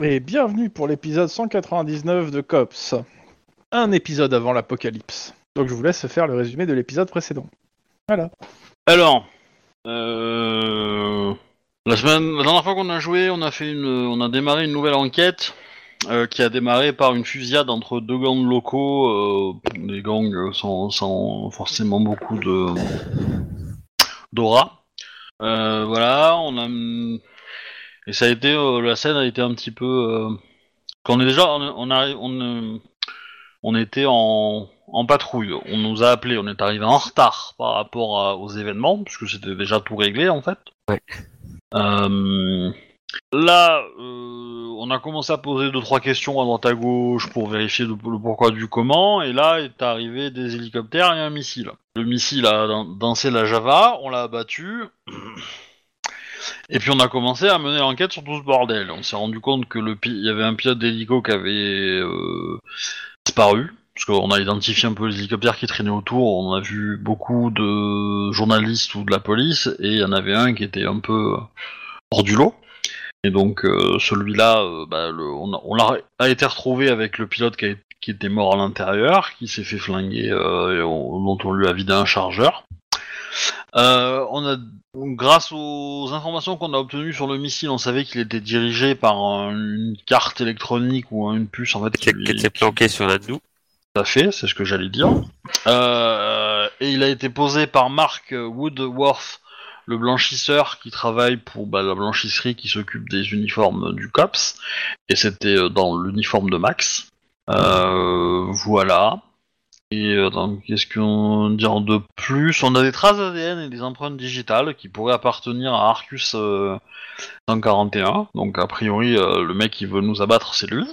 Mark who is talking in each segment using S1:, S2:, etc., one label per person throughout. S1: Allez, bienvenue pour l'épisode 199 de Cops. Un épisode avant l'apocalypse. Donc je vous laisse faire le résumé de l'épisode précédent. Voilà.
S2: Alors, euh, la semaine, la dernière fois qu'on a joué, on a fait une, on a démarré une nouvelle enquête euh, qui a démarré par une fusillade entre deux gangs locaux, euh, des gangs euh, sans, sans forcément beaucoup de d'aura. Euh, voilà, on a hum, et ça a été, euh, la scène a été un petit peu, euh, qu'on est déjà, on, on arrive, on, euh, on était en en patrouille. On nous a appelé, on est arrivé en retard par rapport à- aux événements, puisque c'était déjà tout réglé en fait.
S3: Ouais.
S2: Euh, là, euh, on a commencé à poser deux trois questions à droite à gauche pour vérifier le, le pourquoi du comment, et là est arrivé des hélicoptères et un missile. Le missile a dan- dansé la Java, on l'a abattu. Et puis on a commencé à mener l'enquête sur tout ce bordel. On s'est rendu compte que le pi- il y avait un pilote d'hélico qui avait euh, disparu, parce qu'on a identifié un peu les hélicoptères qui traînaient autour. On a vu beaucoup de journalistes ou de la police, et il y en avait un qui était un peu euh, hors du lot. Et donc euh, celui-là, euh, bah, le- on, a, on l'a- a été retrouvé avec le pilote qui, a- qui était mort à l'intérieur, qui s'est fait flinguer, euh, et on- dont on lui a vidé un chargeur. Euh, on a, grâce aux informations qu'on a obtenues sur le missile, on savait qu'il était dirigé par un- une carte électronique ou une puce en fait. qui
S3: qui qui
S2: lui-
S3: était planqué sur l'un de nous.
S2: tout à fait, c'est ce que j'allais dire. Euh, et il a été posé par Mark Woodworth, le blanchisseur qui travaille pour bah, la blanchisserie qui s'occupe des uniformes du COPS. Et c'était euh, dans l'uniforme de Max. Euh, voilà. Et euh, donc, qu'est-ce qu'on dire de plus On a des traces ADN et des empreintes digitales qui pourraient appartenir à Arcus euh, 141. Donc a priori, euh, le mec qui veut nous abattre, c'est lui.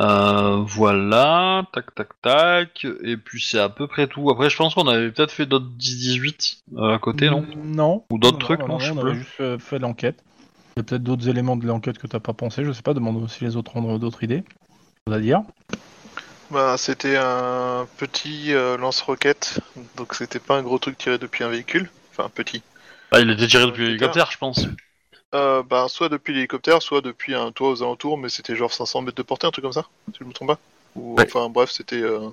S2: Euh, voilà, tac tac tac, et puis c'est à peu près tout. Après, je pense qu'on avait peut-être fait d'autres 10-18 euh, à côté,
S1: Mmh.
S2: non
S1: Non.
S2: Ou d'autres trucs, non, je sais
S1: on
S2: plus.
S1: a juste euh, fait l'enquête. Il y a peut-être d'autres éléments de l'enquête que t'as pas pensé, je sais pas, demande si les autres ont d'autres idées. Chose à dire.
S4: Bah, c'était un petit euh, lance-roquette, donc c'était pas un gros truc tiré depuis un véhicule, enfin petit.
S2: Ah, il était tiré depuis l'hélicoptère, je pense.
S4: Euh, bah, soit depuis l'hélicoptère, soit depuis un toit aux alentours, mais c'était genre 500 mètres de portée, un truc comme ça, si je me trompe pas. Ou,
S3: Ouais.
S4: Enfin bref, c'était euh,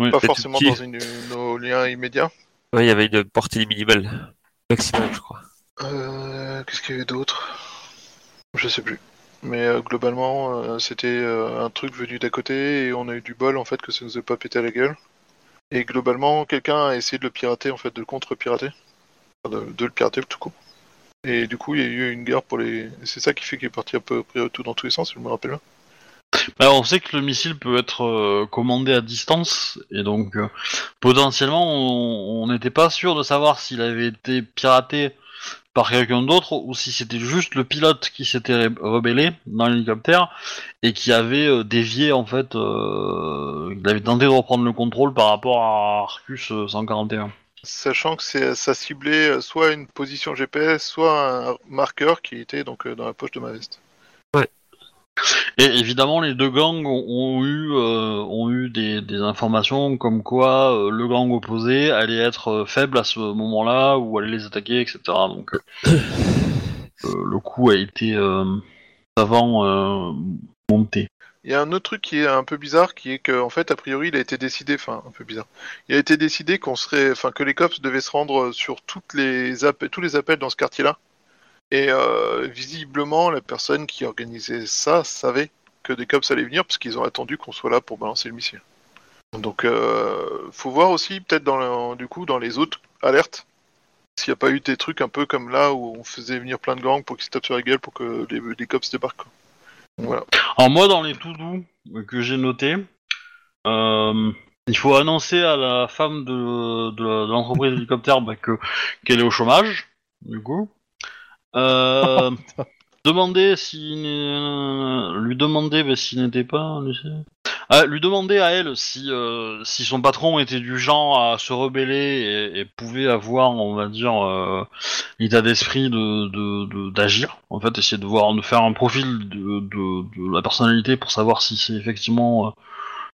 S2: Oui,
S4: pas
S2: petit
S4: forcément
S2: petit.
S4: dans une, nos liens immédiats.
S3: Ouais, il y avait une portée minimale. Maximum, je crois.
S4: Euh, Qu'est-ce qu'il y avait d'autre Je sais plus. Mais euh, globalement, euh, c'était euh, un truc venu d'à côté et on a eu du bol en fait que ça nous ait pas pété à la gueule. Et globalement, quelqu'un a essayé de le pirater en fait, de le contre-pirater, Enfin, de, de le pirater tout court. Et du coup, il y a eu une guerre pour les. C'est ça qui fait qu'il est parti un peu près tout dans tous les sens, si je me rappelle bien.
S2: Bah, on sait que le missile peut être euh, commandé à distance, et donc euh, potentiellement on on n'était pas sûr de savoir s'il avait été piraté par quelqu'un d'autre ou si c'était juste le pilote qui s'était ré- rebellé dans l'hélicoptère et qui avait euh, dévié en fait, euh, il avait tenté de reprendre le contrôle par rapport à Arcus euh, 141.
S4: Sachant que c'est- ça ciblait euh, soit une position GPS, soit un marqueur qui était donc euh, dans la poche de ma veste.
S2: Et évidemment, les deux gangs ont, ont eu, euh, ont eu des, des informations comme quoi euh, le gang opposé allait être euh, faible à ce moment-là ou allait les attaquer, etc. Donc, euh, euh, le coup a été euh, savant euh, monté.
S4: Il y a un autre truc qui est un peu bizarre, qui est que en fait, a priori, il a été décidé, enfin, un peu bizarre. Il a été décidé qu'on serait, enfin, que les cops devaient se rendre sur toutes les app- tous les appels dans ce quartier-là. Et euh, visiblement, la personne qui organisait ça savait que des cops allaient venir parce qu'ils ont attendu qu'on soit là pour balancer le missile. Donc, euh, faut voir aussi peut-être dans le- du coup dans les autres alertes s'il n'y a pas eu des trucs un peu comme là où on faisait venir plein de gangs pour qu'ils se tapent sur la gueule pour que les, les cops débarquent. quoi. Voilà.
S2: Alors moi, dans les tout doux que j'ai noté, il faut annoncer à la femme de, de la- de l'entreprise d'hélicoptère bah, que qu'elle est au chômage, du coup. Euh, demander si lui demander bah, s'il n'était pas lycée. Ah, lui demander à elle si euh, si son patron était du genre à se rebeller et, et pouvait avoir on va dire euh, l'état d'esprit de de- de- d'agir en fait essayer de voir de faire un profil de, de, de la personnalité pour savoir si c'est effectivement euh,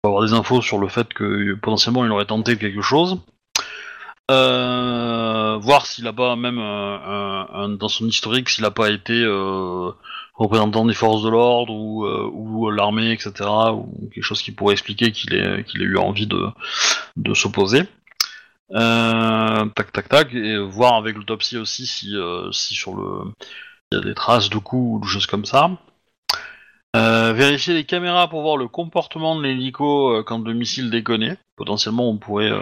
S2: faut avoir des infos sur le fait que euh, potentiellement il aurait tenté quelque chose euh, voir s'il a pas même euh, un- un- dans son historique s'il a pas été euh, représentant des forces de l'ordre ou, euh, ou l'armée, etc., ou quelque chose qui pourrait expliquer qu'il ait, qu'il ait eu envie de, de s'opposer. Euh, tac, tac, tac, et voir avec l'autopsie aussi si, euh, si sur le il y a des traces de coups ou des choses comme ça. Euh, vérifier les caméras pour voir le comportement de l'hélico euh, quand le missile déconnait. Potentiellement, on pourrait, euh,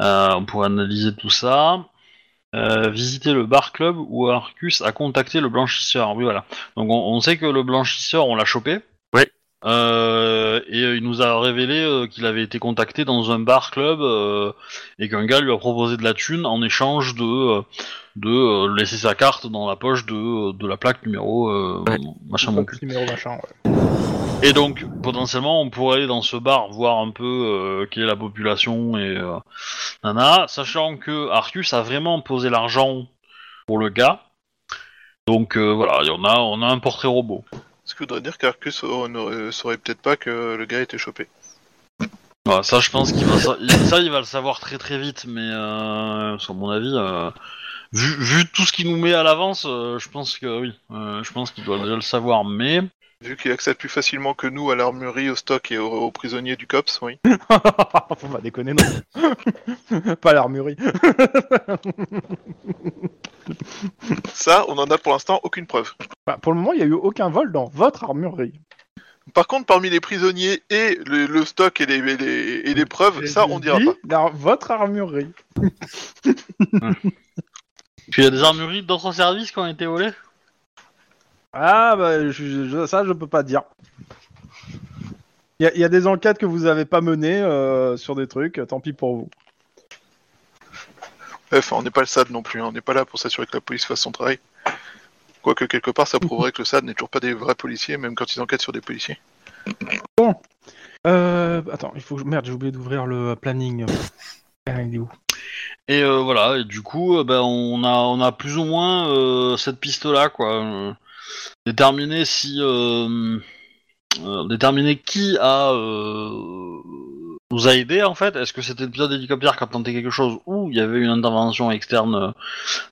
S2: euh, on pourrait analyser tout ça. Euh, visiter le bar club où Arcus a contacté le blanchisseur. Oui, voilà. Donc, on, on sait que le blanchisseur, on l'a chopé.
S3: Oui.
S2: Euh, et euh, il nous a révélé euh, qu'il avait été contacté dans un bar club euh, et qu'un gars lui a proposé de la thune en échange de euh, de euh, laisser sa carte dans la poche de, de la plaque numéro euh,
S3: Ouais.
S2: machin mon
S1: Box
S2: cul.
S1: numéro machin, ouais.
S2: Et donc, potentiellement, on pourrait aller dans ce bar voir un peu euh, quelle est la population et euh, nana, sachant que Arcus a vraiment posé l'argent pour le gars. Donc euh, voilà, il y en a, on a un portrait robot.
S4: Ce qui voudrait dire qu'Arcus euh, ne saurait peut-être pas que le gars était chopé.
S2: Voilà, ça, je pense qu'il va, sa- il- ça, il va le savoir très très vite, mais euh, sur mon avis, euh, vu, vu tout ce qu'il nous met à l'avance, euh, je pense que oui, euh, je pense qu'il doit déjà le savoir, mais
S4: Vu qu'il accède plus facilement que nous à l'armurerie, au stock et aux, aux prisonniers du COPS, oui.
S1: Faut pas déconner, non. pas l'armurerie.
S4: Ça, on en a pour l'instant aucune preuve.
S1: Bah, pour le moment, il n'y a eu aucun vol dans votre armurerie.
S4: Par contre, parmi les prisonniers et le, le stock et les, et les- et les preuves, ça, on dira
S1: Dis
S4: pas.
S1: la- votre armurerie.
S2: puis il y a des armureries d'autres services qui ont été volées.
S1: Ah, bah, je- je- ça, je peux pas dire. Il y a- il y, a des enquêtes que vous avez pas menées euh, sur des trucs, tant pis pour vous.
S4: Bref, on n'est pas le SAD non plus, hein. on n'est pas là pour s'assurer que la police fasse son travail. Quoique, quelque part, ça prouverait que le SAD n'est toujours pas des vrais policiers, même quand ils enquêtent sur des policiers.
S1: Euh, attends, il faut que je- Merde, j'ai oublié d'ouvrir le planning. Ah, il est où
S2: Et euh, voilà, et du coup, euh, ben, on, a, on a plus ou moins euh, cette piste-là, quoi. Euh, déterminer si. euh, euh, déterminer qui a. euh, nous a aidé, en fait. Est-ce que c'était l'épisode d'hélicoptère qui a tenté quelque chose ou il y avait une intervention externe euh,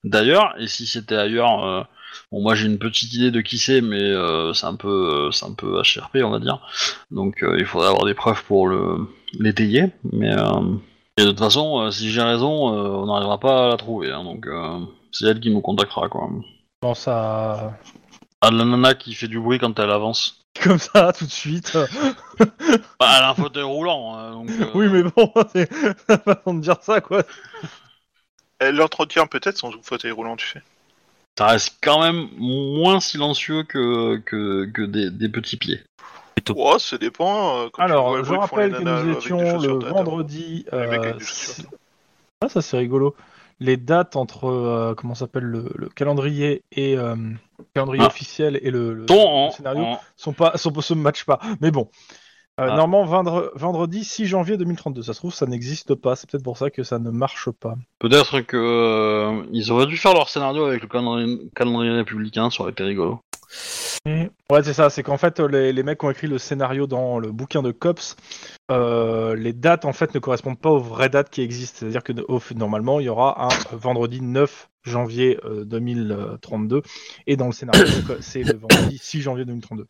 S2: d'ailleurs Et si c'était ailleurs. euh, Bon, moi j'ai une petite idée de qui c'est, mais euh, c'est un peu, euh, c'est un peu HRP, on va dire. Donc euh, il faudrait avoir des preuves pour le l'étayer, mais euh, et de toute façon, euh, si j'ai raison, euh, on n'arrivera pas à la trouver. hein, donc euh, c'est elle qui nous contactera, quoi.
S1: Je pense à...
S2: Ah, la nana qui fait du bruit quand elle avance.
S1: Comme ça, tout de suite.
S2: Bah, elle a un fauteuil roulant. euh, donc, euh,
S1: Oui, mais bon, c'est la façon de dire ça, quoi.
S4: Elle l'entretient peut-être sans fauteuil roulant, tu sais.
S2: Ça reste quand même moins silencieux que que, que des, des petits pieds.
S4: Ouais, Oh, ça dépend. euh, quand tu vois
S1: Alors,
S4: le
S1: je
S4: bruit que font les
S1: rappelle que
S4: nanas
S1: nous
S4: avec des
S1: étions
S4: chaussures
S1: le
S4: dedans.
S1: vendredi.
S4: Les mecs avec
S1: euh,
S4: des chaussures
S1: c'est- Ah, ça c'est rigolo. Les dates entre euh, comment ça s'appelle le, le calendrier et euh, calendrier
S2: Ah.
S1: officiel et le, le-
S2: Ton
S1: le
S4: hein.
S2: en,
S1: scénario
S2: en-
S1: sont pas sont, se matchent pas. Mais bon, Euh,
S2: Ah.
S1: normalement vendre- vendredi 6 janvier 2032. Ça se trouve ça n'existe pas. C'est peut-être pour ça que ça ne marche pas.
S2: peut-être que euh, ils auraient dû faire leur scénario avec le calendrier, calendrier républicain, ça aurait été rigolo.
S1: Et- Ouais, c'est ça. C'est qu'en fait les, les mecs qui ont écrit le scénario dans le bouquin de cops. euh, les dates en fait ne correspondent pas aux vraies dates qui existent. C'est-à-dire que au- normalement il y aura un vendredi 9 janvier euh, 2032 et dans le scénario donc, euh, c'est le vendredi 6 janvier 2032.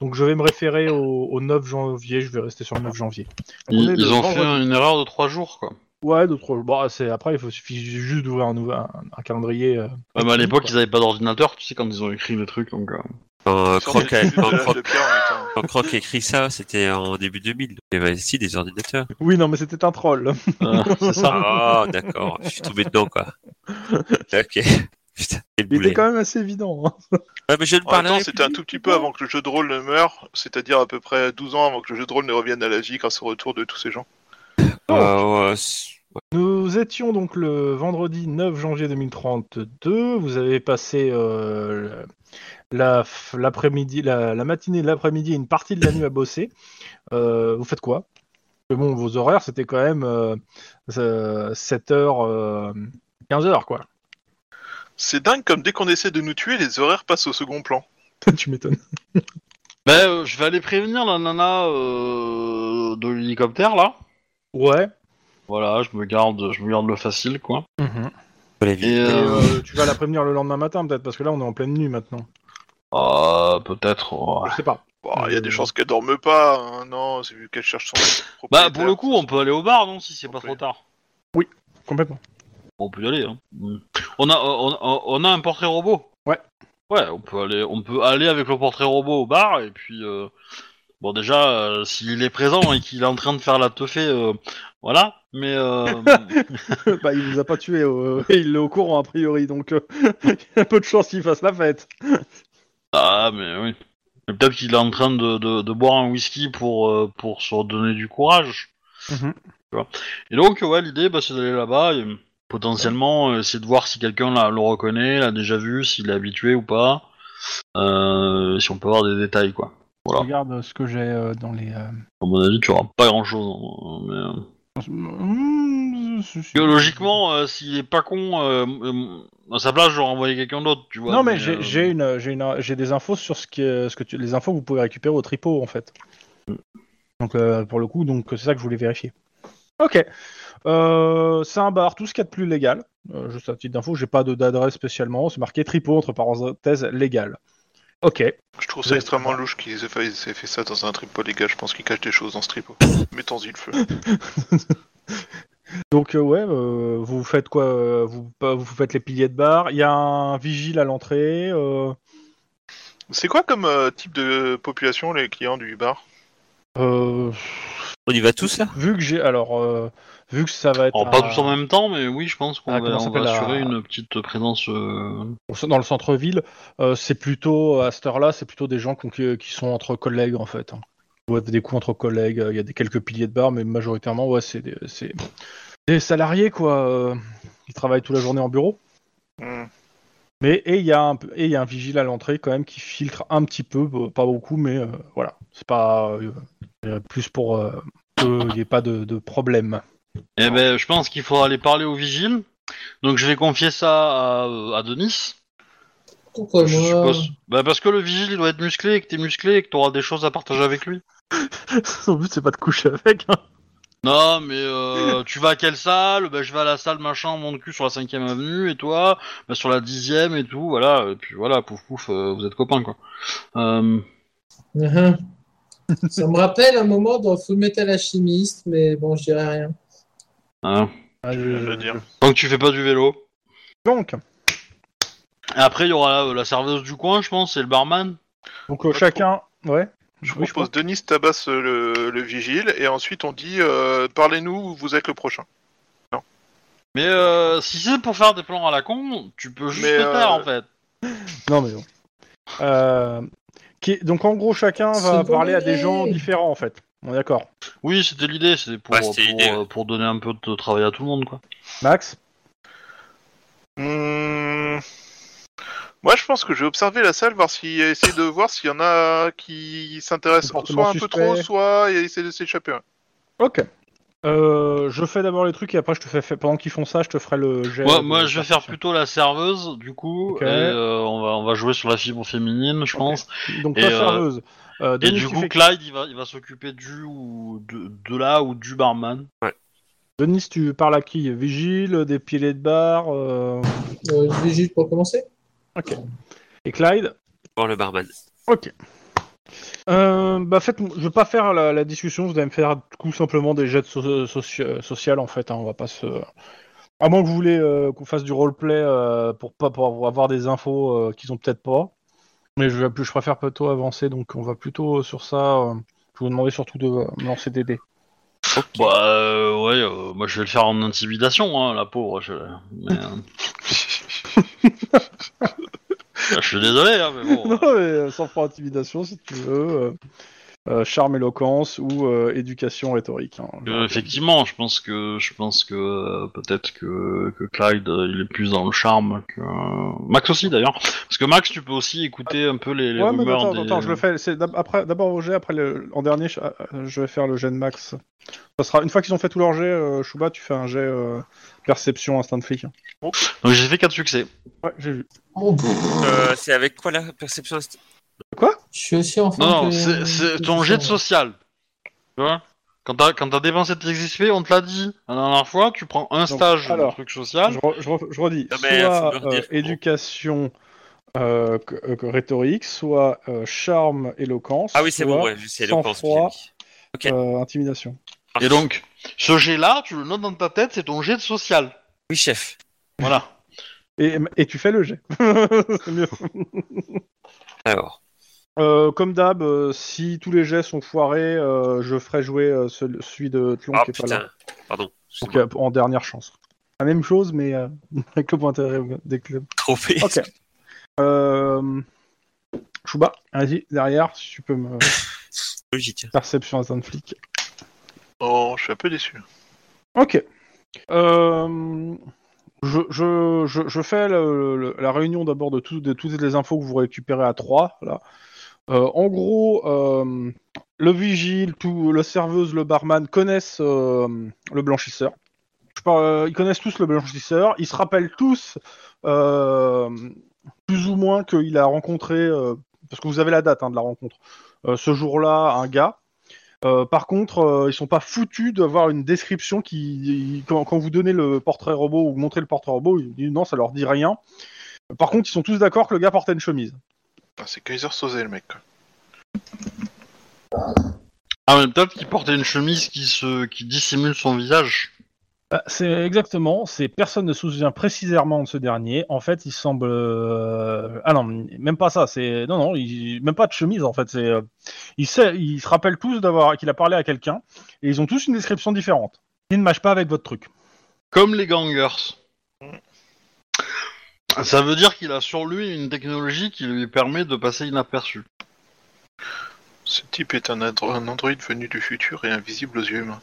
S1: Donc je vais me référer au, au 9 janvier. Je vais rester sur le 9 janvier. Donc, on
S2: Ils,
S1: est
S2: ils
S1: le
S2: ont
S1: vendredi-
S2: fait une erreur de trois jours, quoi.
S1: Ouais, d'autres. Bon, c'est après il faut suffit juste d'ouvrir un, nouvel- un, un calendrier. euh,
S2: Ouais, mais à l'époque,
S1: quoi.
S2: ils avaient pas d'ordinateur, tu sais, quand ils ont écrit les trucs, donc. euh,
S3: Quand, euh,
S4: Ils sortent
S3: Croc,
S4: des
S3: a,
S4: études de
S3: quand,
S4: l'âge de
S3: Croc,
S4: pierre en même temps.
S3: quand Croc a écrit ça, c'était en début 2000. Il y avait aussi des ordinateurs.
S1: Oui, non, mais c'était un troll.
S2: euh, c'est ça.
S3: Ah, d'accord. Je suis tombé dedans, quoi. Ok. Putain,
S1: Il était
S3: quel boulet.
S1: quand même assez évident. hein.
S3: Ouais, mais je
S4: En même
S3: ne
S4: temps,
S3: parlerai
S4: c'était un
S3: plus.
S4: tout petit peu avant que le jeu de rôle ne meure, c'est-à-dire à peu près 12 ans avant que le jeu de rôle ne revienne à la vie grâce au retour de tous ces gens.
S3: Euh, ouais, c'est-
S1: Nous étions donc le vendredi 9 janvier 2032. Vous avez passé euh, la- l'après-midi, la, la matinée de l'après-midi et une partie de la nuit à bosser. Euh, vous faites quoi Parce que Bon, vos horaires, c'était quand même euh, 7h, 15h, euh, quoi.
S4: C'est dingue comme dès qu'on essaie de nous tuer, les horaires passent au second plan.
S1: tu m'étonnes.
S2: Ben, euh, je vais aller prévenir la nana euh, de l'hélicoptère là.
S1: Ouais.
S2: Voilà, je me garde, je me garde le facile quoi.
S1: Mhm.
S3: faut la vie.
S2: Et,
S1: Et,
S2: euh,
S1: euh, tu vas la prévenir le lendemain matin, peut-être, parce que là, on est en pleine nuit maintenant.
S2: Euh, Peut-être. ouais.
S1: Je sais pas.
S4: Bon, il y a
S2: Mmh.
S4: des chances qu'elle dorme pas, hein, non, c'est vu qu'elle cherche son
S2: Bah,
S4: propriétaire.
S2: pour le coup, on peut aller au bar, non Si c'est pas trop tard.
S1: Complètement.
S2: On peut y aller. Hein. Mm. On a, on, on- on a un portrait robot.
S1: Ouais.
S2: Ouais, on peut aller, on peut aller avec le portrait robot au bar et puis euh, bon déjà euh, s'il est présent et qu'il est en train de faire la teufée, euh, voilà. Mais euh,
S1: bah, il vous a pas tué, euh, et il est au courant a priori, donc euh, il y a peu de chances qu'il fasse la fête.
S2: ah mais oui. Mais Peut-être qu'il est en train de, de- de boire un whisky pour euh, pour se redonner du courage.
S1: Mhm.
S2: Tu vois. Et donc ouais, l'idée bah, c'est d'aller là-bas et potentiellement euh, c'est de voir si quelqu'un la- le reconnaît, l'a déjà vu, s'il est habitué ou pas, Euh, si on peut avoir des détails quoi. Voilà.
S1: Regarde ce que j'ai euh, dans les. euh,
S2: À mon avis, tu auras pas grand chose. Mais... euh,
S1: mm, je- je-
S2: Biologiquement, euh, s'il est pas con, euh, euh, à sa place, j'aurais envoyé quelqu'un d'autre, tu vois.
S1: non mais,
S2: euh,
S1: j'ai j'ai une j'ai une j'ai des infos sur ce que ce que tu, les infos que vous pouvez récupérer au tripot en fait. Donc euh, pour le coup donc c'est ça que je voulais vérifier. Ok, Euh, c'est un bar tout ce qu'il y a de plus légal. Euh, juste à titre d'info, j'ai pas de- d'adresse spécialement. C'est marqué tripot entre parenthèses légal. Ok.
S4: Je trouve
S1: Vous
S4: ça
S1: êtes-
S4: extrêmement louche qu'ils aient fait, ils aient fait ça dans un tripot, les gars. Je pense qu'ils cachent des choses dans ce tripot. Mettons-y le feu.
S1: Donc euh, ouais, euh, vous faites quoi euh, vous, pas- vous faites les piliers de bar. Il y a un vigile à l'entrée. euh,
S4: C'est quoi comme euh, type de population, les clients du bar
S1: euh,
S3: On y va tous là
S1: vu que j'ai alors euh, vu que ça va être
S2: alors, Oh, pas
S1: un-
S2: tous en même temps, mais oui, je pense qu'on
S1: Ah,
S2: va,
S1: comment
S2: on
S1: s'appelle
S2: va
S1: la-
S2: assurer une petite présence. euh,
S1: dans le centre-ville, euh, c'est plutôt à cette heure-là, c'est plutôt des gens qu'on- qui, qui sont entre collègues en fait. hein. Ouais, des coups entre collègues. euh, Il y a des quelques piliers de bar, mais majoritairement ouais, c'est des, c'est des salariés quoi. euh, Ils travaillent toute la journée en bureau.
S4: Hmm.
S1: Mais et il y a un peu- et il y a un vigile à l'entrée quand même qui filtre un petit peu, euh, pas beaucoup, mais euh, voilà, c'est pas euh, euh, plus pour euh, qu'il n'y ait pas de, de problème.
S2: Eh ben, je pense qu'il faudra aller parler au vigile. Donc, je vais confier ça à, euh, à Denis.
S5: Pourquoi
S2: je
S5: moi
S2: suppose. Bah, parce que le vigile, il doit être musclé, et que t'es musclé, et que t'auras des choses à partager avec lui.
S1: Son but c'est pas de coucher avec. hein.
S2: Non, mais euh, tu vas à quelle salle Bah, je vais à la salle machin, mon cul sur la 5ème avenue, et toi bah, Sur la 10ème et tout, voilà. Et puis voilà, pouf pouf, euh, vous êtes copains quoi. Euh,
S5: Uh-huh. Ça me rappelle un moment dans Full Metal Alchemist, mais bon, je dirais rien.
S2: hein.
S4: Je veux dire.
S2: Tant que tu fais pas du vélo.
S1: Euh, Donc,
S2: Et après, il y aura la, la serveuse du coin, je pense, et le barman.
S1: donc euh, chacun, ouais.
S4: Je
S1: Oui,
S4: propose Denis tabasse euh, le, le vigile et ensuite on dit euh, parlez-nous, vous êtes le prochain.
S2: Mais euh, si c'est pour faire des plans à la con, tu peux juste
S4: Mais,
S2: le faire
S4: euh,
S2: en fait.
S1: Non mais bon. Euh, qui- donc en gros chacun
S5: C'est
S1: va
S5: une bonne
S1: parler à des
S5: idée.
S1: gens différents en fait. On est d'accord.
S2: Oui, c'était l'idée, c'était pour,
S3: Ouais, c'était
S2: pour,
S3: l'idée, ouais.
S2: euh, pour donner un peu de travail à tout le monde quoi.
S1: Max,
S4: Hmm. Moi, je pense que je vais observer la salle, voir si essayer de voir s'il y en a qui s'intéressent
S1: Comportement
S4: soit un peu
S1: suspect.
S4: trop, soit et essayer de s'échapper. hein.
S1: ok. Euh, je fais d'abord les trucs et après je te fais, fais- pendant qu'ils font ça, je te ferai le. jet
S2: Moi,
S1: de-
S2: moi, je vais faire
S1: perception.
S2: plutôt la serveuse du coup,
S1: Ok.
S2: et, euh, on, va, on va jouer sur la fibre féminine, je
S1: Ok.
S2: pense.
S1: Donc
S2: Et,
S1: toi
S2: euh,
S1: serveuse. Euh,
S2: Et
S1: Denis,
S2: du
S1: tu
S2: coup,
S1: fais-
S2: Clyde, il va, il va s'occuper du ou de, de là ou du barman.
S1: Denis, tu parles à qui Vigile, des piliers de bar euh,
S5: Euh, je vais juste pour commencer.
S1: et Clyde
S3: Voir le barman.
S1: Euh, bah faites, je vais pas faire la, la discussion, vous allez me faire tout simplement des jets de so- socio- social en fait. hein, on va pas se, à moins que vous voulez euh, qu'on fasse du roleplay euh, pour pas pour avoir des infos euh, qu'ils ont peut-être pas. Mais je, vais plus, je préfère plutôt avancer, donc on va plutôt euh, sur ça. euh, je vais vous demander surtout de euh, me lancer des dés.
S2: Bah euh, ouais, euh, moi je vais le faire en intimidation, hein, la pauvre. Je, mais, euh, bah, je suis désolé, hein, mais bon.
S1: Non,
S2: euh,
S1: mais euh, sans froid intimidation si tu veux. euh, euh, charme, éloquence ou euh, éducation rhétorique. hein.
S2: euh, effectivement, je pense que je pense que euh, peut-être que, que Clyde euh, il est plus dans le charme que Max aussi d'ailleurs, parce que Max tu peux aussi écouter un peu les, les
S1: Ouais, mais
S2: rumeurs
S1: attends,
S2: des.
S1: attends, je le fais. C'est d'ab- après, d'abord au jet, après le, en dernier, je, euh, je vais faire le jet de max. Ça sera une fois qu'ils ont fait tout leur jet, euh, Shuba, tu fais un jet euh, perception instinct de flic.
S2: Donc j'ai fait quatre succès.
S1: Ouais, j'ai vu.
S5: Oh, pff,
S3: Euh, c'est avec quoi la perception inst-
S5: je suis aussi en fin
S2: Non, non,
S5: que-
S2: c'est c'est ton
S5: que-
S2: jet de social. Tu vois Quand t'as quand t'as dépensé tes XP, on te l'a dit la dernière fois, tu prends un stage de
S1: alors,
S2: truc
S1: Ah. Je,
S2: social.
S1: re- je re- je redis.
S3: Non, mais, euh,
S1: soit
S3: faut me redire,
S1: euh,
S3: faut me-
S1: éducation, euh, que- euh, que rhétorique, soit euh, charme, éloquence.
S3: Ah oui, c'est
S1: soit,
S3: bon, ouais, juste c'est éloquence. que j'ai
S1: sang-froid,
S3: mis. ok.
S1: euh, intimidation.
S3: Ah.
S2: Et donc, ce jet-là, tu le notes dans ta tête, c'est ton jet de social.
S3: Oui, chef.
S2: Voilà.
S1: Et, et tu fais le jet. C'est mieux.
S3: Alors,
S1: Euh, comme d'hab, euh, si tous les jets sont foirés, euh, je ferai jouer euh, celui celui de Tlon
S3: ah
S1: qui est pas là.
S3: putain, pardon.
S1: Donc,
S3: excuse-moi.
S1: euh, en dernière chance. La même chose, mais euh, avec le point d'intérêt des clubs.
S3: Trop fait.
S1: Ok. Euh... Chouba, vas-y, derrière, si tu peux me.
S3: Logique.
S1: Perception à de flic.
S4: Oh, je suis un peu déçu.
S1: Ok. Euh, je, je, je, je fais le- le- la réunion d'abord de, tout- de toutes les infos que vous récupérez à 3. Là. Euh, en gros, euh, le vigile, tout, la serveuse, le barman connaissent euh, le blanchisseur. Je par- euh, ils connaissent tous le blanchisseur. Ils se rappellent tous, euh, plus ou moins, qu'il a rencontré, euh, parce que vous avez la date hein, de la rencontre, euh, ce jour-là, un gars. Euh, par contre, euh, ils sont pas foutus d'avoir une description qui, quand, quand vous donnez le portrait robot ou montrez le portrait robot, ils disent non, ça leur dit rien. Par contre, ils sont tous d'accord que le gars portait une chemise.
S4: Ah, c'est Kaiser Soze, le mec. quoi.
S2: Ah, mais peut-être qu'il portait une chemise qui, se... qui dissimule son visage.
S1: Bah, c'est exactement, c'est personne ne se souvient précisément de ce dernier. En fait, il semble, euh, ah non, même pas ça. C'est non, non, il- même pas de chemise en fait. C'est, euh, il sait, ils se rappellent tous d'avoir qu'il a parlé à quelqu'un et ils ont tous une description différente. Ils ne matchent pas avec votre truc.
S2: Comme les gangers. Mm. Ça veut dire qu'il a sur lui une technologie qui lui permet de passer inaperçu.
S4: Ce type est un, andro- un androïde venu du futur et invisible aux yeux humains.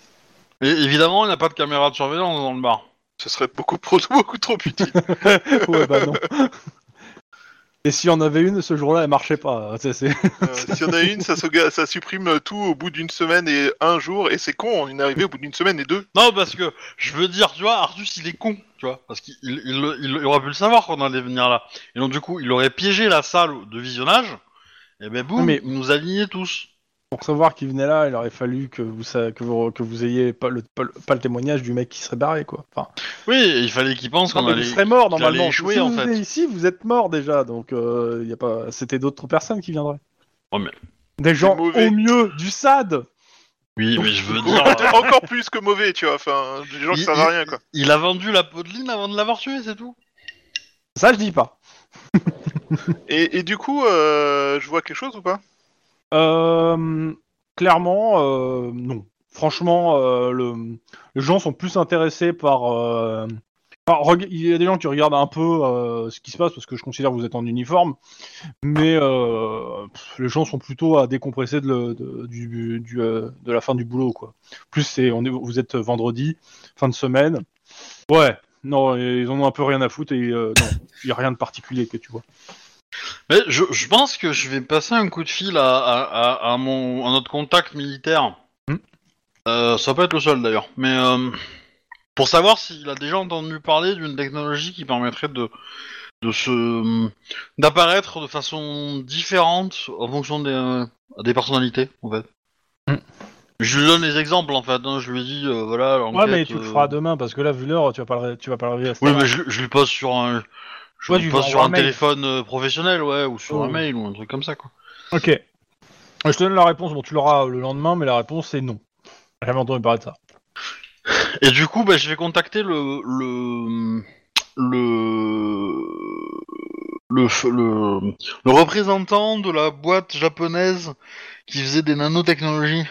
S2: Et évidemment, il n'a pas de caméra de surveillance dans le bar.
S4: Ce serait beaucoup, pro- beaucoup trop utile.
S1: ouais, bah non. Et s'il y en avait une, ce jour-là, elle marchait pas. Ça, c'est-
S4: Euh, S'il y en a une, ça, se- ça supprime tout au bout d'une semaine et un jour, et c'est con, on est arrivé au bout d'une semaine et deux.
S2: Non, parce que je veux dire, tu vois, Artus, il est con, tu vois, parce qu'il il, il- il aurait pu le savoir qu'on allait venir là. Et donc, du coup, il aurait piégé la salle de visionnage, et ben boum,
S1: Mais-
S2: il nous alignait tous.
S1: Pour savoir qu'il venait là, il aurait fallu que vous, sa- que vous, que vous ayez pas le, pas, le, pas le témoignage du mec qui serait barré, quoi. Enfin,
S2: Oui, et il fallait qu'il pense qu'on
S1: non, mais
S2: allait.
S1: vous serez mort
S2: qu'il
S1: normalement.
S2: allait échouer,
S1: si vous
S2: en fait.
S1: venez ici, vous êtes mort déjà, donc euh, y a pas. C'était d'autres personnes qui viendraient.
S2: Oh, mais-
S1: Des gens
S4: mauvais.
S1: au mieux du SAD.
S2: Oui, mais je veux
S4: Ou
S2: dire,
S4: peut-être
S2: euh,
S4: encore plus que mauvais, tu vois. Enfin, des gens qui
S2: Il-
S4: savent à rien, quoi.
S2: il a vendu la peau de Lynn avant de l'avoir tué, c'est tout.
S1: Ça, je dis pas.
S4: Et, et du coup, euh, je vois quelque chose ou pas
S1: Euh, clairement, euh, non. Franchement, euh, le, les gens sont plus intéressés par. euh, par reg- il y a des gens qui regardent un peu euh, ce qui se passe parce que je considère que vous êtes en uniforme, mais euh, pff, les gens sont plutôt à décompresser de, le- de- du- du, euh, de la fin du boulot, quoi. Plus c'est, on est, vous êtes vendredi, fin de semaine. Ouais, non, ils en ont un peu rien à foutre et euh, non, il n'y a rien de particulier que tu vois.
S2: Mais je, je pense que je vais passer un coup de fil à, à, à- à mon, à notre contact militaire.
S1: Hmm.
S2: Euh, ça peut être le seul d'ailleurs. Mais euh, pour savoir s'il a déjà entendu parler d'une technologie qui permettrait de, de se d'apparaître de façon différente en fonction des, euh, des personnalités, en fait.
S1: Hmm.
S2: Je lui donne les exemples en fait. hein. Je lui dis euh, voilà.
S1: Ouais,
S2: l'enquête,
S1: mais tu le
S2: euh,
S1: feras demain parce que là, vu l'heure, tu vas pas le, tu vas pas le réveiller à cette
S2: Oui,
S1: heure.
S2: mais je, je lui pose sur un. Je
S1: Ouais,
S2: lui
S1: tu lui
S2: pose sur
S1: envoies
S2: un
S1: un mail.
S2: téléphone euh, professionnel, ouais, ou sur
S1: Oh.
S2: un mail ou un truc comme ça, quoi.
S1: Ok. Je te donne la réponse. Bon, tu l'auras le lendemain, mais la réponse c'est non. J'ai Jamais entendu parler de ça.
S2: Et du coup, bah, je vais contacter le le le le, f- le le représentant de la boîte japonaise qui faisait des nanotechnologies.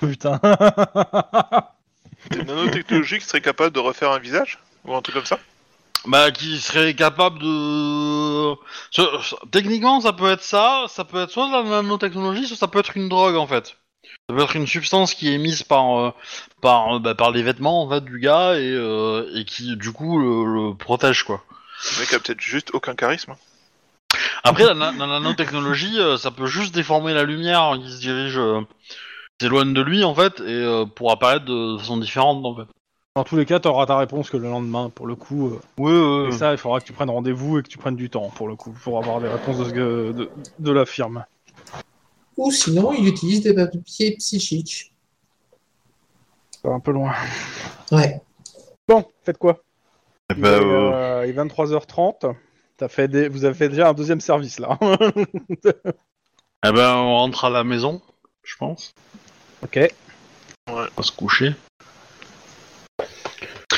S1: Putain.
S4: Des nanotechnologies qui seraient capables de refaire un visage Ou un truc comme ça
S2: Bah, qui serait capable de. Ce- ce- Techniquement, ça peut être ça, ça peut être soit de la nanotechnologie, soit ça peut être une drogue en fait. Ça peut être une substance qui est émise par euh, par euh, bah, par les vêtements en fait du gars et euh, et qui du coup le, le protège quoi.
S4: Le mec a peut-être juste aucun charisme.
S2: Après, la, na- la nanotechnologie, euh, ça peut juste déformer la lumière qui se dirige, euh, qui s'éloigne de lui en fait, et euh, pour apparaître de façon différente en fait.
S1: Dans tous les cas, t'auras ta réponse que le lendemain, pour le coup. euh.
S2: Oui, oui,
S1: Et ça, il faudra que tu prennes rendez-vous et que tu prennes du temps, pour le coup, pour avoir des réponses de, ce que- de, de la firme.
S5: Ou sinon, il utilise des papiers psychiques.
S1: C'est un peu loin.
S5: Ouais.
S1: Bon, faites quoi euh,
S2: Eh ben,
S1: il, est, 23h30. T'as fait des... Vous avez fait déjà un deuxième service là.
S2: Eh ben, on rentre à la maison, je pense.
S1: ok.
S2: On va se coucher.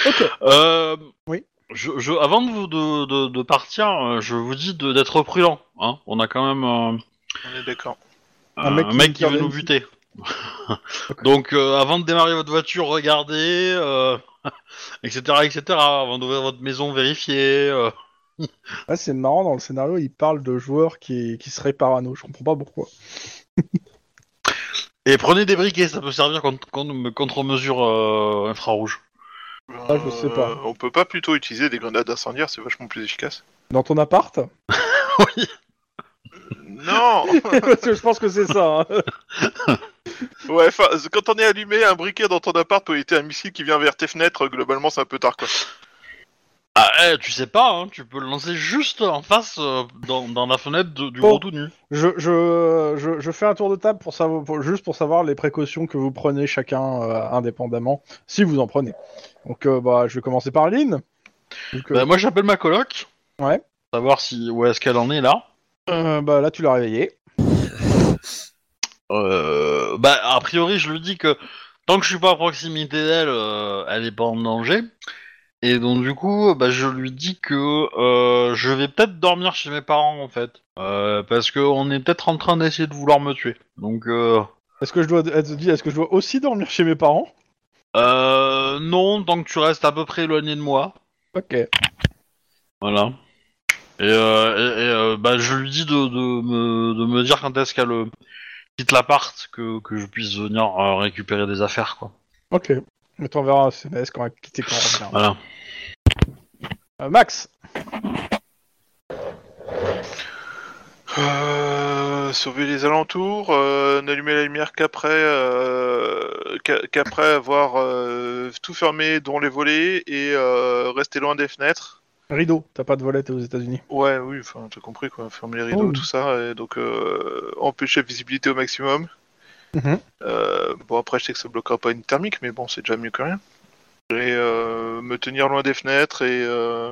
S1: Ok.
S2: Euh,
S1: Oui.
S2: Je, je- avant de, vous- de, de- de partir, euh, je vous dis de- d'être prudent. Hein. On a quand même euh,
S4: On est d'accord.
S1: Un
S2: un
S1: mec
S2: mec,
S1: qui
S2: qui veut
S1: intervient
S2: nous buter. Donc, euh, avant de démarrer votre voiture, regardez, euh, etc., etc. Avant d'ouvrir votre maison, vérifiez. euh.
S1: Ouais, c'est marrant, dans le scénario, il parle de joueurs qui, qui seraient parano. Je comprends pas pourquoi.
S2: et prenez des briquets, ça peut servir contre, contre, contre mesure euh, infrarouge.
S1: Ah, je sais pas.
S4: Euh, On peut pas plutôt utiliser des grenades incendiaires, c'est vachement plus efficace.
S1: Dans ton appart
S4: Non
S1: Parce que je pense que c'est ça. hein.
S4: Ouais, enfin, quand on est allumé, un briquet dans ton appart peut être un missile qui vient vers tes fenêtres, globalement c'est un peu tard quoi.
S2: Ah, eh, tu sais pas, hein, tu peux le lancer juste en face, euh, dans, dans la fenêtre de- du
S1: Bon.
S2: gros tout nu.
S1: Je, je, je, je fais un tour de table pour savoir, pour- juste pour savoir les précautions que vous prenez chacun euh, indépendamment, si vous en prenez. Donc, euh, bah, je vais commencer par Lynn. euh, Vu que-
S2: Bah, moi j'appelle ma coloc.
S1: Ouais.
S2: Savoir si où est-ce qu'elle en est là.
S1: Euh, bah, là, tu l'as réveillé.
S2: Euh, bah a priori je lui dis que tant que je suis pas à proximité d'elle, euh, elle est pas en danger. Et donc du coup bah je lui dis que euh, je vais peut-être dormir chez mes parents en fait, Euh, parce que on est peut-être en train d'essayer de vouloir me tuer. Donc euh,
S1: Est-ce que je dois, elle te dit, est-ce que je dois aussi dormir chez mes parents
S2: euh, non tant que tu restes à peu près éloigné de moi.
S1: Ok.
S2: Voilà. Et, euh, et- et, euh, bah, je lui dis de, de me, de me dire quand est-ce qu'elle euh, quitte l'appart, que, que je puisse venir euh, récupérer des affaires, quoi.
S1: Ok. Mais t'enverras un SMS quand elle quitte et quand elle revient.
S2: Voilà.
S1: Euh, Max
S4: Euh, sauver les alentours, euh, n'allumer la lumière qu'après euh, qu'a- qu'après avoir euh, tout fermé, dont les volets, et euh, rester loin des fenêtres.
S1: Rideau, t'as pas de volet, t'es aux États-Unis.
S4: Ouais, oui, enfin, t'as compris quoi, fermer les rideaux,
S1: Oh.
S4: tout ça, et donc euh, empêcher la visibilité au maximum.
S1: Mhm.
S4: Euh, bon, après, je sais que ça bloquera pas une thermique, mais bon, c'est déjà mieux que rien. Et euh, me tenir loin des fenêtres et. euh,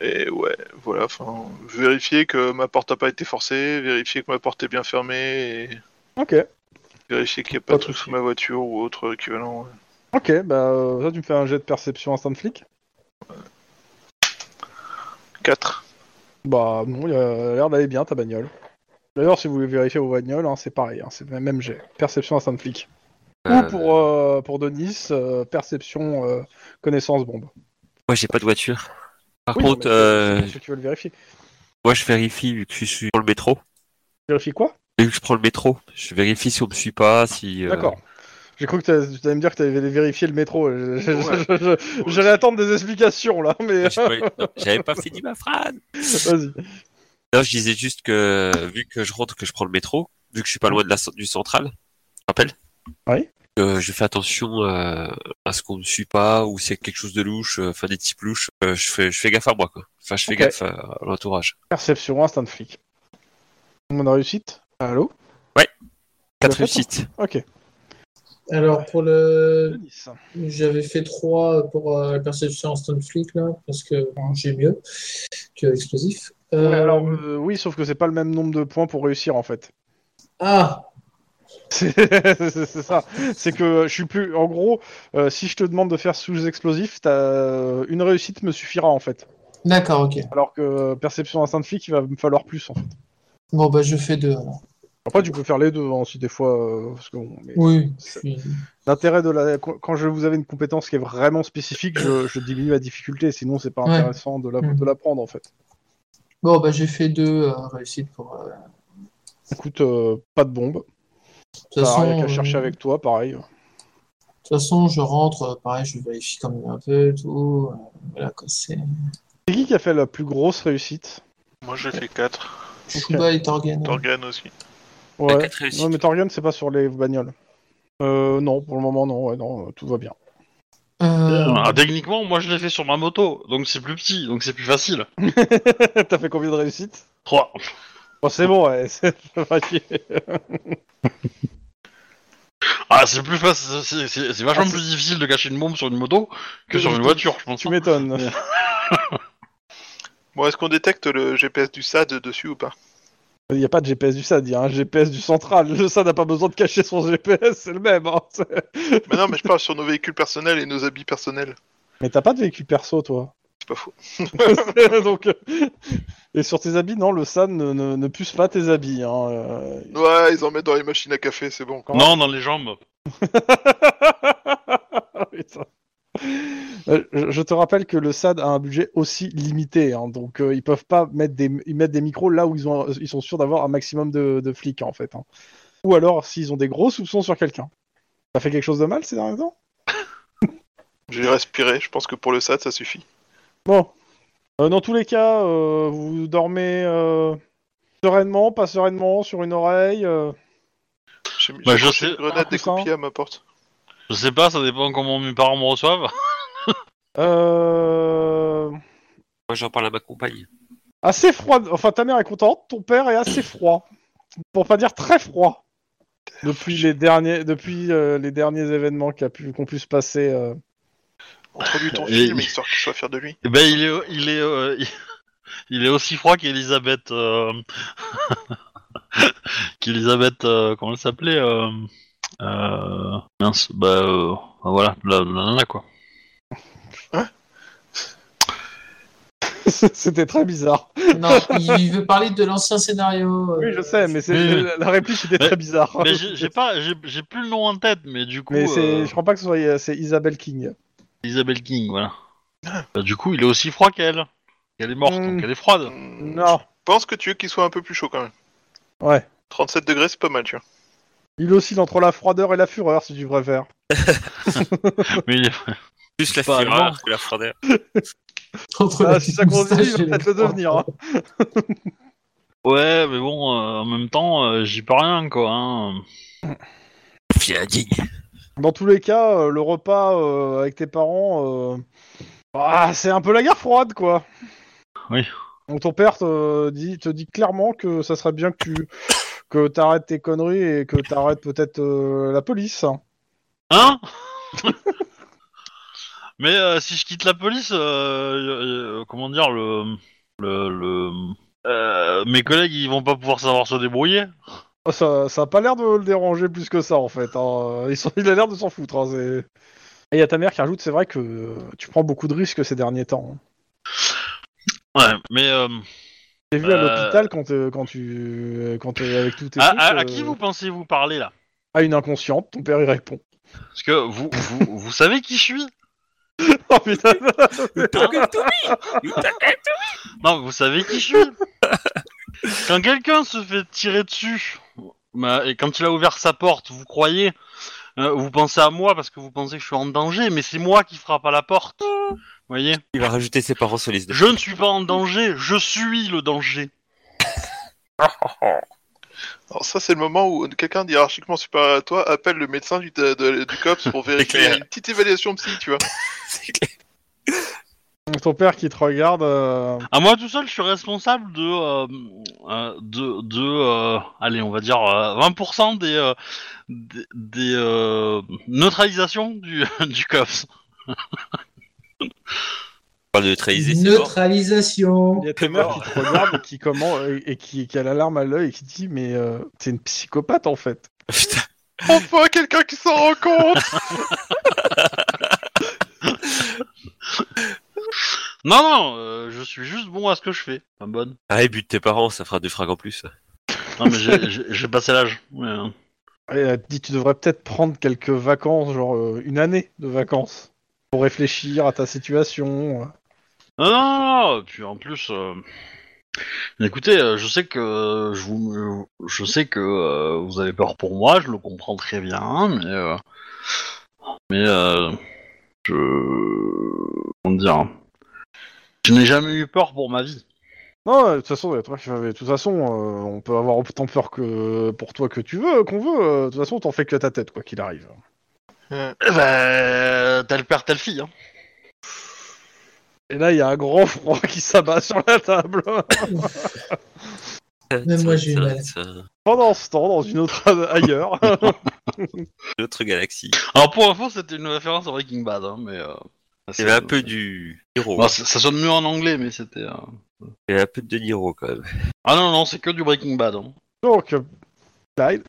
S4: Et ouais, voilà, enfin, vérifier que ma porte a pas été forcée, vérifier que ma porte est bien fermée, et
S1: Ok.
S4: vérifier qu'il n'y a
S1: Pas
S4: pas de
S1: de
S4: truc sous
S1: souci.
S4: ma voiture ou autre équivalent. ouais.
S1: Ok, bah, euh, ça, tu me fais un jet de perception instant flic
S4: 4.
S1: Bah non, il a l'air d'aller bien ta bagnole. D'ailleurs, si vous voulez vérifier vos bagnoles, hein, c'est pareil, hein, c'est le même jet. Perception instant flic.
S3: Euh,
S1: Ou pour, euh, pour Denis, euh, perception euh, connaissance bombe.
S3: Moi, j'ai pas de voiture. Par
S1: Oui,
S3: contre,
S1: mais
S3: euh,
S1: Si tu veux le vérifier.
S3: moi, je vérifie vu que je suis sur le métro.
S1: Vérifie quoi
S3: Vu que je prends le métro, je vérifie si on me suit pas, si. euh,
S1: D'accord. J'ai cru que t'a- tu allais me dire que tu allais vérifier le métro. Je- je- je- je- J'allais attendre des explications là, mais
S3: j'ai pas- non, J'avais pas fini ma phrase.
S1: vas-y.
S3: Non, je disais juste que vu que je rentre, que je prends le métro, vu que je suis pas loin de la du central, je rappelle.
S1: Oui.
S3: que je fais attention euh, à ce qu'on me suit pas ou s'il y a quelque chose de louche, euh, enfin des types louches, euh, je fais je fais gaffe à moi quoi. Enfin, je fais
S1: Ok.
S3: gaffe à l'entourage.
S1: Perception instant flic. On a réussite Allô
S3: Quatre
S1: fait, toi
S3: réussites.
S1: Ok.
S5: Alors, pour le.
S1: Denis.
S5: J'avais fait 3 pour euh, la perception en stone flic, là, parce que j'ai mieux que explosif. Euh,
S1: Ouais, alors, euh, oui, sauf que c'est pas le même nombre de points pour réussir en fait.
S5: Ah,
S1: C'est c'est ça. C'est que je suis plus. En gros, euh, si je te demande de faire sous explosif, t'as- euh, une réussite me suffira en fait.
S5: d'accord, ok.
S1: Alors que euh, perception instinct de flic, il va me falloir plus en fait.
S5: Bon, bah, je fais 2 alors.
S1: Après, tu peux faire les deux hein, si des fois. euh, parce que bon, mais-
S5: Oui, je suis-
S1: L'intérêt de la. Quand je vous avez une compétence qui est vraiment spécifique, je, je diminue la difficulté. Sinon, c'est pas
S5: Ouais.
S1: intéressant de, la...
S5: Mm.
S1: de la prendre en fait.
S5: Bon, bah, j'ai fait 2 réussites pour. euh,
S1: Écoute, euh, pas de bombe.
S5: De toute
S1: T'as rien
S5: façon,
S1: qu'à chercher
S5: euh,
S1: avec toi, pareil.
S5: de toute façon, je rentre, euh, pareil, je vérifie quand même un peu, tout. euh, Voilà, quoi, c'est.
S1: C'est qui qui a fait la plus grosse réussite
S4: Moi j'ai fait 4.
S5: Chouba et Torgan.
S4: Torgan aussi.
S1: Ouais.
S3: Quatre réussites.
S1: Non, mais Torgan, c'est pas sur les bagnoles. Euh, non, pour le moment, non, ouais, non, euh, tout va bien.
S5: Euh,
S2: Ah, techniquement, moi je l'ai fait sur ma moto, donc c'est plus petit, donc c'est plus facile.
S1: T'as fait combien de réussites
S2: 3.
S1: Bon, c'est bon, ouais, c'est pas chier.
S2: Ah, c'est plus facile, c'est- c'est c'est vachement
S1: Ah, c'est-
S2: plus difficile de cacher une bombe sur une moto que
S1: Oui,
S2: sur une
S1: tu-
S2: voiture, je pense.
S1: Tu m'étonnes.
S4: Bon, est-ce qu'on détecte le GPS du SAD dessus ou pas
S1: Il n'y a pas de GPS du SAD, il y a hein. un GPS du central. Le SAD n'a pas besoin de cacher son GPS, c'est le même. hein.
S4: Mais non, mais je parle sur nos véhicules personnels et nos habits personnels.
S1: Mais t'as pas de véhicule perso, toi.
S4: C'est pas faux.
S1: Donc, euh, et sur tes habits, non, le SAD ne, ne, ne puce pas tes habits. hein, euh.
S4: Ouais, ils en mettent dans les machines à café, c'est bon.
S2: Non, dans les jambes.
S1: Putain. Euh, Je je te rappelle que le SAD a un budget aussi limité, hein, donc euh, ils peuvent pas mettre des, ils mettent des micros là où ils, ont, ils sont sûrs d'avoir un maximum de, de flics en fait. hein. Ou alors s'ils ont des gros soupçons sur quelqu'un. T'as fait quelque chose de mal ces derniers temps
S4: J'ai respiré, je pense que pour le SAD, ça suffit.
S1: Bon. Euh, dans tous les cas, euh, vous dormez euh, sereinement, pas sereinement, sur une oreille. euh.
S4: J'ai mis
S2: Bah, je
S4: j'ai accroché
S2: sais-
S4: une
S1: un
S4: grenade
S1: coussin.
S4: découpée à ma porte.
S2: Je sais pas, ça dépend comment mes parents me reçoivent.
S1: Euh,
S3: Moi, j'en parle à ma compagne.
S1: Assez froid. Enfin, ta mère est contente, ton père est assez froid. Pour pas dire très froid. Depuis les derniers, depuis, euh, les derniers événements qu'a pu- qu'on puisse passer. euh.
S4: Introduis ton
S2: Et-
S4: film, histoire que je sois fier de lui.
S2: Eh ben, il est, il est, euh, il est aussi froid qu'Elisabeth. euh, qu'Elisabeth, euh, comment elle s'appelait euh, euh, Mince, bah, euh, bah voilà, la, la nana quoi.
S1: C'était très bizarre.
S5: Non, il il veut parler de l'ancien scénario. euh,
S1: Oui, je sais, mais c'est-
S2: Mais-
S1: la- la réplique était
S2: Mais-
S1: très bizarre.
S2: Mais j'ai j'ai pas, j'ai j'ai plus le nom en tête, mais du coup,
S1: Mais c'est-
S2: euh,
S1: je crois pas que ce soit c'est Isabelle King.
S2: Elisabeth King, voilà. Bah, du coup, il est aussi froid qu'elle. Elle est morte,
S1: Hmm.
S2: donc elle est froide.
S4: Hmm,
S1: Non,
S4: Je pense que tu veux qu'il soit un peu plus chaud quand même.
S1: ouais.
S4: 37 degrés, c'est pas mal, tu vois.
S1: Il oscille entre la froideur et la fureur, si tu préfères.
S2: Mais il est-
S3: Plus la
S2: Pas allemand.
S3: fureur que la froideur.
S5: entre
S1: Ah,
S5: la
S1: si
S5: petite
S1: ça continue, il
S5: moustache
S1: va
S5: et les
S1: peut-être le
S5: trois.
S1: devenir. hein.
S2: Ouais, mais bon, euh, en même temps, euh, j'y peux rien, quoi. hein.
S3: Fille indigne.
S1: Dans tous les cas, euh, le repas euh, avec tes parents, euh, ah, c'est un peu la guerre froide, quoi.
S2: Oui.
S1: Donc ton père te dit, te dit clairement que ça serait bien que tu que t'arrêtes tes conneries et que t'arrêtes peut-être euh, la police.
S2: Hein Mais euh, si je quitte la police, euh, euh, euh, comment dire, le, le, le- euh, mes collègues, ils vont pas pouvoir savoir se débrouiller.
S1: Oh, Ça, ça a pas l'air de le déranger plus que ça, en fait. hein. Ils sont- il a l'air de s'en foutre. hein, c'est- Et il y a ta mère qui rajoute, c'est vrai que euh, tu prends beaucoup de risques ces derniers temps. hein.
S2: Ouais, mais euh,
S1: J'ai vu à
S2: Euh.
S1: l'hôpital quand, t'es- quand tu quand t'es avec tout tes
S2: à,
S1: trucs,
S2: à- à
S1: euh,
S2: qui vous pensez vous parler là
S1: à une inconsciente, ton père il répond.
S2: Parce que vous, vous, vous savez qui je suis
S1: Oh putain
S3: You talking to me? You talking to
S2: Non, vous savez qui je suis Quand quelqu'un se fait tirer dessus, bah, et quand il a ouvert sa porte, vous croyez, euh, vous pensez à moi parce que vous pensez que je suis en danger, mais c'est moi qui frappe à la porte. Vous voyez
S3: me? Il va rajouter ses parents sur liste de.
S2: Je ne suis pas en danger, je suis le danger.
S4: Alors ça, c'est le moment où quelqu'un hiérarchiquement supérieur à toi appelle le médecin du, de- de- du COPS pour vérifier
S3: clair.
S4: une petite évaluation psy, tu vois.
S3: C'est clair.
S1: Ton père qui te regarde. euh,
S2: À moi tout seul, je suis responsable de euh, euh, de, de euh, allez, on va dire euh, 20% des euh, des, des, euh, neutralisations du du cops.
S3: On parle de trahir ses morts.
S5: Neutralisation.
S1: Il y a ta mère qui te regarde et qui, comment, et qui, qui a l'alarme à l'œil et qui dit Mais euh, t'es une psychopathe en fait.
S3: Putain,
S4: Enfin, quelqu'un qui s'en rend compte
S2: Non non, euh, je suis juste bon à ce que je fais. Pas bonne.
S3: Arrête, Ah, bute tes parents, ça fera deux frags en plus.
S2: Non mais j'ai- j'ai j'ai passé l'âge. Ouais, hein.
S1: Et elle te dit Tu devrais peut-être prendre quelques vacances, genre euh, une année de vacances, pour réfléchir à ta situation.
S2: Non, non, non, non, puis en plus, euh, écoutez, euh, je sais que euh, je vous, euh, je sais que euh, vous avez peur pour moi, je le comprends très bien, mais euh, mais euh, je comment dire, je n'ai jamais eu peur pour ma vie.
S1: Non, de toute façon, il y a toi qui fais- de toute façon euh, on peut avoir autant peur que pour toi que tu veux, qu'on veut. euh, De toute façon, t'en fais que ta tête, quoi qu'il arrive.
S2: Eh ben, tel père, telle fille. Hein.
S1: Et là, il y a un grand froid qui s'abat sur la table.
S5: Même moi, j'ai eu mal.
S3: C'est un-
S1: Pendant ce temps, dans une autre ailleurs.
S3: Une autre galaxie.
S2: Alors pour info, c'était une référence à Breaking Bad, hein, mais euh,
S3: Il y avait un peu du Niro.
S2: Bon, ça, ça sonne mieux en anglais, mais c'était. euh,
S3: Il y avait un peu de Niro quand même.
S2: Ah non, non, c'est que du Breaking Bad. hein.
S1: Donc, euh, Clyde,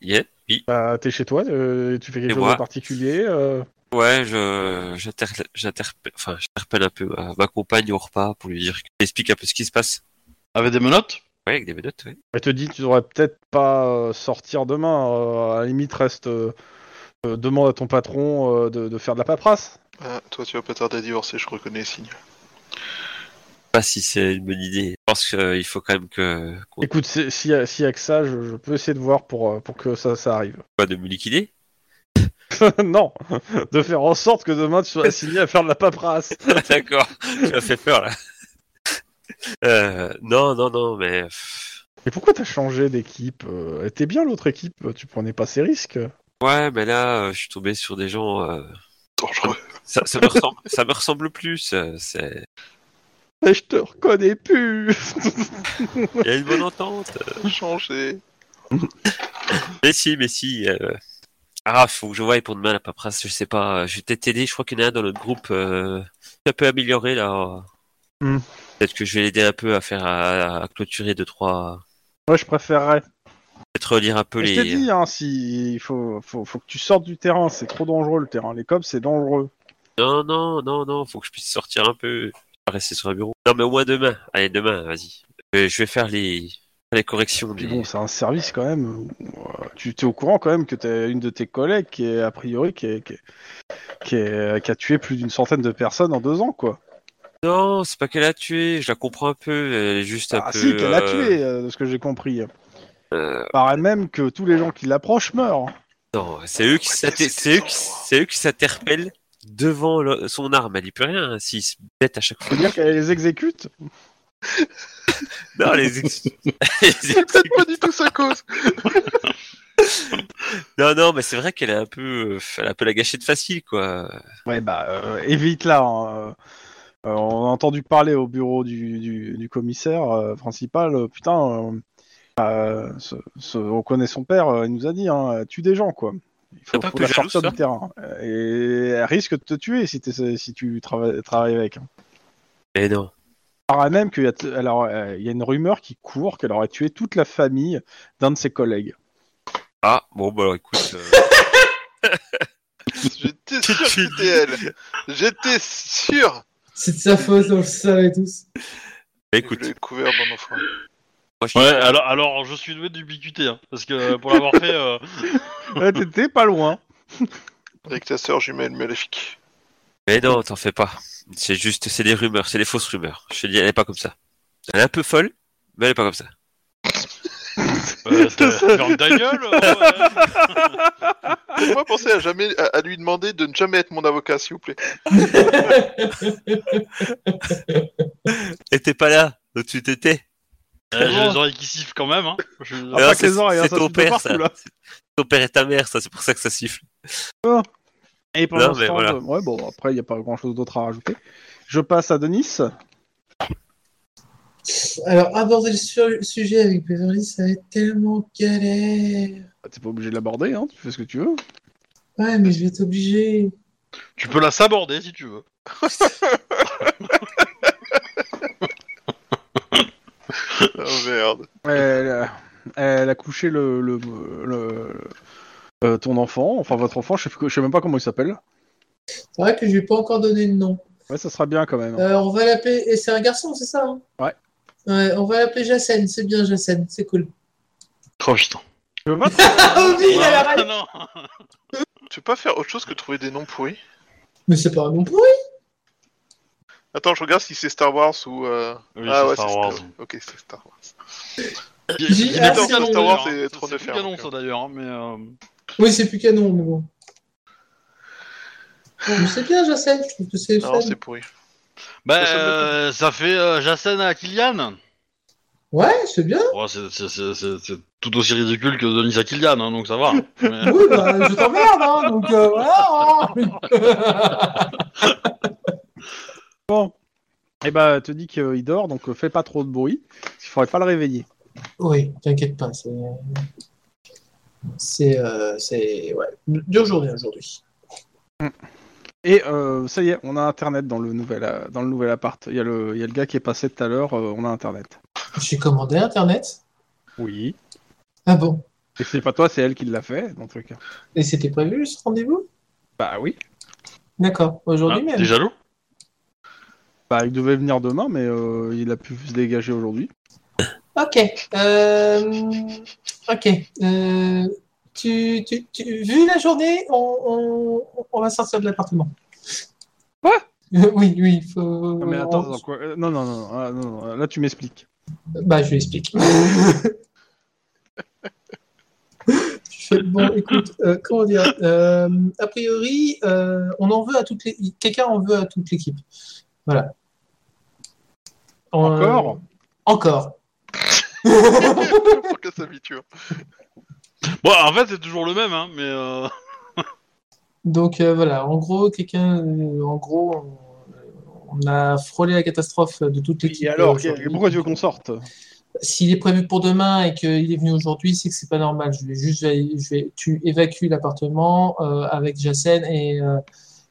S3: Yeah. Oui.
S1: bah, t'es chez toi, euh, tu fais
S3: Et
S1: quelque chose
S3: moi
S1: de particulier. euh,
S3: Ouais, je j'interpelle, j'interpelle, enfin, j'interpelle un peu euh, ma, ma compagne au repas pour lui dire, explique un peu ce qui se passe.
S2: Avec des menottes
S3: Ouais, avec des menottes, ouais.
S1: Elle te dit, tu devrais peut-être pas euh, sortir demain. euh, à la limite, reste. euh, euh, demande à ton patron euh, de, de faire de la paperasse.
S4: Ah, toi, tu vas pas tarder à divorcer, je reconnais les signes.
S3: Pas si c'est une bonne idée. Je pense qu'il faut quand même que qu'on
S1: Écoute, c'est- s'il y, a- s'il y a que ça, je, je peux essayer de voir pour, euh, pour que ça, ça arrive.
S3: pas de me liquider.
S1: non De faire en sorte que demain tu sois assigné à faire de la paperasse.
S3: D'accord. Tu m'as fait peur là. Euh, non, non, non, mais pff,
S1: Mais pourquoi t'as changé d'équipe Euh, Elle était bien l'autre équipe, tu prenais pas ces risques.
S3: ouais, mais là, euh, je suis tombé sur des gens. euh,
S4: Dangereux.
S3: ça, ça me ressemble, ça me ressemble plus. euh, C'est,
S1: Mais je te reconnais plus
S3: il y a une bonne entente.
S4: Changer.
S3: Mais si, mais si. Euh... Ah, faut que je voie pour demain la paperasse. Je sais pas. euh, Je vais peut-être t'aider. Je crois qu'il y en a un dans notre groupe. Euh... Un peu amélioré là. oh.
S1: Hmm.
S3: Peut-être que je vais l'aider un peu à faire à, à clôturer deux trois.
S1: Ouais, je préférerais.
S3: Peut-être relire un peu
S1: Mais
S3: les.
S1: Je t'ai dit, hein, si, il faut, faut, faut que tu sortes du terrain, c'est trop dangereux le terrain. Les cops, c'est dangereux.
S3: Non, non, non, non. Faut que je puisse sortir un peu. Pas rester sur un bureau. Non, mais au moins demain. Allez, demain, vas-y. Euh, je vais faire les les corrections.
S1: Puis
S3: Des...
S1: bon, c'est un service quand même. où, euh, tu t'es au courant quand même que t'as une de tes collègues qui est, a priori, qui, est- qui, est- qui, est- euh, qui a tué plus d'une centaine de personnes en deux ans, quoi.
S3: Non, c'est pas qu'elle a tué. Je la comprends un peu. Elle est juste un
S1: Ah
S3: peu.
S1: si, qu'elle a
S3: euh,
S1: tué, euh, de ce que j'ai compris.
S3: euh,
S1: Paraît même que tous les gens qui l'approchent meurent. hein.
S3: Non, c'est eux qui s'atter- c'est eux qui- c'est eux qui s'interpellent devant le- son arme. Elle dit plus rien hein, s'il se bête à chaque fois.
S1: C'est-à-dire qu'elle les exécute
S3: Non, les ex- les
S4: C'est
S3: ex-
S4: peut-être pas du tout sa cause.
S3: non, non, mais c'est vrai qu'elle est un peu, euh, elle a un peu la gâchette facile, quoi.
S1: Ouais, bah, euh, évite là. hein. Euh, on a entendu parler au bureau du, du- du commissaire euh, principal. euh, putain, euh, euh, ce- ce- on connaît son père, euh, il nous a dit, hein, tue des gens, quoi. Il
S3: T'es
S1: faut,
S3: pas un
S1: faut
S3: peu
S1: la
S3: jalouse,
S1: sortir
S3: ça
S1: du terrain. Euh, Et elle risque de te tuer si, t'es- si tu trava- travailles avec. hein.
S3: Mais non.
S1: Paraît même qu'il y, a t- elle aurait- euh, il y a une rumeur qui court qu'elle aurait tué toute la famille d'un de ses collègues.
S3: Ah bon, bah alors, écoute, euh,
S4: J'étais sûr que c'était elle. J'étais sûr.
S5: C'est de sa faute, on le savait tous.
S3: bah,
S4: Écoute.
S3: écoute,
S4: Je l'ai couvert, mon enfant.
S3: moi, je-
S2: Ouais, euh, alors, alors je suis doué d'ubiquité, hein, parce que euh, pour l'avoir fait, euh,
S1: Ouais, T'étais pas loin.
S4: Avec ta sœur jumelle maléfique.
S3: mais non, t'en fais pas. C'est juste, c'est des rumeurs, c'est des fausses rumeurs. Je te dis, elle est pas comme ça. Elle est un peu folle, mais elle est pas comme ça.
S2: euh, ferme ta gueule euh, ouais.
S4: Pourquoi penser à jamais à, à lui demander de ne jamais être mon avocat, s'il vous plaît
S3: Et t'es pas là, donc tu t'étais.
S2: Euh, J'ai les oreilles qui sifflent quand même. Hein. Je-
S1: Ah, pas
S3: Non,
S1: que
S3: c'est-
S1: les oreilles, hein,
S3: c'est
S1: ça
S3: ton
S1: siffle de
S3: père,
S1: partout,
S3: ça.
S1: là.
S3: C'est Ton père et ta mère, ça, c'est pour ça que ça siffle.
S1: Et
S3: Non,
S1: pendant ce
S3: mais
S1: temps,
S3: voilà.
S1: je- ouais, bon, après, il n'y a pas grand-chose d'autre à rajouter. Je passe à Denis.
S5: Alors, aborder le su- sujet avec Beverly, ça va être tellement galère.
S1: Bah, T'es pas obligé de l'aborder, hein, tu fais ce que tu veux.
S5: Ouais, mais je vais t'obliger.
S2: Tu peux la saborder si tu veux.
S4: Oh merde.
S1: Elle, a- elle a couché le, le- le- euh, ton enfant, enfin votre enfant, je sais, plus- je sais même pas comment il s'appelle.
S5: C'est vrai que je lui ai pas encore donné de nom.
S1: Ouais, ça sera bien quand même.
S5: Euh, on va l'appeler. Et c'est un garçon, c'est ça hein
S1: Ouais.
S5: Ouais, on va l'appeler Jacen. C'est bien, Jacen. C'est cool.
S2: Trop putain.
S1: Je veux pas
S5: Ah oui, il a la rage.
S2: non.
S4: Tu peux pas faire autre chose que trouver des noms pourris
S5: Mais c'est pas un nom pourri.
S4: Attends, je regarde si c'est Star Wars ou. euh, ah ouais, c'est Star
S2: Wars.
S4: Ok, c'est Star Wars.
S5: J'ai- ah, c'est
S2: Star
S5: bon,
S2: Wars,
S4: c'est
S2: c'est
S4: trop
S2: trop de
S4: de fer,
S2: canon
S4: donc,
S2: ça d'ailleurs, hein, mais euh,
S5: Oui, c'est plus canon, mais bon. Mais c'est bien, Jacen. Je trouve que c'est fun.
S4: Non, c'est pourri.
S2: bah,
S4: Ça sonne
S2: euh, ça fait euh, Jacen à Kylian.
S5: Ouais, c'est bien.
S2: Ouais, c'est- c'est- c'est c'est- c'est tout aussi ridicule que Denis à Kylian, hein, donc ça va. Mais-
S5: Oui, bah, je t'emmerde, hein. Donc, euh, voilà. hein.
S1: Bon. Et bah, elle te dit qu'il dort, donc euh, fais pas trop de bruit. Il faudrait pas le réveiller.
S5: Oui, t'inquiète pas, c'est. C'est. euh, c'est- ouais. Dur journée aujourd'hui.
S1: Et euh, ça y est, on a internet dans le nouvel, euh, dans le nouvel appart. Il y, a le, il y a le gars qui est passé tout à l'heure, euh, on a internet.
S5: J'ai commandé Internet
S1: Oui.
S5: Ah bon
S1: Et c'est pas toi, c'est elle qui l'a fait, dans tout cas.
S5: Et c'était prévu ce rendez-vous
S1: Bah oui.
S5: D'accord, aujourd'hui
S2: Ah,
S5: même.
S2: T'es jaloux
S1: Bah il devait venir demain, mais euh, il a pu se dégager aujourd'hui.
S5: Ok. euh, Ok. euh, Tu, tu- tu- Vu la journée, on, on- on va sortir de l'appartement.
S1: Quoi
S5: Euh, Oui, oui, il faut.
S1: Non mais attends, dans quoi- euh, non, non, non, ah, non, non, là tu m'expliques.
S5: Bah, je lui explique. Je fais, bon, écoute, euh, comment dire euh, A priori, euh, on en veut à toutes les. Quelqu'un en veut à toute l'équipe. Voilà. En-
S1: Euh, Encore
S5: Encore.
S4: Faut qu'elle s'habitue. hein.
S2: Bon, en fait, c'est toujours le même, hein, mais... euh,
S5: Donc euh, voilà, en gros, quelqu'un, euh, en gros, on, on a frôlé la catastrophe de toute l'équipe. euh,
S1: Et alors,
S5: aujourd'hui.
S1: pourquoi tu veux qu'on sorte
S5: S'il est prévu pour demain et qu'il est venu aujourd'hui, c'est que c'est pas normal. Je vais juste, vali- je vais, tu évacues l'appartement euh, avec Jacen et euh,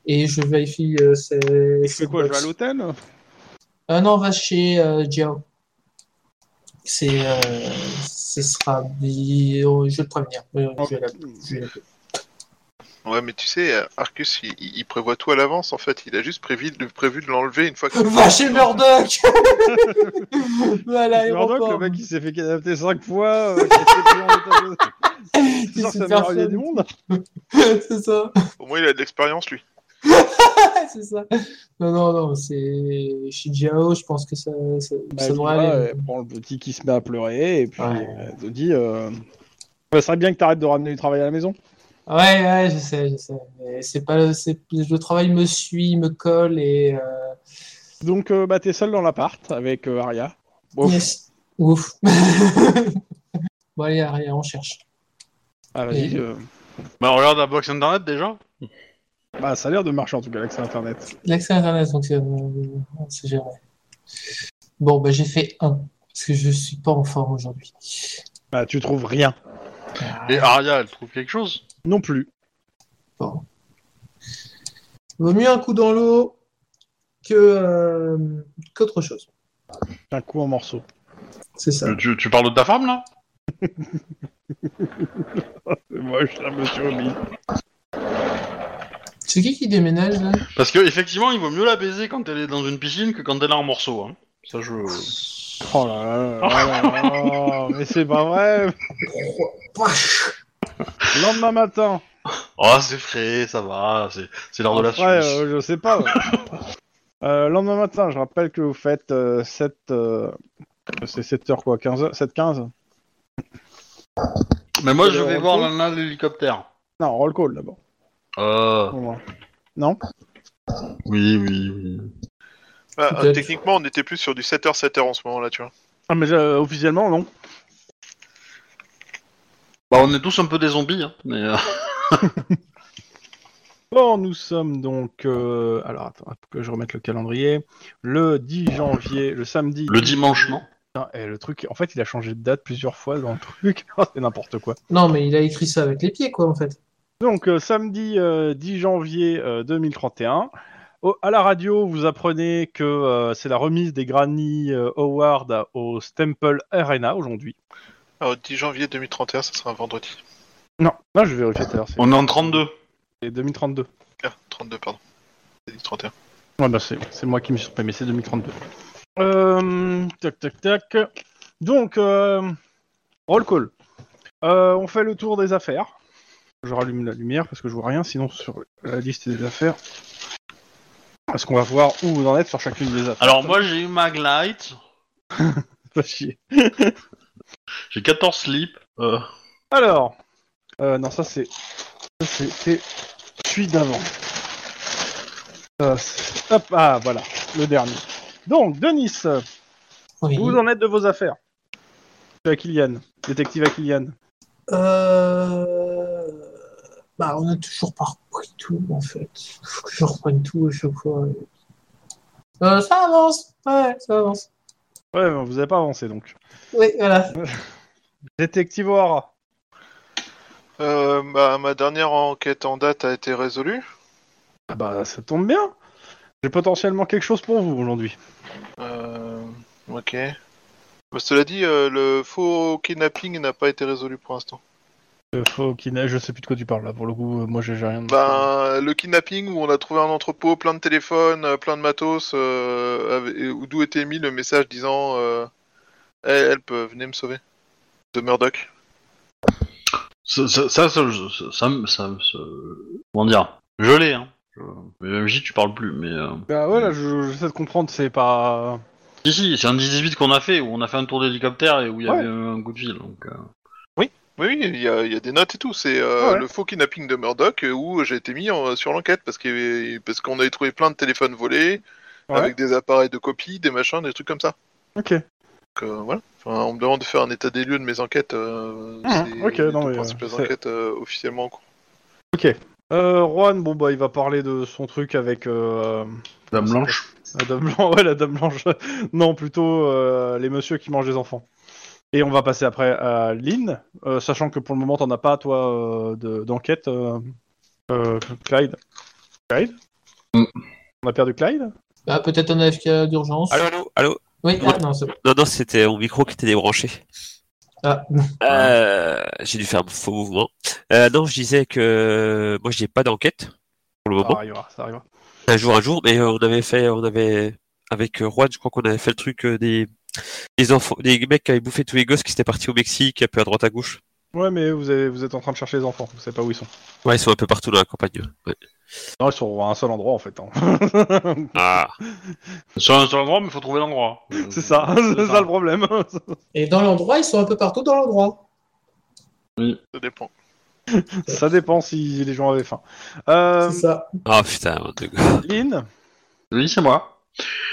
S5: et je vérifie. Euh, ses-
S1: Je
S5: ses
S1: fais quoi Je vais à
S5: box.
S1: l'hôtel
S5: Euh, non, va chez euh, Jiao. C'est, euh, ce sera, il- je vais le prévenir. Je vais l'appeler. Je vais l'appeler.
S4: Ouais, mais tu sais, euh, Arcus, il, il- il prévoit tout à l'avance en fait. Il a juste prévu, de- prévu de l'enlever une fois que.
S5: Va chez Murdoch Voilà,
S1: Murdoch,
S5: l'aéroport.
S1: le mec qui s'est fait adapter 5 fois, euh, qui s'est fait tuer en otage.
S5: Il
S1: C'est sûr que
S5: s'est
S1: ça
S5: fait
S1: va arriver
S5: faire-
S1: du monde.
S5: C'est ça,
S4: Au moins, il a de l'expérience lui.
S5: c'est ça. Non, non, non, c'est chez Jiao, je pense que ça, ça, ça
S1: Elle
S5: devrait
S1: y Bah, va,
S5: aller.
S1: elle prend le petit qui se met à pleurer et puis
S5: Ouais.
S1: elle te dit euh, ça serait bien que t'arrêtes de ramener du travail à la maison.
S5: Ouais, ouais, je sais, je sais. Mais c'est pas, c'est, le travail me suit, me colle et. euh,
S1: Donc euh, bah t'es seul dans l'appart avec euh, Aria. Ouf.
S5: yes. Ouf. bon, allez, Aria, on cherche.
S1: Ah, vas-y,
S5: Et-
S1: euh,
S2: Bah, regarde la box internet, déjà.
S1: Bah ça a l'air de marcher en tout cas l'accès internet.
S5: L'accès à Internet fonctionne, euh, on sait jamais. Bon, bah, j'ai fait un, parce que je suis pas en forme aujourd'hui.
S1: Bah tu trouves rien.
S2: Et Aria, elle trouve quelque chose
S1: Non plus.
S5: Vaut mieux un coup dans l'eau que euh, qu'autre chose.
S1: Un coup en morceaux.
S5: C'est ça.
S2: Euh, tu, tu parles de ta femme, là
S1: C'est moche là monsieur Obi.
S5: C'est qui qui déménage là
S2: Parce que effectivement, il vaut mieux la baiser quand elle est dans une piscine que quand elle est en morceaux. Hein. Ça, je...
S1: Oh là là, là là là, mais c'est pas vrai. Lendemain matin.
S2: Oh, c'est frais, ça va, c'est, c'est l'heure de Oh, la
S1: Après,
S2: Suisse.
S1: euh, je sais pas. Euh, lendemain matin, je rappelle que vous faites euh, 7. euh, c'est 7h quoi 15 heures- 7h15
S2: Mais moi, je
S1: euh,
S2: vais
S1: on
S2: voir
S1: peut-
S2: l'un de l'hélicoptère.
S1: Non, roll call d'abord.
S2: Euh...
S1: pour moi. Non
S2: Oui, oui, oui.
S4: Bah,
S5: Peut-être.
S4: euh, techniquement, on était plus sur du 7h, 7h en ce moment là, tu vois.
S1: Ah, mais euh, officiellement, non.
S2: Bah, on est tous un peu des zombies, hein, mais... euh,
S1: Bon, nous sommes donc. euh, alors, attends, pour que je remette le calendrier. Le 10 janvier, le samedi.
S2: Le dimanche, non
S1: Putain, eh, le truc, en fait, il a changé de date plusieurs fois dans le truc. Oh, c'est n'importe quoi.
S5: Non, mais il a écrit ça avec les pieds, quoi, en fait.
S1: Donc, euh, samedi euh, 10 janvier euh, 2031, au- à la radio, vous apprenez que euh, c'est la remise des Granny euh, Award à- au Stemple Arena aujourd'hui.
S4: Alors, 10 Ah, janvier 2031, ça sera un vendredi.
S1: Non, non, je vais vérifier tout à l'heure, c'est-
S2: On est en 32.
S1: c'est 2032.
S4: Ah, 32, pardon. J'ai dit 31.
S1: Ouais, bah c'est c'est moi qui me suis trompé, mais c'est 2032. Euh, tac, tac, tac. Donc, euh, roll call. Euh, on fait le tour des affaires. Je rallume la lumière parce que je vois rien, sinon sur la liste des affaires. Parce qu'on va voir où vous en êtes sur chacune des affaires.
S2: Alors, moi, j'ai eu ma glide,
S1: Pas chier.
S2: j'ai 14 slips. Euh...
S1: Alors, euh, non, ça c'est. ça, C'était celui d'avant. Ça, c'est- hop, ah voilà, le dernier. Donc, Denis,
S5: Oui.
S1: Vous en êtes de vos affaires Je suis à Kylian, détective à Kylian.
S5: Euh... Bah, on a toujours pas repris tout, en fait. Faut que je reprenne tout à chaque fois. Euh, ça avance, ouais, ça avance.
S1: Ouais, mais vous avez pas avancé donc.
S5: Oui, voilà.
S1: Détective O'Hara.
S4: Euh, bah, ma dernière enquête en date a été résolue.
S1: Ah bah ça tombe bien. J'ai potentiellement quelque chose pour vous aujourd'hui.
S4: Euh, ok. Bah, cela dit, euh, le faux kidnapping n'a pas été résolu pour l'instant.
S1: Euh, faut qu'il ait- Je sais plus de quoi tu parles là. Pour le coup, euh, moi j'ai j'ai rien. de-
S4: Ben, le kidnapping où on a trouvé un entrepôt, plein de téléphones, euh, plein de matos, euh, avec- et où d'où était mis le message disant euh, Hey, Help, euh, venez me sauver. De Murdoch.
S2: Ça, ça, ça, ça, ça- ça me- ça me- ça- comment dire Je l'ai, hein. Je- Mais MJ, tu parles plus, mais... euh,
S1: Bah ouais, là, je- j'essaie de comprendre, c'est pas.
S2: Si, si, c'est un 10-18 qu'on a fait, où on a fait un tour d'hélicoptère et où il y
S1: Ouais.
S2: avait un coup de fil, donc... euh,
S4: Oui, oui, il y, a- il y a des notes et tout. C'est euh,
S1: Ouais.
S4: le faux kidnapping de Murdoch euh, où j'ai été mis en- sur l'enquête parce qu'il y avait- parce qu'on avait trouvé plein de téléphones volés,
S1: Ouais.
S4: avec des appareils de copie, des machins, des trucs comme ça.
S1: Ok.
S4: Donc euh, voilà. Enfin, on me demande de faire un état des lieux de mes enquêtes. euh,
S1: Ah,
S4: c'est
S1: ok,
S4: les
S1: non,
S4: deux
S1: mais, euh,
S4: principales
S1: c'est-
S4: enquêtes euh, officiellement en cours.
S1: Euh, Juan, bon bah il va parler de son truc avec euh,
S2: Dame
S1: C'est
S2: Blanche
S1: la dame blanche. Ouais, la dame blanche. non, plutôt euh, les messieurs qui mangent des enfants. Et on va passer après à Lynn, euh, sachant que pour le moment t'en as pas toi euh, de- d'enquête. euh, euh, Clyde. Clyde.
S2: Mm.
S1: On a perdu Clyde.
S5: Ah, peut-être un AFK d'urgence.
S3: Allô, allô, allô
S5: Oui, ah, non, c'est bon.
S3: Non, non, c'était mon micro qui était débranché.
S5: Ah,
S3: Euh, j'ai dû faire un faux mouvement. Euh, non, je disais que euh, moi, j'ai pas d'enquête pour le
S1: Ça
S3: moment.
S1: arrivera, ça arrivera.
S3: Un jour, un jour, mais euh, on avait fait, on avait avec euh, Juan, je crois qu'on avait fait le truc euh, des des enfants, des mecs qui avaient bouffé tous les gosses qui étaient partis au Mexique, un peu à droite à gauche.
S1: Ouais, mais vous, avez- vous êtes en train de chercher les enfants. Vous savez pas où ils sont.
S3: Ouais, ils sont un peu partout dans la campagne. ouais.
S1: Non, ils sont à un seul endroit en fait. hein.
S3: Ah,
S2: Sur un seul endroit, mais faut trouver l'endroit.
S1: c'est ça, c'est ça le problème.
S5: Et dans l'endroit, ils sont un peu partout dans l'endroit.
S4: Ça dépend.
S1: ça dépend si les gens avaient faim. Euh,
S5: C'est ça.
S3: ah putain, mon Dieu.
S1: Lynn,
S2: Oui, c'est moi.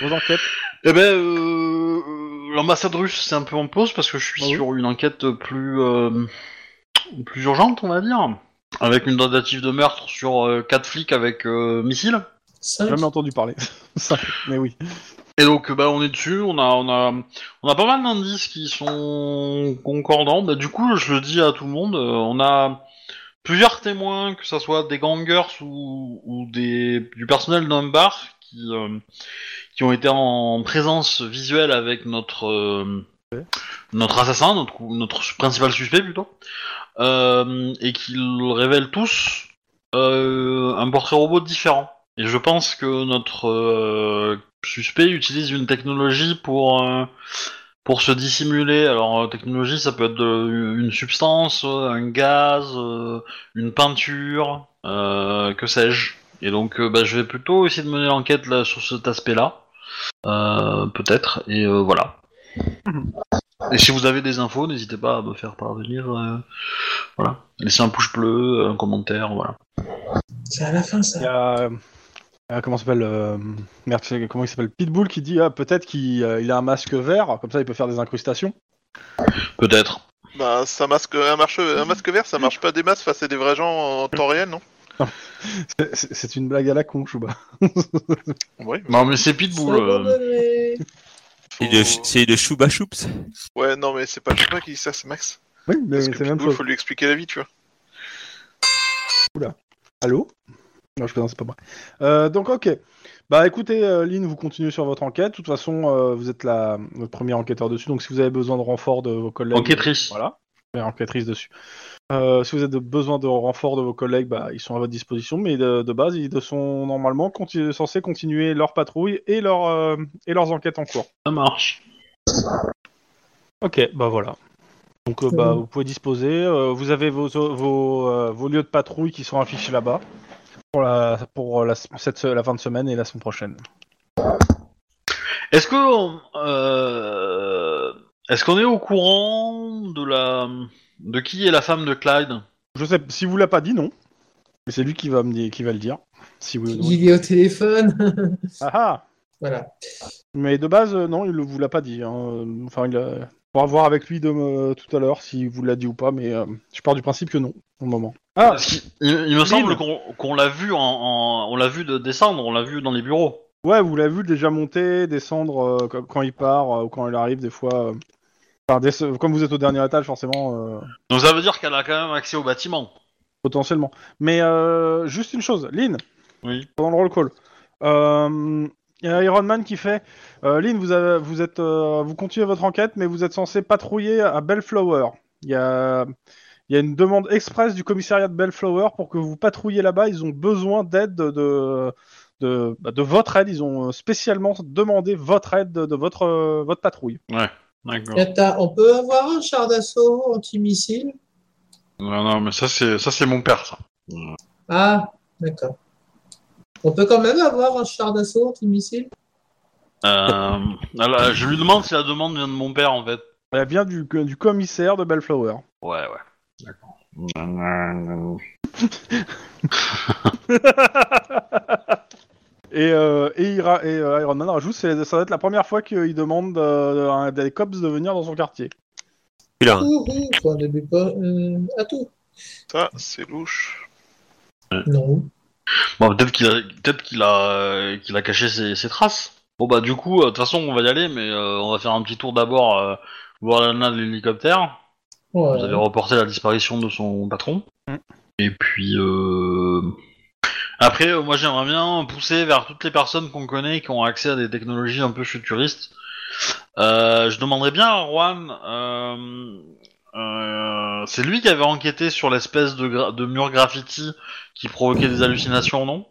S1: vos enquêtes.
S2: Eh ben, euh, euh, l'ambassade russe, c'est un peu en pause parce que je suis
S1: Ah oui.
S2: sur une enquête plus, euh, plus urgente, on va dire. Avec une tentative de meurtre sur euh, quatre flics avec euh, missile.
S5: Cinq.
S1: Jamais entendu parler. Ça, mais oui.
S2: Et donc, bah, on est dessus, on a, on a, on a pas mal d'indices qui sont concordants. Bah, du coup, je le dis à tout le monde, euh, on a plusieurs témoins, que ça soit des gangers ou, ou des, du personnel d'un bar qui, euh, qui ont été en présence visuelle avec notre, euh,
S1: Ouais.
S2: notre assassin, notre, notre principal suspect plutôt, euh, et qui le révèlent tous euh, un portrait robot différent. Et je pense que notre euh, suspect utilise une technologie pour euh, pour se dissimuler. Alors euh, technologie, ça peut être de- une substance, euh, un gaz, euh, une peinture, euh, que sais-je. Et donc, euh, bah, je vais plutôt essayer de mener l'enquête là sur cet aspect-là, Euh, peut-être. Et euh, voilà. Et si vous avez des infos, n'hésitez pas à me faire parvenir. euh, voilà, laissez un pouce bleu, un commentaire, voilà.
S5: C'est à la fin,
S1: Il
S5: ça.
S1: y a. euh, euh, comment s'appelle euh, Merde, je sais- comment il s'appelle Pitbull qui dit ah, peut-être qu'il euh, il a un masque vert, comme ça il peut faire des incrustations.
S2: Peut-être.
S4: Bah, ça masque, un, marche- un masque vert, ça marche pas des masses face à des vrais gens en temps réel, non
S1: C'est- C'est c'est une blague à la con, Chouba.
S4: Oui.
S2: Non, mais c'est Pitbull. euh,
S5: Abandonné.
S3: C'est une- c'est une chouba choups.
S4: Ouais, non, mais c'est pas Chouba qui dit ça, c'est Max.
S1: Oui, mais
S4: Parce
S1: c'est
S4: que
S1: la même
S4: Pitbull,
S1: chose.
S4: faut lui expliquer la vie, tu vois.
S1: Allô Non, je plaisante, c'est pas vrai. Euh, donc, ok. Bah écoutez, euh, Lynn, vous continuez sur votre enquête. De toute façon, euh, vous êtes la, votre premier enquêteur dessus, donc si vous avez besoin de renfort de vos collègues.
S2: Enquêtrice.
S1: Voilà. Mais enquêtrice dessus. Euh, si vous avez de- besoin de renfort de vos collègues, bah, ils sont à votre disposition, mais de, de base, ils sont normalement continu- censés continuer leur patrouille et, leur, euh, et leurs enquêtes en cours.
S2: Ça marche.
S1: Ok, bah voilà. Donc euh,
S5: Très
S1: bah,
S5: bien.
S1: vous pouvez disposer. euh, vous avez vos, vos, euh, vos lieux de patrouille qui sont affichés là-bas pour, la, pour la, cette, la fin de semaine et la semaine prochaine.
S2: Est-ce que on- euh, est-ce qu'on est au courant de la de qui est la femme de Clyde
S1: Je sais, si vous l'a pas dit, non. Mais c'est lui qui va, me dire, qui va le dire. Si oui ou non.
S5: Il est au téléphone.
S1: Ah ah
S5: voilà.
S1: Mais de base, euh, non, il ne vous l'a pas dit. hein. Enfin, il a... On va voir avec lui de, euh, tout à l'heure s'il vous l'a dit ou pas, mais euh, je pars du principe que non, pour le moment. Ah,
S2: Parce qu'il- il, il me
S1: Lynn.
S2: semble qu'on qu'on l'a vu en, en- on l'a vu de descendre, on l'a vu dans les bureaux.
S1: ouais, vous l'avez vu déjà monter, descendre euh, quand, quand il part euh, ou quand il arrive, des fois. euh, Enfin, des- comme vous êtes au dernier étage, forcément, euh,
S2: Donc ça veut dire qu'elle a quand même accès au bâtiment.
S1: potentiellement. Mais euh, juste une chose, Lynn,
S2: Oui.
S1: pendant le roll call. Euh, Il y a Iron Man qui fait euh, Lynn, vous, avez- vous, êtes, euh, vous continuez votre enquête, mais vous êtes censé patrouiller à Bellflower. Il y a, il y a une demande express du commissariat de Bellflower pour que vous patrouilliez là-bas. Ils ont besoin d'aide de, de, de- bah, de votre aide. Ils ont euh, spécialement demandé votre aide de, de votre, euh, votre patrouille.
S2: D'accord.
S5: Attends, on peut avoir un char d'assaut antimissile
S2: Non, non, mais ça c'est ça c'est mon père ça.
S5: Ah, d'accord. On peut quand même avoir un char d'assaut antimissile
S2: Euh, alors, je lui demande si la demande vient de mon père en fait.
S1: Elle vient du, du commissaire de Bellflower.
S2: Ouais, ouais. D'accord.
S1: Et, euh, et, il ra- et, euh, Iron Man rajoute c'est- ça va être la première fois qu'il demande euh, à des cops de venir dans son quartier.
S3: Putain.
S5: Ouhou, point de but pas- euh, à tout.
S4: Ça, c'est louche.
S5: Non.
S2: Bon, peut-être qu'il a, peut-être qu'il a, euh, qu'il a caché ses, ses traces. Bon bah du coup, euh, de toute façon, on va y aller, mais euh, on va faire un petit tour d'abord euh, voir la nana de l'hélicoptère.
S5: Ouais.
S2: Vous avez reporté la disparition de son patron.
S1: Mm.
S2: Et puis euh... après, euh, moi j'aimerais bien pousser vers toutes les personnes qu'on connaît qui ont accès à des technologies un peu futuristes. Euh, je demanderais bien à Juan. euh, euh, C'est lui qui avait enquêté sur l'espèce de, gra- de mur graffiti qui provoquait des hallucinations, non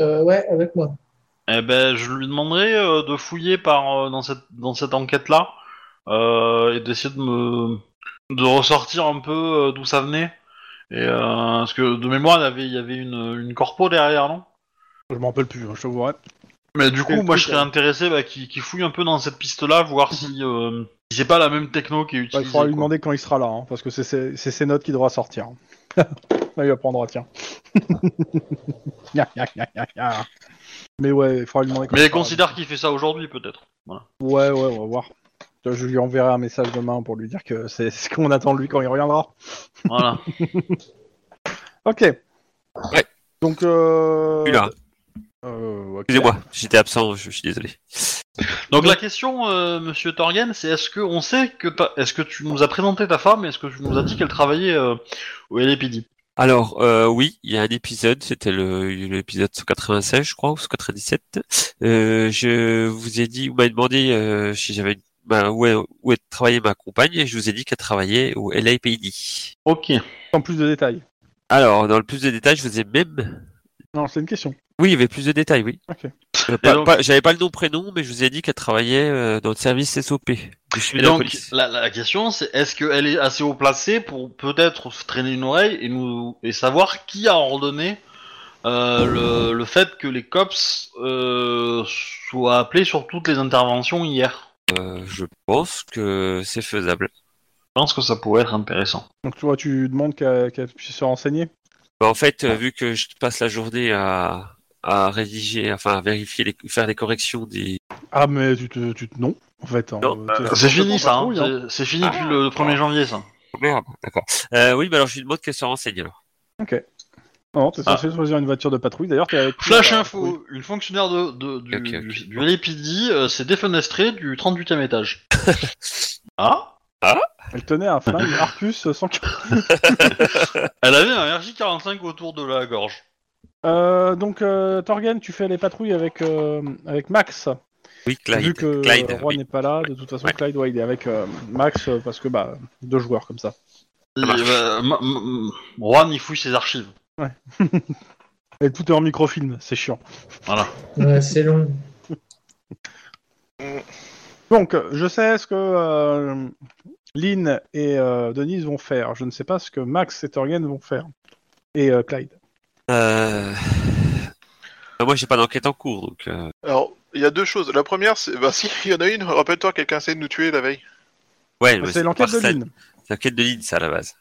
S5: Euh, ouais, avec moi.
S2: eh ben, je lui demanderai euh, de fouiller par euh, dans cette dans cette enquête-là euh, et d'essayer de me de ressortir un peu euh, d'où ça venait. Et euh, parce que de mémoire, il y avait il y avait une une corpo derrière, non
S1: Je m'en rappelle plus, hein, je te vois.
S2: Mais du
S1: Et
S2: coup,
S1: le
S2: moi,
S1: truc,
S2: je serais
S1: euh,
S2: intéressé bah, qui qui fouille un peu dans cette piste-là, voir si euh, si c'est pas la même techno qui est
S1: Bah,
S2: utilisée.
S1: Mhm. il faudra lui
S2: quoi.
S1: demander quand il sera là, hein, parce que c'est ses c'est ses notes qui devra sortir. hein. Là, il apprendra, tiens. Gna, gna, gna, gna, gna. Mais ouais, il faudra lui demander quand
S2: Mais
S1: il sera là.
S2: considère qu'il fait ça aujourd'hui, peut-être. Voilà.
S1: Ouais, ouais, on va voir. Je lui enverrai un message demain pour lui dire que c'est ce qu'on attend de lui quand il reviendra.
S2: voilà.
S1: Ok. Ouais. Donc, euh...
S3: Plus là.
S1: euh, ok.
S3: Excusez-moi, j'étais absent, je, je suis désolé.
S2: Donc la question, euh, Monsieur Torgen, c'est est-ce que on sait que t'as- est-ce que tu nous as présenté ta femme, et est-ce que tu nous as dit qu'elle travaillait euh, au LAPD
S3: Alors euh, oui, il y a un épisode, c'était le l'épisode 196 je crois ou 197. Euh, je vous ai dit, vous m'avez demandé euh, si j'avais une- bah, où, est- où est- travaillait ma compagne et je vous ai dit qu'elle travaillait au LAPD.
S2: Ok.
S1: Sans plus de détails.
S3: Alors dans le plus de détails, je vous ai même
S1: Non, c'est une question.
S3: oui, il y avait plus de détails, oui.
S1: Ok.
S3: Euh, pas-
S2: donc-
S3: pas- J'avais pas le nom prénom, mais je vous ai dit qu'elle travaillait euh, dans le service SOP. Du chemin
S2: Et
S3: de la
S2: donc,
S3: police.
S2: la, la question, c'est est-ce qu'elle est assez haut placée pour peut-être se traîner une oreille et nous et savoir qui a ordonné euh, le, le fait que les cops euh, soient appelés sur toutes les interventions hier
S3: Euh, je pense que c'est faisable.
S2: Je pense que ça pourrait être intéressant.
S1: Donc, tu vois, tu demandes qu'elle qu'elle puisse se renseigner.
S3: Bah, en fait,
S1: Ah.
S3: euh, vu que je passe la journée à, à rédiger, enfin à vérifier, les, faire les corrections des.
S1: Ah, mais tu te. Tu te... Non, en fait. hein.
S3: Non,
S1: Euh,
S3: euh,
S1: t'es-
S2: C'est
S1: t'es
S2: fini
S1: pas
S2: ça, hein.
S1: patrouille, hein.
S2: C'est- c'est fini
S3: Ah,
S2: depuis le 1er janvier ça.
S3: Oh, Merde, d'accord. Euh, oui, mais alors je lui demande qu'elle se renseigne alors.
S1: Non, t'es
S2: Ah.
S1: censé choisir une voiture de patrouille. D'ailleurs, t'es avec. euh,
S2: Flash
S1: t'es-
S2: info, une fonctionnaire de, de- du,
S3: bah, Ok, ok.
S2: du- du LAPD euh, s'est défenestrée du 38e étage. ah
S1: Elle tenait un flingue Arcus 140.
S2: Elle avait un RJ45 autour de la gorge.
S1: Euh, donc, euh, Torgen, tu fais les patrouilles avec, euh, avec Max.
S3: Oui, Clyde.
S1: Vu que
S3: Clyde,
S1: Roy
S3: oui.
S1: n'est pas là, de toute façon,
S3: Ouais.
S1: Clyde, ouais, il est avec euh, Max euh, parce que, bah, deux joueurs comme ça.
S2: Et,
S3: Ça marche.
S2: euh, m- m- Juan, il fouille ses archives.
S1: Et tout est en microfilm, c'est chiant.
S5: Ouais, c'est long.
S1: Donc, je sais ce que euh, Lynn et euh, Denise vont faire. Je ne sais pas ce que Max et Torgen vont faire. Et euh, Clyde.
S3: Euh... bah, moi, j'ai pas d'enquête en cours, donc. euh,
S4: Alors, il y a deux choses. La première, c'est. Bah, si, il y en a une. Rappelle-toi, quelqu'un essayé de nous tuer la veille.
S3: Ouais, mais
S1: Ah, c'est l'enquête de
S3: par-
S1: Lynn.
S3: C'est l'enquête de Lynn, ça à la base.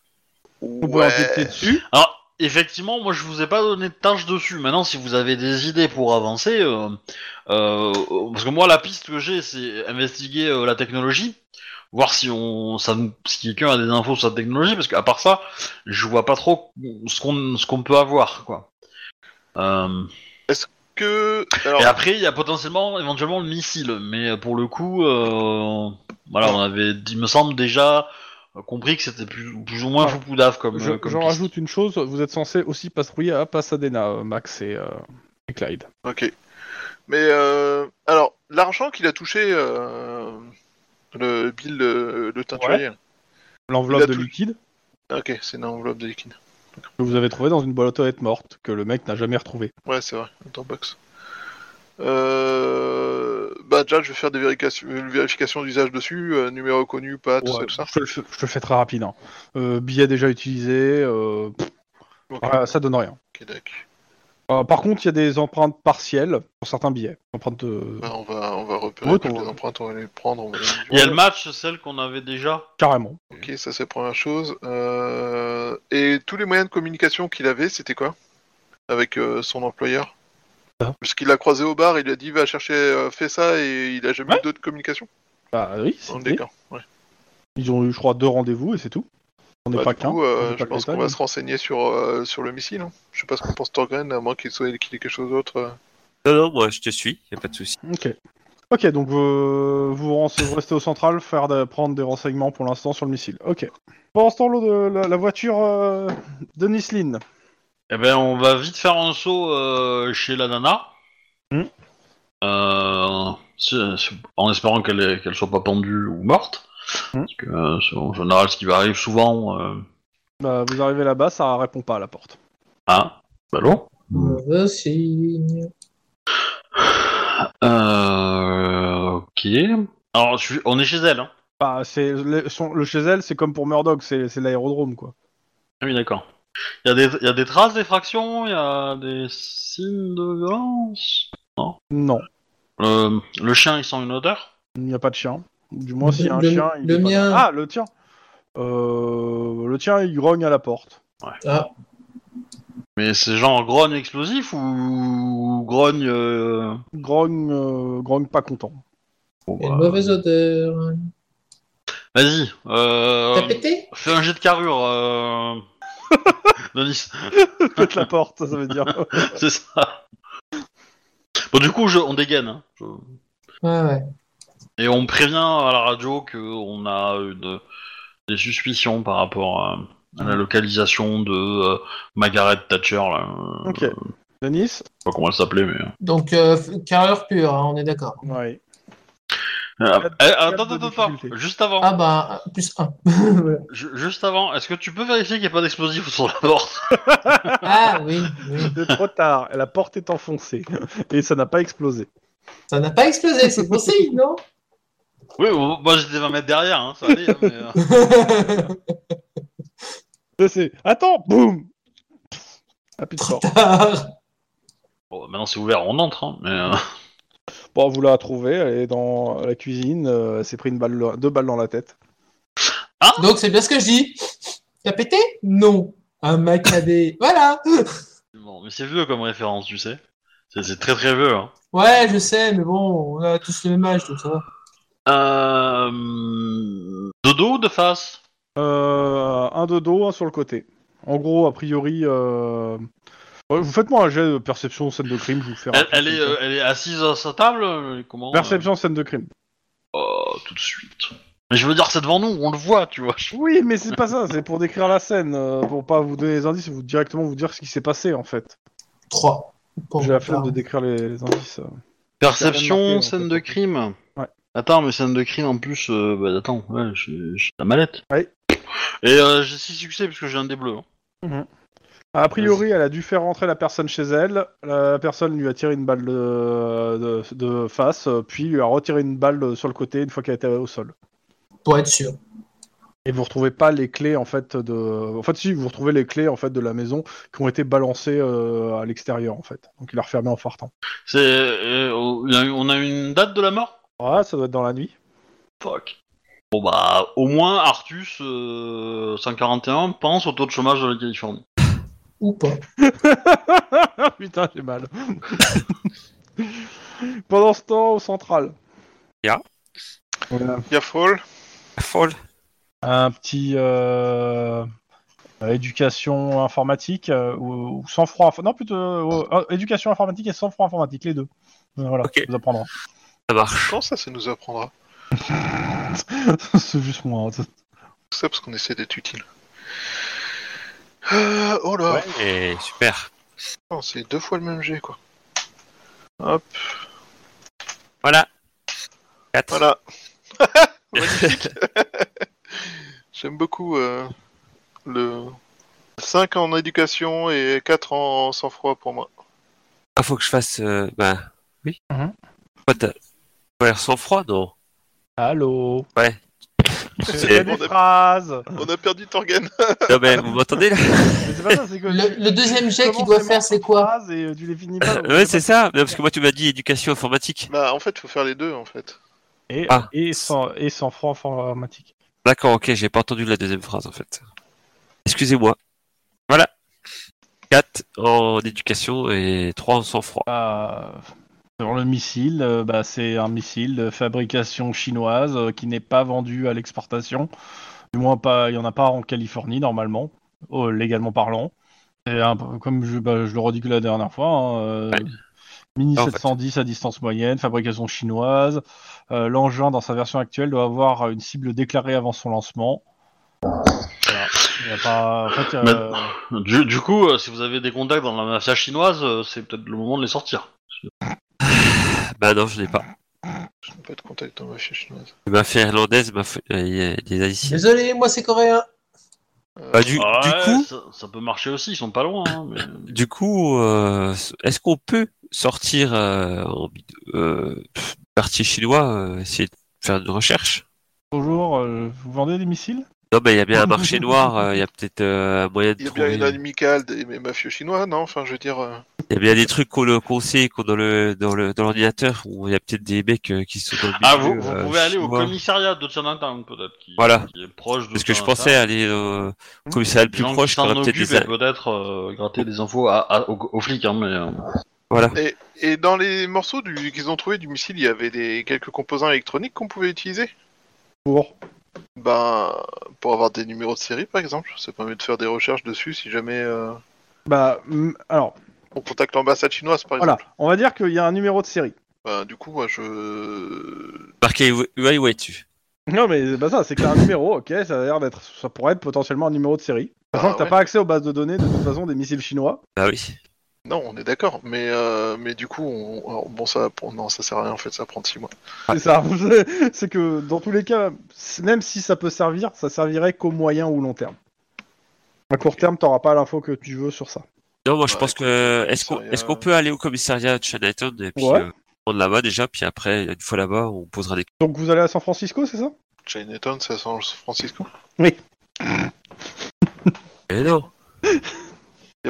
S1: On peut enquêter dessus.
S2: Alors, effectivement, moi je vous ai pas donné de tâche dessus. Maintenant, si vous avez des idées pour avancer, euh, euh, parce que moi la piste que j'ai, c'est investiguer euh, la technologie, voir si on, ça, nous- si quelqu'un a des infos sur la technologie, parce qu'à part ça, je vois pas trop ce qu'on, ce qu'on peut avoir, quoi. Euh,
S4: Que. Alors,
S2: et après, il y a potentiellement, éventuellement, le missile. Mais euh, pour le coup, euh, voilà, on avait, dit, il me semble déjà compris que c'était plus, plus ou moins foupoudave comme.
S1: Je-
S2: euh, comme
S1: J'en
S2: piste.
S1: rajoute une chose, vous êtes censé aussi patrouiller à Pasadena, euh, Max et, euh, et Clyde.
S4: Ok. Mais euh, alors, l'argent qu'il a touché, euh, le Bill, le, le teinturier. Il
S1: L'enveloppe
S4: a
S1: de
S4: tout-
S1: liquide
S4: Ok, c'est une enveloppe de liquide.
S1: que vous avez trouvée dans une boîte aux lettres morte, que le mec n'a jamais retrouvée.
S4: Ouais, c'est vrai, dans box. Euh... Bah déjà, je vais faire des vérifications, une vérification d'usage dessus, euh, numéro connu, pas, tout ça, tout ça.
S1: je, te le fais- je te le fais très rapide. hein. Euh, billet déjà utilisé, euh, pff,
S4: Ok,
S1: ouais, ça donne rien.
S4: ok, d'accord.
S1: Euh, par contre, il y a des empreintes partielles pour certains billets. Empreintes euh, de...
S4: Bah, on va, on va repérer
S1: Ouais,
S4: toutes
S1: on-
S4: les empreintes, on va les prendre. On va les...
S2: Il y a le match, celle qu'on avait déjà.
S1: Carrément.
S4: Ok, ça c'est la première chose. Euh, Et tous les moyens de communication qu'il avait, c'était quoi Avec euh, son employeur
S1: Ah.
S4: Parce qu'il l'a croisé au bar, il lui a dit va chercher, euh, fais ça, et il a jamais eu d'autres communications.
S1: Bah oui,
S4: On
S1: c'était-
S4: décor. Ouais.
S1: ils ont eu, je crois, deux rendez-vous et c'est tout. On n'est
S4: Bah,
S1: pas
S4: du
S1: qu'un.
S4: coup, euh,
S1: on n'est
S4: je
S1: pas que
S4: pense
S1: l'État,
S4: qu'on va
S1: mais-
S4: se renseigner sur, euh, sur le missile. hein. Je sais pas ce qu'on pense Torgren, à moins qu'il soit qu'il ait quelque chose d'autre. euh.
S3: Non, non, moi je te suis, y a pas de souci.
S1: Ok. Ok, donc vous, vous, ren- vous restez au central, faire de- prendre des renseignements pour l'instant sur le missile. Ok. Pendant ce temps, l'eau de la, la voiture euh, de Nislin.
S2: Eh ben, on va vite faire un saut euh, chez la nana.
S1: Hmm.
S2: Euh, c'est- c'est- en espérant qu'elle est- qu'elle soit pas pendue ou morte.
S1: Hmm.
S2: Parce que, euh, c'est- en général, ce qui arrive souvent. Euh...
S1: Bah, vous arrivez là-bas, ça répond pas à la porte.
S2: Ah, bah non.
S5: Mauvais signe.
S2: Euh, ok. Alors, je suis- on est chez elle. Hein.
S1: Bah, c'est le, son- le chez elle, c'est comme pour Murdoch, c'est c'est l'aérodrome quoi.
S2: Ah oui, d'accord. Il y, a des- il y a des traces d'effraction, il y a des signes de violence.
S1: Non,
S2: Euh, le chien, il sent une odeur.
S1: il n'y a pas de chien. Du moins, s'il y a un
S5: Le-
S1: chien, il
S5: le
S1: est pas
S5: mien.
S1: là. Ah, le tien. Euh, le tien, il grogne à la porte.
S5: Ah,
S2: Mais c'est genre grogne explosif ou grogne. euh,
S1: Grogne, euh, grogne pas content.
S2: bon,
S5: Il y a
S2: bah,
S5: Une mauvaise odeur.
S2: Vas-y,
S5: T'as
S2: euh,
S5: pété
S2: fais un jet de carrure, euh... Denis,
S1: Pète la porte, ça veut dire.
S2: c'est ça. Bon, du coup, je- on dégaine, hein. Je-
S5: Ouais, ouais.
S2: et on prévient à la radio qu'on a une- des suspicions par rapport à, à la localisation de euh, Margaret Thatcher, là. euh,
S1: ok.
S2: Je sais
S1: Denis.
S2: pas comment elle s'appelait, mais...
S5: Donc, euh, f- carrure pure, hein, on est d'accord.
S1: Ouais.
S2: Euh,
S1: Quatre-
S2: eh,
S1: quatre
S2: attends,
S1: de
S2: attends, attends,
S1: difficulté.
S2: juste avant,
S5: Ah bah, un- plus un. Voilà.
S2: ju- juste avant, est-ce que tu peux vérifier qu'il n'y a pas d'explosif sur la porte
S5: Ah oui, oui.
S1: C'est trop tard, la porte est enfoncée et ça n'a pas explosé.
S5: Ça n'a pas explosé, c'est bon signe, non
S2: Oui, bon, moi j'étais 20 mètres derrière, hein, ça allait, hein, mais... euh,
S1: Je sais. Attends, boum Ah, puis de porte.
S2: Bon, maintenant c'est ouvert, on entre, hein, mais... euh,
S1: Bon, vous la trouvez, elle est dans la cuisine, euh, elle s'est pris une balle, deux balles dans la tête.
S5: Donc, c'est bien ce que je dis. T'as pété Non. Un macadé. Voilà.
S2: Bon, mais c'est vieux comme référence, tu sais. C'est, c'est très très vieux. Hein.
S5: Ouais, je sais, mais bon, on a tous le même âge, donc ça va.
S2: Euh... De dos ou de face
S1: Euh, un de dos, un sur le côté. En gros, a priori, euh, ouais, vous faites-moi un jet de perception scène de crime, je vous fais.
S2: elle,
S1: rapide
S2: elle
S1: comme
S2: est,
S1: ça.
S2: euh, elle est assise à sa table euh, Comment euh
S1: Perception scène de crime.
S2: Oh, tout de suite. Mais je veux dire, c'est devant nous, on le voit, tu vois.
S1: Oui, mais c'est pas ça, c'est pour décrire la scène, euh, pour pas vous donner les indices, vous directement vous dire ce qui s'est passé en fait.
S5: 3.
S1: J'ai la flemme de décrire les, les indices. euh.
S2: Perception,
S1: marqué, en
S2: scène
S1: fait.
S2: de crime.
S1: Ouais.
S2: Attends, mais scène de crime en plus, euh, bah, attends, ouais, j'ai, j'ai la mallette.
S1: Ouais.
S2: Et euh, j'ai 6 succès parce que j'ai un des bleus. hein.
S1: A priori, elle a dû faire rentrer la personne chez elle. La personne lui a tiré une balle de, de- de face, euh, puis lui a retiré une balle euh, sur le côté une fois qu'elle était au sol.
S5: Pour être sûr.
S1: Et vous retrouvez pas les clés en fait de. En fait, si vous retrouvez les clés en fait de la maison qui ont été balancées euh, à l'extérieur en fait. Donc il a refermé en fartant.
S2: C'est, euh, on a- on a une date de la mort
S1: Ah, ça doit être dans la nuit.
S2: Fuck. Bon bah, au moins Artus euh, 141 pense au taux de chômage de la Californie.
S5: Ou pas.
S1: Putain, j'ai mal. Pendant ce temps, au central.
S3: Ya.
S1: Voilà.
S4: Il y a Fall.
S3: Folle.
S1: Un petit euh, euh, éducation informatique euh, ou, ou sans froid. Non, plutôt euh, euh, éducation informatique et sans froid informatique, les deux. Euh, Voilà,
S3: Ok.
S1: vous apprendrez.
S3: Ça marche.
S4: Quand ça, ça nous apprendra
S1: C'est juste moi. hein.
S4: Tout ça parce qu'on essaie d'être utile. Euh, oh là,
S3: Ouais, et super.
S4: putain, c'est deux fois le même jet quoi. Hop,
S3: Voilà. 4.
S4: voilà. Magnifique. J'aime beaucoup euh, le 5 en éducation et 4 en sang-froid pour moi.
S3: Ah, faut que je fasse. euh, bah, oui.
S1: Mhm.
S3: Quoi, t'as- Ouais, sans froid, non
S1: Allô
S3: Ouais.
S1: C'est
S3: C'est-
S1: pas des phrases
S4: On a perdu Torgan.
S3: Non, mais vous m'entendez là
S1: Mais c'est pas ça, c'est que
S5: Le, le deuxième jet
S1: Comment
S5: qu'il doit
S1: c'est
S5: faire,
S1: mon
S5: c'est quoi
S1: phrase et euh, tu les finis pas. donc
S3: Ouais,
S1: je sais
S3: c'est ça. Non, parce que moi, tu m'as dit éducation informatique.
S4: bah en fait, faut faire les deux en fait.
S1: pas. Et,
S3: Ah.
S1: et sans et sans franc informatique.
S3: D'accord, ok, j'ai pas entendu la deuxième phrase en fait. Excusez-moi. Voilà. 4 en éducation et 3 en sang-froid.
S1: Euh, Sur le missile, euh, bah, c'est un missile de fabrication chinoise euh, qui n'est pas vendu à l'exportation. Du moins, pas, il n'y en a pas en Californie normalement, euh, légalement parlant. C'est un peu- comme je, bah, je le redis que la dernière fois, hein, euh,
S3: Ouais.
S1: Mini
S3: En fait.
S1: 710 à distance moyenne, fabrication chinoise. Euh, L'engin, dans sa version actuelle, doit avoir une cible déclarée avant son lancement. Voilà. Il y a pas... en fait, euh,
S2: Maintenant- Du, du coup, euh, si vous avez des contacts dans la mafia chinoise, euh, c'est peut-être le moment de les sortir.
S3: Bah non, je l'ai pas.
S4: Je n'ai pas de contact dans ma fiche chinoise.
S3: Ma fait irlandaise, ma fait euh, des haïtiens.
S5: Désolé, moi c'est coréen.
S4: Euh,
S3: Bah, du,
S2: Ah
S3: du
S2: ouais,
S3: coup,
S2: ça, ça peut marcher aussi, ils sont pas loin. hein, mais-
S3: du coup, euh, est-ce qu'on peut sortir euh, en bid- euh, pff, parti chinois, euh, essayer de faire une recherche
S1: Bonjour, euh, vous vendez des missiles
S3: Non, mais il y a bien un marché noir. euh, Il y a peut-être euh, un moyen de
S4: Il y a bien
S3: trouver.
S4: une amicale des des mafieux chinois, non Enfin, je veux dire. euh,
S3: Il y a bien des trucs qu'on le- qu'on sait, qu'on dans le dans le dans l'ordinateur où il y a peut-être des mecs euh, qui sont dans le
S2: Ah, vous,
S3: milieu,
S2: vous
S3: euh,
S2: pouvez aller au
S3: chinois.
S2: commissariat de Chinatown, peut-être, qui,
S3: Voilà.
S2: qui est proche de
S3: Parce que je
S2: Chinatown.
S3: pensais aller euh,
S2: Mmh.
S3: au commissariat le plus
S2: Les gens
S3: proche,
S2: qui
S3: qui aurait
S2: s'en
S3: peut-être des...
S2: occupent et peut-être euh, gratter des infos à, à- aux, aux flics, hein, mais... euh,
S4: Ah,
S3: Voilà.
S4: Et, et dans les morceaux du- qu'ils ont trouvés du missile, il y avait des quelques composants électroniques qu'on pouvait utiliser
S1: Pour
S4: Ben, pour avoir des numéros de série, par exemple. Ça permet de faire des recherches dessus si jamais euh,
S1: Bah, mm, alors,
S4: on contacte l'ambassade chinoise, par
S1: voilà,
S4: exemple.
S1: on va dire qu'il y a un numéro de série.
S4: Ben, du coup, moi, je...
S3: Marqué UI UI dessus.
S1: Non, mais c'est pas ça, c'est que t'as un numéro, ok, ça a l'air d'être, ça pourrait être potentiellement un numéro de série. Sachant
S4: Ah,
S1: que t'as
S4: ouais.
S1: pas accès aux bases de données, de toute façon, des missiles chinois.
S3: Bah oui.
S4: Non, on est d'accord, mais euh, mais du coup, on... alors, bon, ça non, ça sert à rien en fait, ça prend 6 mois.
S1: C'est ça, c'est que dans tous les cas, c'est- même si ça peut servir, ça servirait qu'au moyen ou long terme. À court terme, t'auras pas l'info que tu veux sur ça.
S3: Non, moi je
S4: Ouais,
S3: pense que est-ce qu'on
S4: commissariat-
S3: est-ce qu'on peut aller au commissariat de Chinatown et puis
S1: Ouais.
S3: euh, prendre là-bas déjà, puis après une fois là-bas on posera des questions.
S1: Donc vous allez à San Francisco, c'est ça
S4: Chinatown, c'est à San Francisco
S3: Mais non.
S4: Il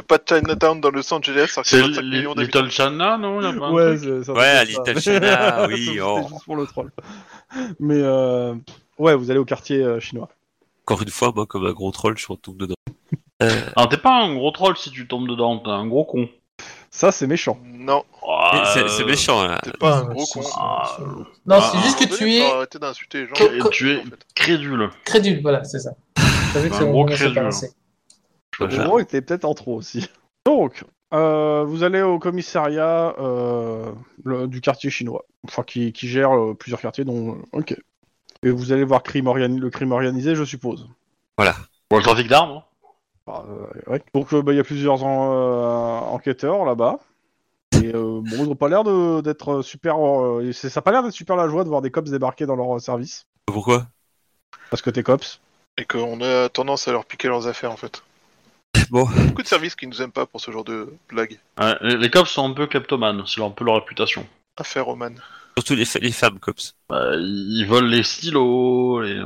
S4: n'y a pas de Chinatown dans Los Angeles, alors qu'il
S2: C'est
S4: y a 25
S2: li-
S4: millions d'habitants.
S2: Little China, non y a pas un
S1: Ouais,
S2: truc
S1: c'est- ça
S3: Ouais,
S1: doit être ça.
S4: ah
S3: Little China, oui,
S1: C'était
S3: oh.
S1: juste pour le troll. Mais euh, ouais, vous allez au quartier euh, chinois.
S3: Encore une fois, moi comme un gros troll, je retombe dedans.
S2: Alors, Ah, t'es pas un gros troll si tu tombes dedans, t'es un gros con.
S1: Ça, c'est méchant.
S4: Non,
S3: Et
S2: Ah,
S3: c'est
S2: euh,
S3: c'est méchant là.
S4: t'es pas un
S5: Ah,
S4: gros
S5: c'est-
S4: con.
S5: c'est-
S2: Ah,
S5: c'est- Non,
S2: ah,
S5: c'est juste que tu es
S4: Arrêtez d'insulter les gens.
S5: Que- que-
S2: tu es-
S4: en fait.
S2: Crédule.
S5: crédule, voilà, c'est ça. Je savais que
S2: Un
S5: c'est
S2: gros
S5: bon, c'est
S2: crédule.
S5: balancé.
S1: Le gros était peut-être en trop aussi. Donc, euh, vous allez au commissariat euh, le- du quartier chinois, enfin qui, qui gère euh, plusieurs quartiers, dont ok. Et vous allez voir crime organi- le crime organisé, je suppose.
S2: Bon, le trafic d'armes. hein.
S1: Enfin, euh, ouais. Donc, euh, bah, il y a plusieurs en- euh, enquêteurs là-bas. Et euh, bon, ils ont pas l'air de- d'être super. euh, c'est- ça a pas l'air d'être super la joie de voir des cops débarquer dans leur euh, service.
S3: Pourquoi
S1: Parce que t'es cops.
S4: Et qu'on a tendance à leur piquer leurs affaires en fait.
S3: Bon.
S4: Beaucoup de services qui nous aiment pas pour ce genre de blague.
S2: Ouais, Euh, les, les cops sont un peu kleptomanes, c'est un peu leur réputation.
S4: Affaire Oman.
S3: Surtout les, fa- les femmes cops.
S2: Bah, ils volent les stylos, les...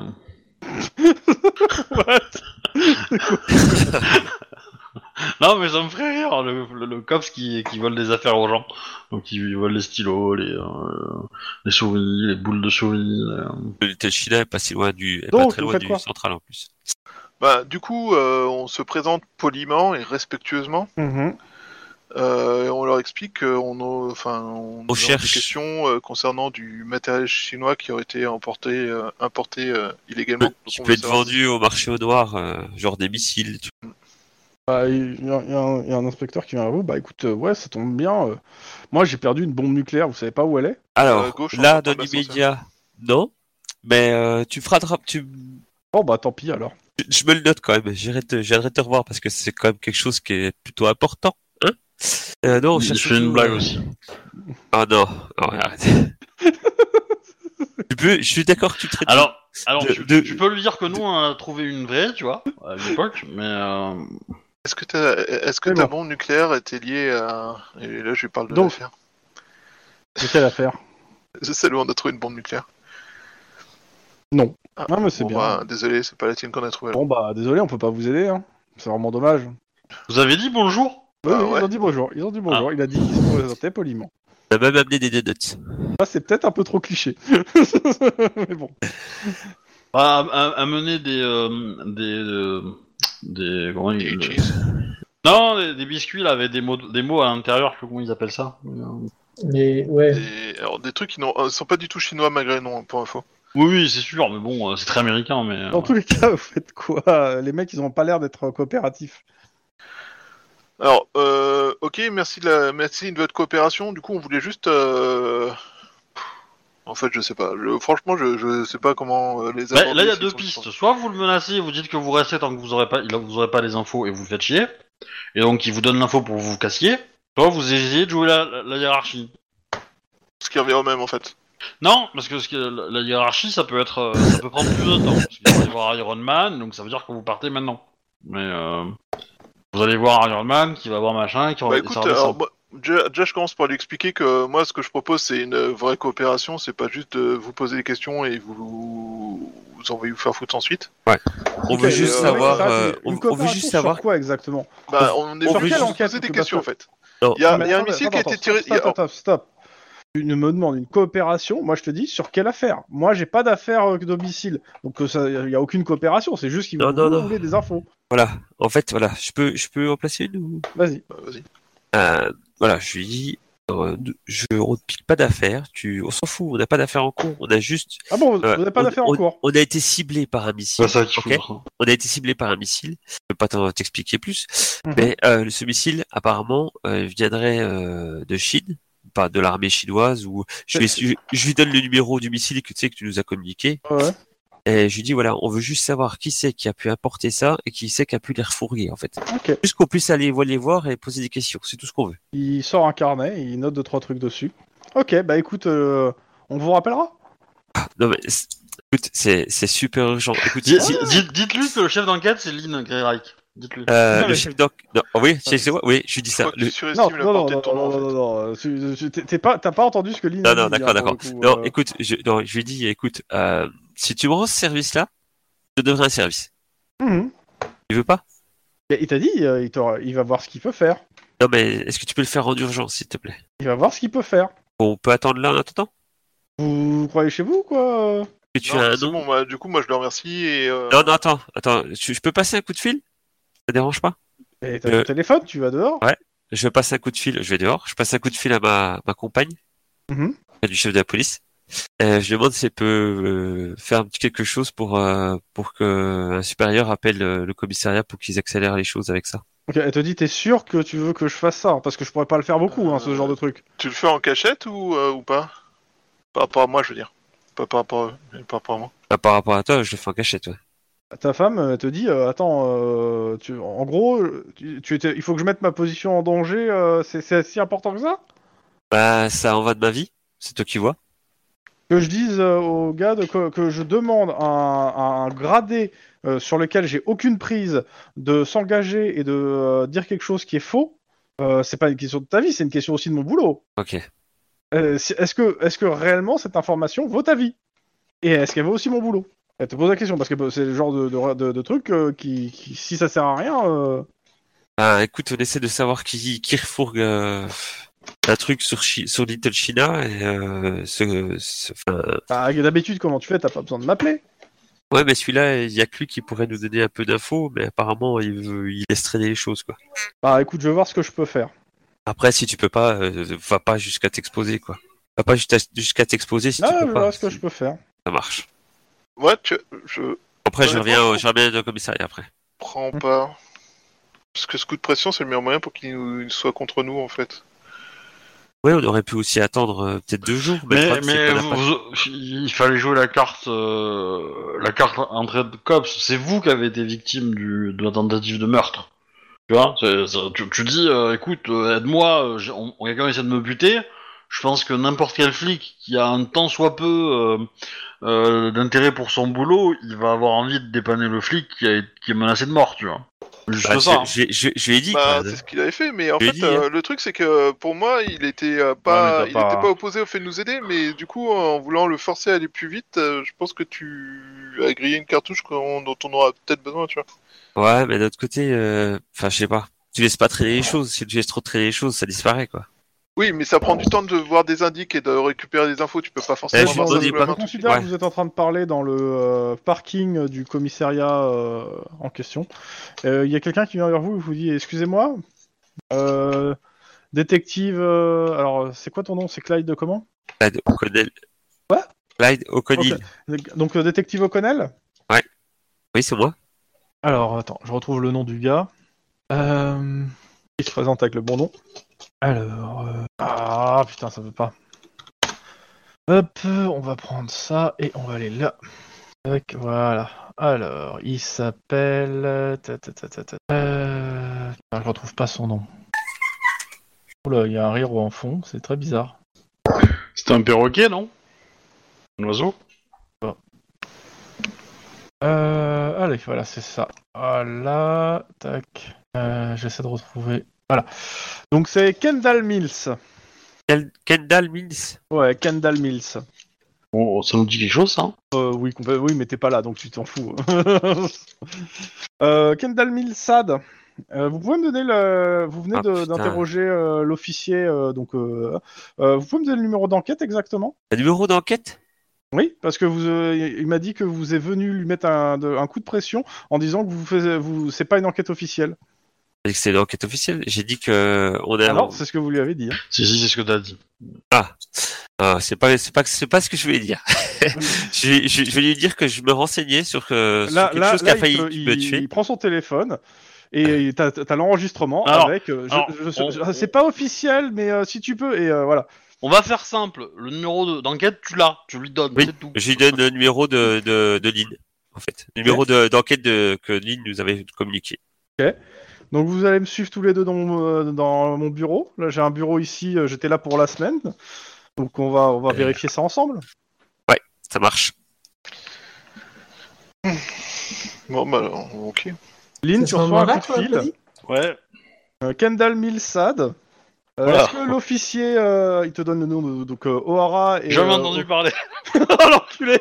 S2: Non, mais ça me ferait rire, hein, le, le, le cops qui, qui vole des affaires aux gens. Donc, ils volent les stylos, les, euh, les souris, les boules de souris. euh.
S3: Le Little China est pas si loin du, est pas
S1: Donc,
S3: très
S1: vous
S3: loin
S1: faites
S3: du
S1: quoi
S3: central en plus.
S4: Bah, du coup, euh, on se présente poliment et respectueusement. euh, et on leur explique qu'on a- enfin, on
S3: On
S4: a des
S3: cherche.
S4: questions euh, concernant du matériel chinois qui aurait été emporté, euh, importé euh, illégalement. Donc,
S3: Qui
S4: on
S3: peut
S4: veut
S3: être
S4: savoir-
S3: vendu au marché au noir, euh, genre des missiles. tu-
S1: Bah, Il y, a- il y a un- il y a un inspecteur qui vient à vous. Bah écoute, euh, ouais, ça tombe bien. euh, moi, j'ai perdu une bombe nucléaire. Vous savez pas où elle est
S3: Alors,
S4: Euh, gauche, en
S3: là,
S4: sortant
S3: dans
S4: de l'ascenseur.
S3: l'immédiat, non. Mais euh, tu me feras de rap- tu, me-
S1: Bon, bah tant pis alors.
S3: Je- Je me le note quand même. J'irai te, j'irai te revoir parce que c'est quand même quelque chose qui est plutôt important. Hein Euh, non, on
S2: Je
S3: cherche
S2: fais une
S3: surtout,
S2: blague
S3: euh,
S2: aussi.
S3: Ah non, non arrête. tu peux, je suis d'accord que tu traites.
S2: Alors, alors
S3: De-
S2: tu,
S3: de-
S2: tu peux lui dire que nous, on a trouvé une vraie, tu vois, à l'époque, mais... euh,
S4: Est-ce que, t'as- est-ce que
S1: Mais
S4: ta
S1: non.
S4: bombe nucléaire était liée à... Et là, je parle de
S1: Donc.
S4: l'affaire.
S1: C'est quelle affaire
S4: C'est celle où on a trouvé une bombe nucléaire.
S1: Non.
S4: Ah,
S1: Non, mais c'est
S4: bon,
S1: bien.
S4: bah, désolé, c'est pas la tienne qu'on a
S3: euh.
S4: trouvée.
S1: Bon, bah désolé, on peut pas vous aider. Hein. C'est vraiment dommage.
S2: Vous avez dit bonjour
S1: Oui,
S3: Bah,
S4: Ah
S1: oui,
S4: ouais.
S1: Ils ont dit bonjour. Ils ont dit bonjour.
S3: Ah.
S1: Il a dit qu'ils se présentaient poliment.
S3: On a même amené des donuts.
S1: Ça, c'est peut-être un peu trop cliché. mais bon.
S2: Bah, à, à- à mener des... euh, des... euh, des... comment ils-
S4: Des
S2: Non, des, des biscuits, là, avec des mots, des mots à l'intérieur, je sais pas comment ils appellent ça.
S5: Les... Ouais.
S4: Des... Alors, des trucs qui n'ont- euh, sont pas du tout chinois malgré le nom, pour info.
S2: Oui, oui, c'est sûr, mais bon, euh, c'est très américain, mais... euh,
S3: Ah,
S1: Dans tous les cas, vous faites quoi Les mecs, ils ont pas l'air d'être coopératifs.
S4: Alors, euh, ok, merci de, la... merci de votre coopération. Du coup, on voulait juste... euh, En fait, je sais pas. Je- Franchement, je... je sais pas comment euh, les
S2: Bah,
S4: aborder,
S2: là, il y a
S4: ces
S2: deux
S4: trucs.
S2: pistes. Soit vous le menacez et vous dites que vous restez tant que vous aurez pas, là, vous aurez pas les infos et vous le faites chier, et donc il vous donne l'info pour que vous vous cassiez. Soit vous essayez de jouer la, la- la hiérarchie.
S4: Ce qui revient au même, en fait.
S2: Non, parce que, ce que la, la hiérarchie, ça peut être, euh, ça peut prendre plus de temps. Parce qu'il va y avoir Iron Man, donc ça veut dire que vous partez maintenant. Mais euh, vous allez voir Iron Man, qui va voir machin, qui va
S4: Bah
S2: et ça
S4: écoute,
S2: redescend.
S4: alors, moi, déjà, déjà, je commence par lui expliquer que moi, ce que je propose, c'est une vraie coopération. C'est pas juste euh, vous poser des questions et vous vous envoyez vous faire foutre ensuite.
S3: On
S1: Ok,
S3: veut juste
S1: euh,
S4: mais
S3: savoir.
S1: ça,
S3: euh,
S1: c'est une
S3: on, on veut
S1: coopération
S3: juste
S1: sur
S3: savoir.
S1: quoi exactement.
S4: Bah, on est
S1: on
S4: on
S1: veut
S4: juste
S1: juste
S4: poser des
S1: parce
S4: questions,
S1: que-
S4: en fait.
S3: Non.
S4: Il y a,
S1: Mais
S4: il y a un
S1: attends,
S4: missile qui a
S1: attends,
S4: été
S1: attends,
S4: tiré... il y a-
S1: Stop, stop, stop. Tu ne me demandes une coopération, moi je te dis sur quelle affaire. Moi j'ai pas d'affaire euh, de missile, donc euh, ça- il n'y a aucune coopération, c'est juste qu'ils vont
S3: Non, non, non.
S1: voulaient des infos.
S3: Voilà. En fait, voilà. Je peux, je peux en placer une ou-
S1: Vas-y.
S4: Bah, vas-y.
S3: Euh, voilà, je lui dis, euh, je, on ne pique pas d'affaires, tu, on s'en fout, on n'a pas d'affaires en cours, on a juste,
S1: Ah bon, vous
S3: Ouais,
S1: n'avez pas
S3: on-
S1: d'affaire en cours
S3: on a été ciblé par un
S2: C'est
S3: missile.
S2: pas Bah, ça hein. qu'il faut
S3: Ok.
S2: dire.
S3: On a été ciblé par un missile. Je peux pas t'en- t'expliquer plus,
S1: Mhm.
S3: mais euh, ce missile, apparemment, euh, viendrait euh, de Chine, pas de l'armée chinoise. Ou je, lui- je, je lui donne le numéro du missile que tu sais que tu nous as communiqué,
S1: Ouais.
S3: et je lui dis voilà, on veut juste savoir qui c'est qui a pu importer ça et qui c'est qui a pu les refourguer en fait.
S1: Ok.
S3: Juste qu'on puisse aller voir- les voir et poser des questions, c'est tout ce qu'on veut.
S1: Il sort un carnet, il note deux trois trucs dessus. Ok, bah écoute, euh, on vous rappellera.
S3: Non mais c'est- écoute, c'est c'est super urgent. Écoute,
S2: Dis-
S3: si-
S2: dis- dites- Dites-lui que le chef d'enquête, c'est Lynn Greyreich. Dites-lui.
S3: Euh,
S1: Non,
S3: le
S1: mais-
S3: chef d'enquête. Non, oh oui, c'est c'est moi. Oui, je dis
S4: Ah, Je
S3: ça.
S4: crois que
S3: Le-
S4: tu surestimes
S1: Non,
S4: la
S1: non, non,
S4: portée de
S1: non,
S4: ton nom, en
S1: non,
S4: fait.
S1: non, non, non, tu- tu- t'es- t'es pas- t'as pas entendu ce que Lynn
S3: Non,
S1: a
S3: non,
S1: dit,
S3: d'accord,
S1: hein,
S3: d'accord.
S1: pour le coup,
S3: Non,
S1: euh.
S3: écoute, je, non, je lui dis, écoute, euh, si tu me rends ce service-là, je te donnerai un service.
S1: Mhm.
S3: Tu veux pas
S1: Et Il t'a dit, euh, il, t'aura- il va voir ce qu'il peut faire.
S3: Non, mais est-ce que tu peux le faire en urgence, s'il te plaît
S1: Il va voir ce qu'il peut faire.
S3: On peut attendre là en attendant
S1: Vous croyez chez vous, quoi euh
S3: Que tu
S4: Non,
S3: as un
S4: mais c'est
S3: nom
S4: bon, bah, du coup, moi, je le remercie et... euh,
S3: Non, non, attends, attends. Je, je peux passer un coup de fil Ça dérange pas
S1: Et t'as
S3: Euh.
S1: ton téléphone, tu vas dehors
S3: Je passe un coup de fil, je vais dehors, je passe un coup de fil à ma, ma compagne,
S1: Mhm.
S3: euh, du chef de la police. Euh, je lui demande si elle peut euh, faire un petit quelque chose pour, euh, pour que un supérieur appelle euh, le commissariat pour qu'ils accélèrent les choses avec ça.
S1: Ok, Elle te dit, t'es sûr que tu veux que je fasse ça hein, Parce que je pourrais pas le faire beaucoup, hein, ce
S4: Euh.
S1: genre de truc.
S4: Tu le fais en cachette ou, euh, ou pas Par rapport à moi, je veux dire. Pas par rapport à eux, mais par rapport à moi.
S3: Bah, par rapport à toi, je le fais en cachette, ouais.
S1: Ta femme euh, te dit, euh, attends, euh, tu... en gros, tu, tu étais- il faut que je mette ma position en danger, euh, c'est- c'est si important que ça
S3: Bah, ça en va de ma vie. C'est toi qui vois.
S1: que je dise euh, au gars de- que, que je demande à un, à un gradé euh, sur lequel j'ai aucune prise de s'engager et de euh, dire quelque chose qui est faux, euh, c'est pas une question de ta vie, c'est une question aussi de mon boulot.
S3: Ok.
S1: Euh, si- est-ce que, est-ce que réellement cette information vaut ta vie Et est-ce qu'elle vaut aussi mon boulot Elle te pose la question parce que bah, c'est le genre de, de, de- de truc euh, qui, qui- si ça sert à rien, euh,
S3: Bah, écoute, on essaie de savoir qui, qui refourgue euh, un truc sur, Chi- sur Little China. Et, euh, ce, ce- enfin,
S1: bah, d'habitude comment tu fais, t'as pas besoin de m'appeler.
S3: ouais, mais celui-là, il y a que lui qui pourrait nous donner un peu d'infos, mais apparemment, il, veut, il laisse traîner les choses, quoi.
S1: Bah écoute, je vais voir ce que je peux faire.
S3: Après, si tu peux pas, euh, va pas jusqu'à t'exposer, quoi. Va pas jusqu'à jusqu'à t'exposer si
S1: Non,
S3: tu
S1: Ah, je
S3: peux
S1: vais
S3: pas.
S1: voir ce que je peux faire.
S3: Ça marche.
S4: Ouais, tu... je
S3: Après, je
S4: Ouais,
S3: reviens, au-
S4: bon.
S3: je reviens au commissariat après.
S4: prends
S3: Hmm.
S4: pas. Parce que ce coup de pression, c'est le meilleur moyen pour qu'il nous- il soit contre nous, en fait.
S3: Ouais, on aurait pu aussi attendre euh, peut-être deux jours.
S2: Mais,
S3: le problème, c'est
S2: mais
S3: qu'on a
S2: vous-
S3: pas-
S2: vous- il fallait jouer la carte, euh, la carte entrée de cops. C'est vous qui avez été victime du, de la tentative de meurtre. Tu vois, c'est- c'est- tu, tu dis, euh, écoute, euh, aide-moi, euh, j'ai- on- quelqu'un essaie de me buter. Je pense que n'importe quel flic qui a un tant soit peu euh, euh, d'intérêt pour son boulot, il va avoir envie de dépanner le flic qui, a- qui est menacé de mort, tu vois. Juste
S3: Bah,
S2: ça.
S3: je, je- je- je lui ai dit.
S4: Bah,
S3: quoi.
S4: c'est ce qu'il avait fait, mais en
S3: Je l'ai
S4: fait,
S3: dit, hein.
S4: euh, le truc, c'est que pour moi, il était euh, pas,
S2: Ouais, mais
S4: il
S2: t'as pas-
S4: était pas opposé au fait de nous aider, mais du coup, en voulant le forcer à aller plus vite, euh, je pense que tu as grillé une cartouche qu'on- dont on aura peut-être besoin, tu vois.
S3: Ouais, mais d'un autre côté, euh, enfin, je sais pas. Tu laisses pas traîner les choses. Si tu laisses trop traîner les choses, ça disparaît, quoi.
S4: Oui, mais ça prend du temps de voir des indices et de récupérer des infos. Tu peux pas forcément.
S3: Eh, je
S4: avoir
S3: vous
S4: ça
S3: dis
S4: sous la
S3: pas-
S4: main
S1: Je
S4: tout de suite.
S1: considère
S3: Ouais.
S1: que Bah, vous êtes en train de parler dans le euh, parking euh, du commissariat euh, en question. Euh, Il y a quelqu'un qui vient vers vous et vous dit Excusez-moi, euh, détective. euh, alors, c'est quoi ton nom C'est Clyde de comment
S3: Clyde O'Connell.
S1: Quoi
S3: Clyde O'Connell.
S1: Donc, euh, détective O'Connell
S3: Oui, c'est moi.
S1: Alors, attends, je retrouve le nom du gars. Euh, Il se présente avec le bon nom. Alors. euh, Ah putain, ça veut pas. Hop, euh, on va prendre ça et on va aller là. Tac, voilà. Alors, il s'appelle. euh, ta, ta, ta, ta, ta, euh, putain, je retrouve pas son nom. Oula, il y a un rire en fond, c'est très bizarre.
S2: C'était un perroquet, non Un oiseau
S1: Euh, allez, voilà, c'est ça. Voilà, tac. Euh, J'essaie de retrouver. Voilà. Donc c'est Kendall Mills.
S3: Ken- Kendall Mills.
S1: Ouais, Kendall Mills.
S2: Oh, Ça nous dit quelque chose, ça
S1: Euh, oui, compl- oui, mais t'es pas là, donc tu t'en fous. Euh, Kendall Mills Sad. Euh, vous pouvez me donner le. Vous venez
S3: Ah,
S1: de-
S3: putain.
S1: d'interroger euh, l'officier, euh, donc. euh, euh, vous pouvez me donner le numéro d'enquête exactement
S3: Un numéro d'enquête
S1: Oui, parce que vous, euh, il m'a dit que vous est venu lui mettre un, de- un coup de pression en disant que vous faisiez, vous, c'est pas une enquête officielle.
S3: C'est que c'est une enquête officielle. J'ai dit que on a.
S1: Ah non, c'est ce que vous lui avez dit. hein.
S2: Si, si, c'est ce que t'as dit.
S3: Ah, Ah, c'est pas, c'est pas, c'est pas ce que je voulais dire. je, je, je vais lui dire que je me renseignais sur, euh, sur
S1: Là,
S3: quelque
S1: là,
S3: chose
S1: là,
S3: qui a failli
S1: il, te-
S3: me
S1: il-
S3: tuer.
S1: il prend son téléphone et t'as t'as l'enregistrement
S2: Alors,
S1: avec. euh, je-
S2: alors,
S1: je- je-
S2: on-
S1: je- ah, c'est pas officiel, mais euh, si tu peux et euh, voilà.
S2: On va faire simple. Le numéro de- d'enquête, tu l'as. Tu lui donnes.
S3: Oui,
S2: c'est tout.
S3: je lui donne le numéro de, de, de Lynn, en fait. Le numéro de- d'enquête de, que Lynn nous avait communiqué.
S1: Donc vous allez me suivre tous les deux dans mon, euh, dans mon bureau. Là, j'ai un bureau ici. euh, J'étais là pour la semaine, donc on va on va
S3: Euh.
S1: vérifier ça ensemble.
S3: Ça marche.
S4: Bon, bah, alors, ok.
S1: Lynn,
S5: C'est
S1: tu
S5: à ce
S1: reçois
S5: moment-là
S1: un coup
S5: qu'on
S1: de
S5: l'a pas
S1: fil.
S5: dit
S2: Ouais.
S1: Euh, Kendall Milsad. Euh,
S2: Voilà.
S1: Est-ce que l'officier, euh, il te donne le nom de, donc euh, O'Hara et
S2: Jamais
S1: euh,
S2: entendu parler.
S1: Oh l'enculé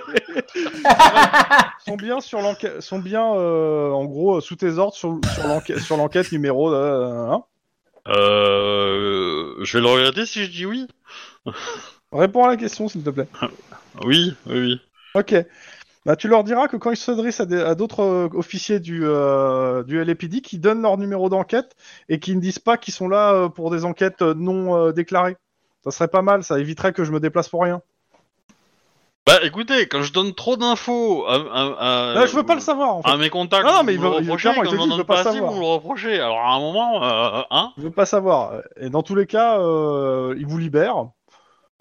S1: Sont bien sur l'enquête, sont bien euh, en gros euh, sous tes ordres sur, sur l'enquête, sur l'enquête numéro. euh, hein.
S2: Euh, je vais le regretter si je dis oui.
S1: Réponds à la question s'il te plaît.
S2: Oui, oui, oui.
S1: Ok. Bah, tu leur diras que quand ils s'adressent à, des- à d'autres euh, officiers du, euh, du LAPD, qui donnent leur numéro d'enquête et qui ne disent pas qu'ils sont là euh, pour des enquêtes euh, non euh, déclarées. Ça serait pas mal, ça éviterait que je me déplace pour rien.
S2: Bah écoutez, quand je donne trop d'infos à, à, à-
S1: Là, je veux pas le savoir en fait.
S2: À mes contacts,
S1: Non, non,
S2: vous
S1: mais
S2: me
S1: il veut-
S2: le
S1: il-
S2: reprochez,
S1: clairement, il te
S2: quand je
S1: dit,
S2: donne
S1: il veut pas
S2: pas assez,
S1: savoir.
S2: vous me le reprochez. Alors à un moment, euh, hein
S1: Je veux pas savoir. Et dans tous les cas, euh, il vous libère.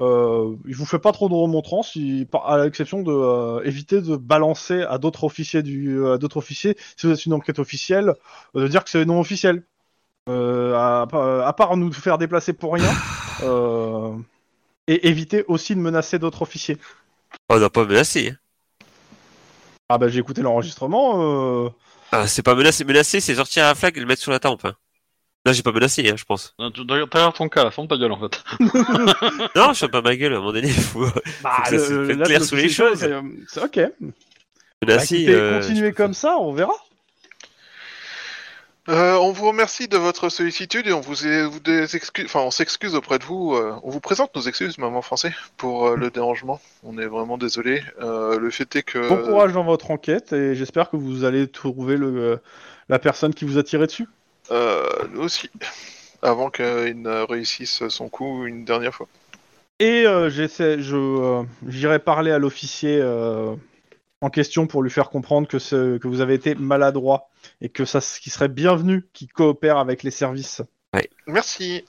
S1: Euh, il vous fait pas trop de remontrances, il- par- à l'exception de euh, éviter de balancer à d'autres officiers du, euh, à d'autres officiers si vous êtes une enquête officielle, euh, de dire que c'est non officiel. Euh, à, pa- à part nous faire déplacer pour rien, euh, et éviter aussi de menacer d'autres officiers.
S3: Oh, on n'a pas menacé. hein.
S1: Ah bah j'ai écouté l'enregistrement. euh,
S3: Ah, c'est pas menacé. Menacer, c'est sortir la flag et le mettre sur la tempe. Hein. Là, j'ai pas menacé, hein, je pense.
S2: D'ailleurs, derrière ton cas, la forme de ta gueule en fait.
S3: Non, je suis pas ma gueule à un moment donné. Faut...
S1: Bah,
S3: que ça se fait
S1: là,
S3: clair sous les
S1: c'est-
S3: choses.
S1: c'est- euh, c'est- Ok. Bah,
S3: Menacer.
S1: écoutez,
S3: euh,
S1: continuez
S3: je peux-
S1: comme ça, on verra.
S4: Euh, on vous remercie de votre sollicitude et on vous, est- vous des excu- enfin, on s'excuse auprès de vous. euh, on vous présente nos excuses, maman français, pour euh, le dérangement. On est vraiment désolé. Euh, le fait est que.
S1: Bon courage dans votre enquête et j'espère que vous allez trouver le, euh, la personne qui vous a tiré dessus.
S4: Euh, nous aussi. Avant qu'il ne réussisse son coup une dernière fois.
S1: Et euh, j'essaie, je euh, j'irai parler à l'officier euh, en question pour lui faire comprendre que ce, que vous avez été maladroit et que ça qui serait bienvenu qui coopère avec les services.
S4: Merci.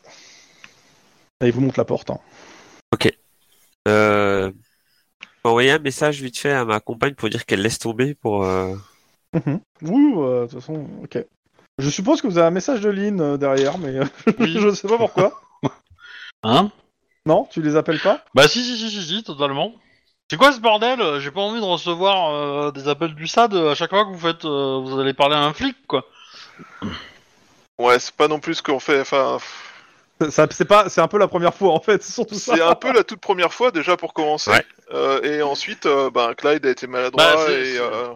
S1: Et il vous montre la porte. hein.
S3: Euh, j'ai envoyé un message vite fait à ma compagne pour dire qu'elle laisse tomber pour. euh,
S1: Ouh, euh, de toute façon, ok. Je suppose que vous avez un message de Lynn euh, derrière, mais euh,
S2: Oui.
S1: je ne sais pas pourquoi.
S2: Hein
S1: Non, tu les appelles pas
S2: Bah si, si, si, si, si, totalement. C'est quoi ce bordel J'ai pas envie de recevoir euh, des appels du SAD à chaque fois que vous faites, euh, vous allez parler à un flic, quoi.
S4: Ouais, c'est pas non plus ce qu'on fait. Enfin,
S1: Ça- C'est pas, c'est un peu la première fois en fait, c'est surtout ça.
S4: c'est un peu la toute première fois déjà pour commencer.
S3: Ouais.
S4: Euh, et ensuite, euh, ben, Clyde a été maladroit
S2: Bah, c'est-
S4: et euh,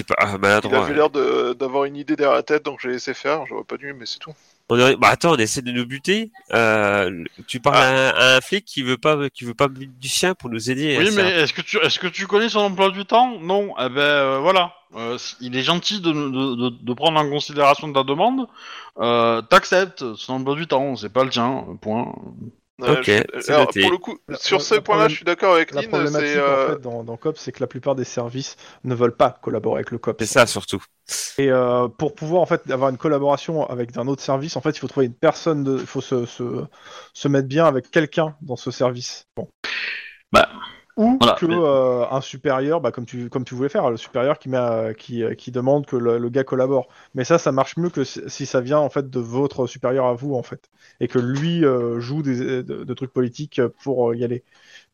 S3: c'est pas- ah,
S4: il
S3: maladroit.
S4: avait l'air de- d'avoir une idée derrière la tête, donc j'ai laissé faire. J'aurais pas dû, mais c'est tout.
S3: On dirait- bah attends, on essaie de nous buter. Euh, le- tu
S2: Ah.
S3: parles à, un, à un flic qui veut pas, qui veut pas me- du chien pour nous aider. euh,
S2: Oui,
S3: c'est
S2: mais est-ce que tu est-ce que tu connais son emploi du temps Non. Eh ben euh, voilà. Euh, c- il est gentil de, de, de, de prendre en considération ta demande. Euh, T'acceptes son emploi du temps, c'est pas le tien. Point.
S4: Euh,
S3: Ok,
S4: je-
S3: c'est
S4: alors,
S3: noté.
S4: pour le coup,
S1: La-
S4: sur
S1: la-
S4: ce
S1: la
S4: point-là,
S1: problème-
S4: je suis d'accord avec
S1: La
S4: Lynn. C'est
S1: problématique
S4: euh,
S1: en fait dans, dans COPS, c'est que la plupart des services ne veulent pas collaborer avec le
S3: C'est
S1: COPS.
S3: ça surtout.
S1: Et euh, pour pouvoir en fait avoir une collaboration avec un autre service, en fait, il faut trouver une personne, de- il faut se, se, se mettre bien avec quelqu'un dans ce service. Bon.
S2: Bah,
S1: Ou
S2: voilà,
S1: que
S2: mais-
S1: euh, un supérieur, bah, comme tu comme tu voulais faire, le supérieur qui met, euh, qui, euh, qui demande que le, le gars collabore. Mais ça, ça marche mieux que si, si ça vient en fait de votre supérieur à vous en fait, et que lui euh, joue des de, de trucs politiques pour euh, y aller.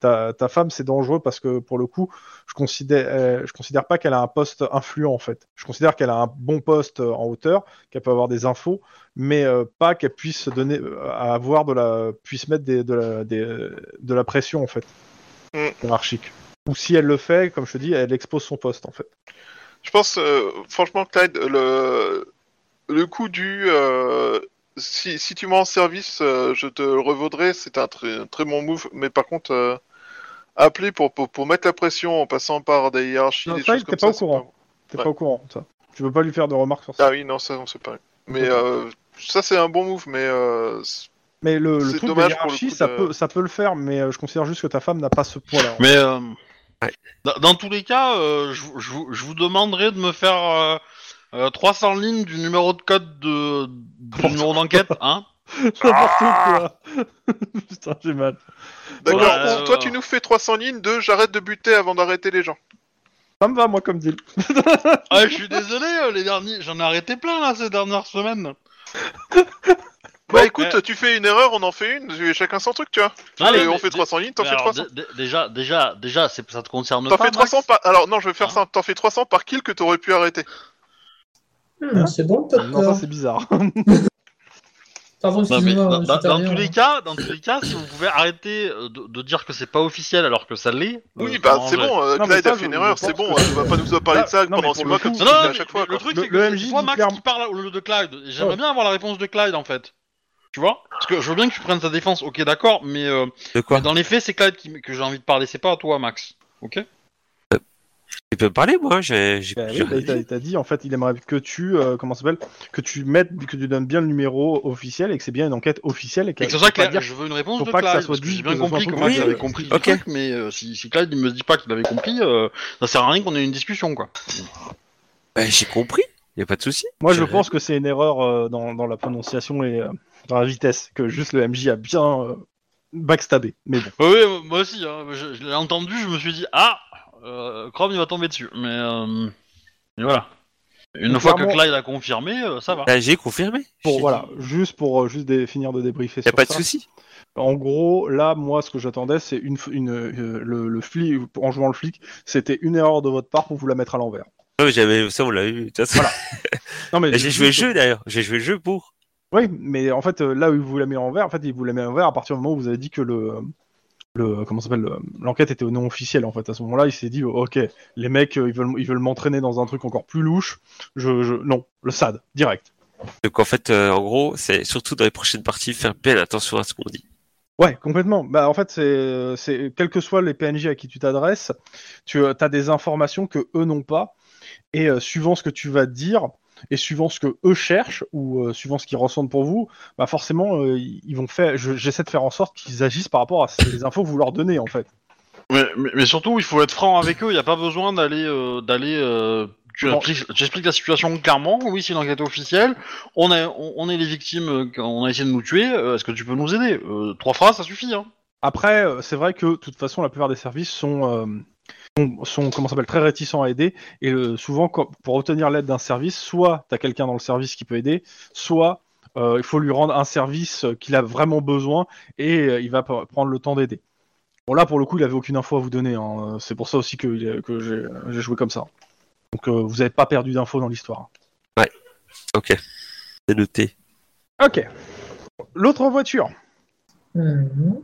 S1: Ta, ta femme, c'est dangereux parce que pour le coup, je considère, euh, je considère pas qu'elle a un poste influent en fait. Je considère qu'elle a un bon poste euh, en hauteur, qu'elle peut avoir des infos, mais euh, pas qu'elle puisse se donner, euh, à avoir de la, puisse mettre des- de, la, des, euh, de la pression en fait,
S4: Mm.
S1: hiérarchique. Ou si elle le fait, comme je te dis, elle expose son poste en fait.
S4: Je pense, euh, franchement, Clyde, le, le coup du euh, si, si tu me rends service, euh, je te le revaudrai, c'est un très, très bon move. Mais par contre, euh, appeler pour, pour, pour mettre la pression en passant par des hiérarchies,
S1: Non,
S4: des
S1: ça,
S4: choses
S1: il
S4: comme
S1: était pas
S4: ça.
S1: au
S4: c'est
S1: courant. T'es
S4: Ouais.
S1: pas au courant de ça. Tu veux pas lui faire de remarques sur ça.
S4: Ah oui, non, ça, on sait pas. Mais euh, ça, c'est un bon move, mais euh, c'est-
S1: Mais le, le
S4: c'est
S1: truc de
S4: dommage pour le
S1: hiérarchie,
S4: coup
S1: ça,
S4: de-
S1: peut, ça peut le faire, mais euh, je considère juste que ta femme n'a pas ce poids-là. en
S2: Mais euh,
S3: Ouais.
S2: dans, dans tous les cas, euh, je, vous- je vous- je vous demanderai de me faire euh, euh, 300 lignes du numéro de code de du numéro d'enquête, hein
S4: Ah
S1: N'importe quoi. Putain, j'ai mal.
S4: d'accord.
S2: Ouais,
S4: toi,
S2: euh,
S4: tu nous fais 300 lignes de j'arrête de buter avant d'arrêter les gens.
S1: Ça me va, moi, comme deal.
S2: Ah, je suis désolé, euh, les derniers, j'en ai arrêté plein là ces dernières semaines.
S4: Bah
S2: Bon,
S4: écoute,
S2: euh,
S4: tu fais une erreur, on en fait une, tu- chacun son truc, tu vois.
S2: Allez,
S4: Et on
S2: mais-
S4: fait 300 lignes, t'en
S2: mais
S4: fais
S2: alors,
S4: 300.
S2: dé- dé- déjà, déjà, déjà, c'est- ça te concerne
S4: T'en
S2: pas.
S4: fais 300
S2: Max
S4: par... Alors non, je vais faire
S2: Hein
S4: ça. T'en fais 300 par kill que t'aurais pu arrêter.
S5: Hmm, c'est bon, peut-être.
S1: Non, ça, c'est bizarre.
S5: Pardon,
S2: Non, mais
S5: excuse-moi.
S2: dans,
S5: je hein.
S2: dans- dans
S5: t'interviens.
S2: tous les cas, dans tous les cas, si vous pouvez arrêter euh, de, de dire que c'est pas officiel alors que ça l'est.
S4: Oui,
S2: euh,
S4: bah
S2: en
S4: c'est
S2: vrai.
S4: bon. euh,
S1: Non, mais
S4: Clyde
S1: ça,
S4: a fait une
S1: je-
S4: erreur,
S1: je
S4: c'est
S1: pense
S4: bon.
S1: que-
S4: hein, Tu vas pas nous parler de
S1: Non,
S4: ça
S1: mais
S4: pendant
S1: pour
S4: 6
S1: le
S4: mois
S1: coup,
S4: comme tu
S2: Non,
S4: le fais
S2: non,
S4: à
S2: mais
S4: chaque fois.
S2: le
S4: quoi.
S2: truc
S1: Le-
S2: c'est
S1: le
S2: que
S1: MJ
S2: c'est moi
S1: dit
S2: Max
S1: clairement-
S2: qui parle au lieu de Clyde. et J'aimerais
S1: Ouais.
S2: bien avoir la réponse de Clyde en fait. Tu vois Parce que je veux bien que tu prennes sa défense, ok d'accord, mais euh,
S3: De quoi
S2: dans les faits c'est Clyde qui- que j'ai envie de parler, c'est pas à toi Max. Ok
S3: Tu peux me parler, moi. J'ai. j'ai-
S1: Bah oui,
S3: j'ai-
S1: bah, il t'a- il t'a dit en fait, il aimerait que tu euh, comment ça s'appelle, que tu mettes, que tu donnes bien le numéro officiel et que c'est bien une enquête officielle et,
S2: Et c'est
S1: faut
S2: pour ça
S1: pas
S2: que
S1: dire-
S2: je veux une réponse
S1: faut
S2: de
S1: pas que ça
S2: Clyde,
S1: soit
S2: parce que
S1: dit,
S2: j'ai
S1: que
S2: bien
S1: ça
S2: compris
S1: soit
S2: que Max
S3: compris.
S2: avait compris le
S3: Ok.
S2: truc, mais euh, si, si Clyde il me dit pas qu'il avait compris, euh, ça sert à rien qu'on ait une discussion quoi.
S3: Bah, j'ai compris. Y a pas de souci.
S1: Moi, je pense que c'est une erreur euh, dans, dans la prononciation et euh, dans la vitesse que juste le MJ a bien euh, backstabé. Mais bon,
S2: Oui, oui, moi aussi, hein, je, je l'ai entendu, je me suis dit, ah, euh, Chrome il va tomber dessus. Mais, euh, mais voilà. Une
S1: Donc,
S2: fois que
S1: clairement-
S2: Clyde a confirmé, euh, ça va.
S3: Bah, j'ai confirmé.
S1: pour
S3: J'ai-
S1: voilà, juste pour euh, juste dé- finir de débriefer.
S3: Y a
S1: sur
S3: pas de
S1: ça.
S3: souci.
S1: En gros, là, moi, ce que j'attendais, c'est une, f- une euh, le, le flic en jouant le flic, c'était une erreur de votre part pour vous la mettre à l'envers.
S3: Non, mais j'avais ça, on l'a eu. de toute façon.
S1: Non mais
S3: J'ai joué le jeu d'ailleurs. J'ai joué le jeu pour.
S1: Oui, mais en fait, euh, là où il vous la met en vert, en fait, il vous la met en vert à partir du moment où vous avez dit que le, le comment ça s'appelle, le- l'enquête était au nom officiel. En fait, à ce moment-là, il s'est dit, oh, ok, les mecs, euh, ils veulent, ils veulent m'entraîner dans un truc encore plus louche. Je, je- non, le SAD, direct.
S3: Donc en fait, euh, en gros, c'est surtout dans les prochaines parties faire bien attention à ce qu'on dit.
S1: Ouais, complètement. Bah, en fait, c'est, c'est, quels que soient les PNJ à qui tu t'adresses, tu as des informations que eux n'ont pas, et euh, suivant ce que tu vas dire. Et suivant ce que eux cherchent ou euh, suivant ce qu'ils ressentent pour vous, bah forcément euh, ils ils vont faire. je- j'essaie de faire en sorte qu'ils agissent par rapport à ces- les infos que vous leur donnez en fait.
S2: Mais, mais- mais surtout, il faut être franc avec eux, il n'y a pas besoin d'aller euh, d'aller euh, Tu
S1: Bon.
S2: expliques, tu expliques la situation clairement. Oui, c'est une enquête officielle. On, a, on, on est les victimes, euh, qu'on- on a essayé de nous tuer. euh, Est-ce que tu peux nous aider Euh, Trois phrases, ça suffit. Hein.
S1: Après, euh, c'est vrai que de toute façon, la plupart des services sont, euh, sont, sont, comment ça s'appelle, très réticents à aider. Et euh, souvent, quand- pour obtenir l'aide d'un service, soit tu as quelqu'un dans le service qui peut aider, soit euh, il faut lui rendre un service euh, qu'il a vraiment besoin et euh, il va pr- prendre le temps d'aider. Bon, là, pour le coup, il avait aucune info à vous donner. hein. C'est pour ça aussi que, il est- que j'ai j'ai joué comme ça. Donc, euh, vous n'avez pas perdu d'infos dans l'histoire.
S3: C'est noté.
S1: Ok. L'autre voiture.
S5: Mhm.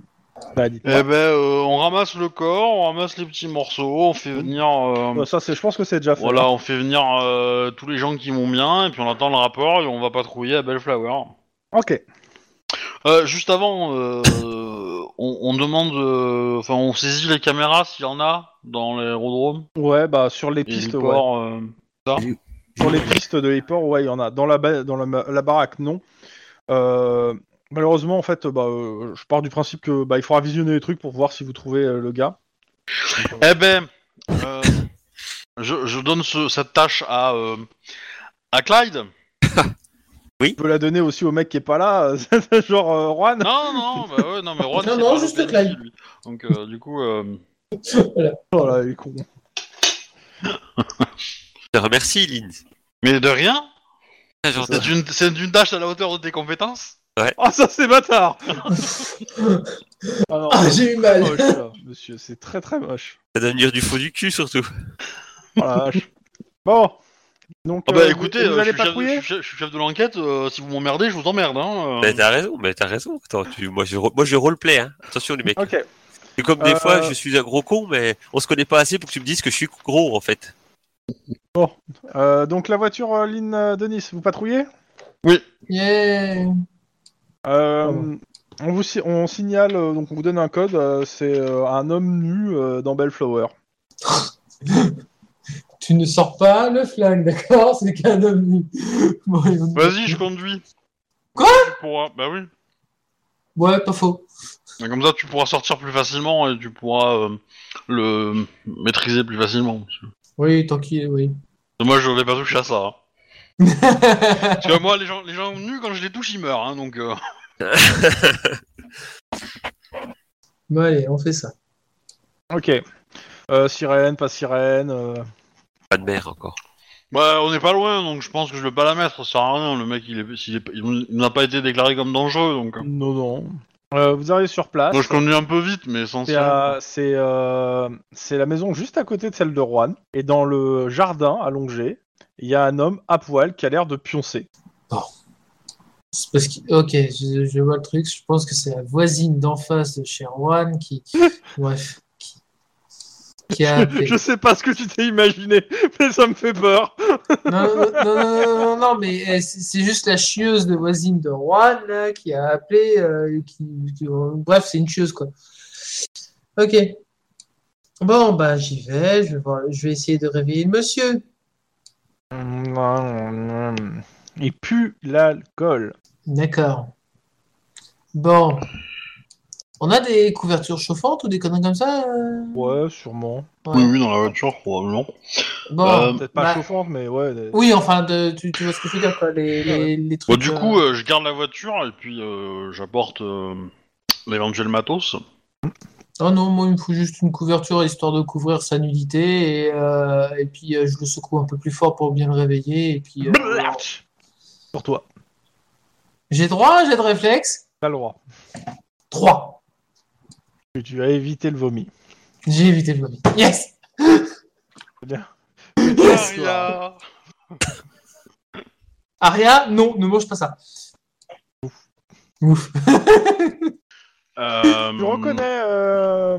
S1: Bah, dites-moi.
S2: Eh ben, euh, on ramasse le corps, on ramasse les petits morceaux, on fait venir. euh,
S1: Euh, Ça, c'est- je pense que c'est déjà fait.
S2: Voilà, on fait venir euh, tous les gens qui vont bien, et puis on attend le rapport, et on va patrouiller à Bellflower.
S1: Ok.
S2: Euh, juste avant, euh, on, on demande, euh, enfin, on saisit les caméras s'il y en a dans l'aérodrome,
S1: Ouais, bah sur les
S2: et
S1: pistes,
S2: les
S1: ouais.
S2: ports, euh,
S1: Sur les pistes de Hippor, ouais, il y en a. Dans la, ba- dans la, ma- la baraque, non. Euh, malheureusement, en fait, bah, euh, je pars du principe que bah, il faudra visionner les trucs pour voir si vous trouvez euh, le gars.
S2: Eh ben, euh, je, je donne ce- cette tâche à euh, à Clyde.
S1: Je peux la donner aussi au mec qui est pas là, euh, genre euh, Juan.
S2: Non, non, bah ouais, non, mais Ron,
S5: Non,
S2: c'est
S5: non,
S2: pas
S5: juste
S2: Lopez,
S5: Clyde.
S2: lui. Donc euh, du coup, euh,
S1: Oh là, il est con.
S3: Je te remercie, Lynn.
S2: mais de rien.
S3: Très gentil.
S2: Ah, C'est une, c'est une tâche à la hauteur de tes compétences.
S1: Ah, ça, c'est bâtard Ah non,
S5: Ah,
S1: c'est
S5: j'ai eu mal.
S1: moche, ça, monsieur, c'est très très moche.
S3: Ça donne dire du faux du cul, surtout.
S1: Oh la vache. Bon. Donc,
S2: Ah bah
S1: euh,
S2: écoutez,
S1: vous, vous
S2: euh,
S1: allez
S2: je, suis chef, je
S1: patrouiller
S2: suis chef- je suis chef de l'enquête. euh, si vous m'emmerdez, je vous emmerde. Hein, euh.
S3: Mais Bah, t'as raison, mais t'as raison. Attends, tu- moi, je, ro- moi, je roleplay, hein. Attention, les mecs.
S1: Ok.
S3: C'est comme des
S1: Ah, Euh,
S3: fois, je suis un gros con, mais on se connaît pas assez pour que tu me dises que je suis gros, en fait.
S1: Euh, donc, la voiture euh, Lynn euh, Denis, vous patrouillez
S5: Yeah.
S1: Euh,
S5: Pardon.
S1: on vous si- on signale, euh, donc on vous donne un code, euh, c'est euh, un homme nu euh, dans Bellflower.
S5: Tu ne sors pas le flingue, d'accord C'est qu'un homme nu. Bon, et on-
S2: Vas-y, je conduis.
S5: Quoi
S2: Tu pourras, bah oui.
S5: Ouais, pas faux.
S2: Mais Comme ça, tu pourras sortir plus facilement et tu pourras euh, le maîtriser plus facilement.
S5: Oui, tranquille, oui.
S2: Moi, je vais pas toucher à ça. hein. Parce que moi, les gens, les gens nus, quand je les touche, ils meurent. Hein, donc, euh,
S5: bon, allez, on fait ça.
S1: Ok. Euh, sirène, pas sirène. euh,
S3: Pas de mère, encore.
S2: bah, on n'est pas loin, donc je pense que je vais pas la mettre. Ça sert à rien. Le mec, il, est, s'il est- il n'a pas été déclaré comme dangereux. Donc, euh.
S1: Non, non. Euh, vous arrivez sur place.
S2: moi, je conduis un peu vite, mais sans
S1: C'est
S2: ça.
S1: à- c'est, euh, c'est la maison juste à côté de celle de Juan. Et dans le jardin allongé, il y a un homme à poil qui a l'air de pioncer.
S5: C'est parce que, ok, je, je vois le truc. Je pense que c'est la voisine d'en face de chez Juan qui, bref, qui, qui a appelé.
S1: Je sais pas ce que tu t'es imaginé, mais ça me fait peur.
S5: Non, non, non, non, non, non, non, mais eh, c'est c'est juste la chieuse de voisine de Juan là, qui a appelé. euh, qui, qui- euh, bref, c'est une chieuse quoi. Ok. Bon, bah j'y vais. Je vais, voir- je vais essayer de réveiller le monsieur.
S1: Mmh, Il pue l'alcool.
S5: D'accord. Bon. On a des couvertures chauffantes ou des conneries comme ça euh
S1: Ouais, sûrement.
S5: Ouais.
S2: Oui, oui, dans la voiture, probablement.
S5: Bon.
S2: Euh,
S1: Peut-être pas
S5: bah,
S1: chauffante, mais ouais. des-
S5: Oui, enfin, de, tu, tu vois ce que je veux dire, quoi. Les, les,
S2: Bon,
S5: les trucs.
S2: du
S5: euh,
S2: coup, euh, je garde la voiture et puis euh, j'apporte euh, l'éventuel matos.
S5: Non, Oh non, moi, il me faut juste une couverture histoire de couvrir sa nudité. Et, euh, et puis, euh, je le secoue un peu plus fort pour bien le réveiller. Et puis. euh,
S1: Pour toi,
S5: j'ai droit, j'ai de réflexe.
S1: t'as le droit.
S5: 3.
S1: Tu- Tu as évité le vomi.
S5: J'ai évité le vomi. Yes!
S1: Ah,
S2: Ah, Aria
S5: Aria, non, ne mange pas ça. Ouf.
S2: Euh,
S1: Tu reconnais, euh,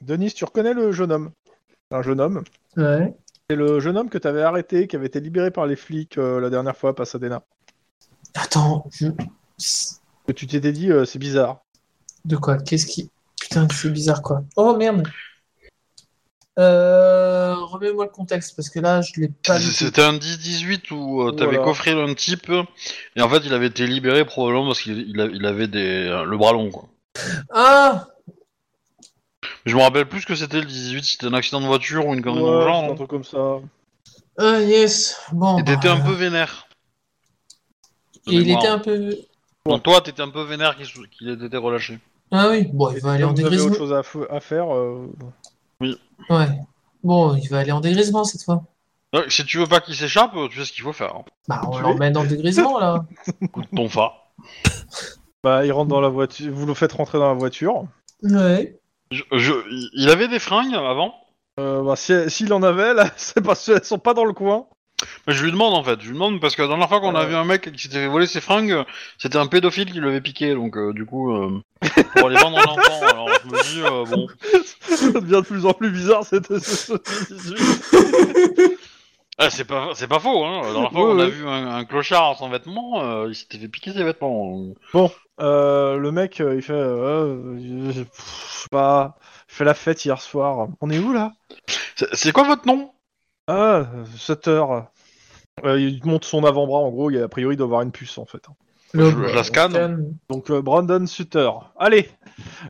S1: Denis, tu reconnais le jeune homme. Un jeune homme.
S5: Ouais.
S1: C'est le jeune homme que t'avais arrêté, qui avait été libéré par les flics euh, la dernière fois à Pasadena.
S5: Attends, je.
S1: Que tu t'étais dit, euh, c'est bizarre.
S5: De quoi? Qu'est-ce qui. Putain, c'est bizarre quoi. Oh merde! Euh, remets-moi le contexte parce que là, je l'ai pas du tout.
S2: C'était un 10-18 où euh, t'avais
S1: Voilà.
S2: coffré un type et en fait il avait été libéré probablement parce qu'il il a- il avait des, euh, le bras long quoi.
S5: Ah!
S2: Je me rappelle plus que c'était le 18, c'était un accident de voiture ou une connerie
S1: Ouais,
S2: dans le
S1: c'est
S2: genre. hein.
S1: un truc comme ça.
S5: Ah, yes. Bon.
S2: Et
S5: bah,
S2: t'étais un peu
S5: euh,
S2: vénère. de
S5: Et il
S2: mémoire.
S5: était un peu.
S2: Donc toi, t'étais un peu vénère qu'il sou- qu'il ait été relâché.
S5: Ah oui, bon, il va aller en
S1: vous avez
S5: dégrisement.
S1: autre chose à, fou- à faire euh,
S5: Ouais. Bon, il va aller en dégrisement cette fois.
S2: Euh, Si tu veux pas qu'il s'échappe, tu sais ce qu'il faut faire. hein.
S5: Bah, on
S1: Tu
S5: l'emmène en dégrisement là.
S2: Coup de ton fa.
S1: Bah, il rentre dans la voiture. Vous le faites rentrer dans la voiture.
S5: Ouais.
S2: Je, je- il avait des fringues avant.
S1: Euh, bah, si- S'il en avait, là, c'est parce qu'elles sont pas dans le coin.
S2: Mais je lui demande en fait. Je lui demande parce que la dernière fois qu'on a
S1: Euh.
S2: vu un mec qui s'était fait voler ses fringues, c'était un pédophile qui l'avait piqué. Donc euh, du coup, euh, pour les vendre en enfant, alors je me dis euh, bon.
S1: Ça devient de plus en plus bizarre cette
S2: Ah, c'est pas, c'est pas faux, hein. La dernière fois
S1: Ouais,
S2: qu'on a
S1: ouais.
S2: vu un, un clochard sans vêtements, euh, il s'était fait piquer ses vêtements.
S1: Euh, le mec, euh, il fait, euh, je- je- pff, je sais pas, je fais la fête hier soir. On est où là
S2: C'est, c'est quoi votre nom
S1: Ah, 7 heures. Euh, il monte son avant-bras, en gros, il y a, a priori il doit avoir une puce en fait.
S2: je- je la scanne.
S1: Donc euh, Brandon Sutter. Allez,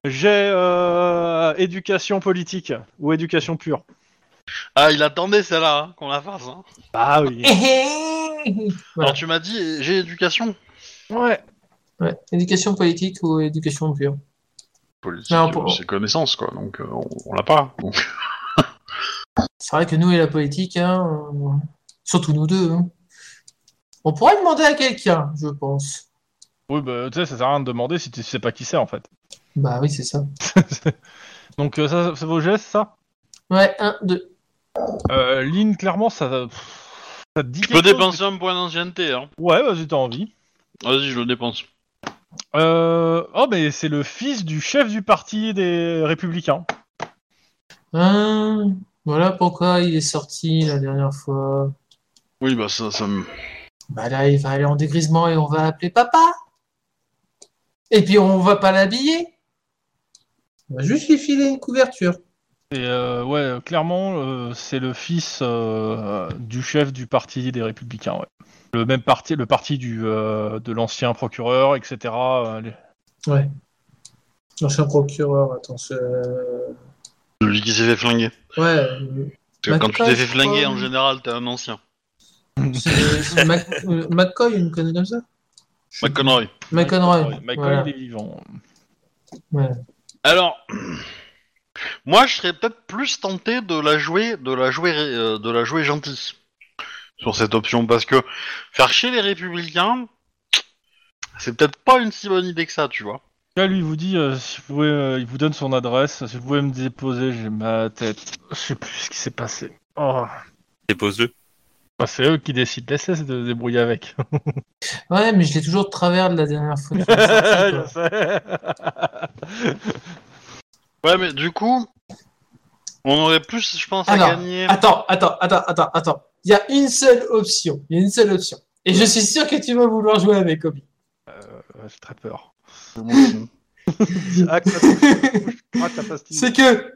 S1: j'ai euh, éducation politique ou éducation pure.
S2: Ah, il attendait celle-là hein, qu'on la fasse. Hein.
S1: Bah oui.
S5: Voilà.
S2: Alors tu m'as dit eh, j'ai éducation.
S1: ouais.
S5: Ouais. Éducation politique ou éducation pure
S2: Politique,
S5: Non, pour-
S2: euh, c'est connaissance quoi, donc euh, on, on l'a pas. Donc,
S5: C'est vrai que nous et la politique, hein, on- surtout nous deux, hein. on pourrait demander à quelqu'un, je pense.
S1: Oui, bah tu sais, ça sert à rien de demander si tu sais pas qui c'est en fait.
S5: Bah oui, c'est ça.
S1: Donc euh, ça, c'est vos gestes, ça
S5: Ouais, un, deux.
S1: euh, Lynn, clairement, ça, pff, ça te dit
S2: je peux
S1: quelque chose
S2: dépenser un point d'ancienneté. Hein.
S1: Ouais, vas-y, t'as envie.
S2: Vas-y, je le dépense.
S1: Euh... Oh, mais c'est le fils du chef du parti des Républicains.
S5: Un. Voilà pourquoi il est sorti la dernière fois.
S2: Oui, bah ça, ça me.
S5: Bah là, il va aller en dégrisement et on va appeler papa. Et puis on va pas l'habiller. On va juste lui filer une couverture.
S1: Et euh, ouais, euh, clairement, euh, c'est le fils euh, du chef du parti des Républicains. Ouais. Le même parti, le parti du, euh, de l'ancien procureur, etc. euh, les-
S5: L'ancien procureur, attends, c'est- euh,
S2: Celui qui s'est fait flinguer.
S5: Ouais, euh,
S2: Parce que quand tu t'es
S5: McCoy,
S2: fait flinguer, en
S5: euh,
S2: général, t'es un ancien.
S5: c'est c'est Mac- euh, McCoy, une connerie comme ça
S2: McConroy.
S5: McConroy.
S1: McCoy,
S5: voilà.
S1: il est vivant.
S2: Alors, moi, je serais peut-être plus tenté de la jouer, de la jouer, euh, de la jouer gentille sur cette option, parce que faire chier les républicains, c'est peut-être pas une si bonne idée que ça, tu vois.
S1: Là, lui, il vous dit, euh, si vous pouvez, euh, il vous donne son adresse. Si vous pouvez me déposer, j'ai ma tête. Je sais plus ce qui s'est passé. Oh.
S3: Dépose-le.
S1: Bah, c'est eux qui décident. Laissez de se débrouiller avec.
S5: Ouais, mais je l'ai toujours de travers de la dernière fois. qu'il est sorti, quoi.
S1: Je sais.
S2: Ouais, mais du coup, on aurait plus, je pense,
S5: Alors,
S2: à gagner.
S5: Attends, attends, attends, attends, attends. Il y a une seule option. Il y a une seule option. Et je suis sûr que tu vas vouloir jouer avec Obi.
S1: Euh, J'ai très peur.
S2: Moi,
S1: Ah, catastrophe.
S5: C'est que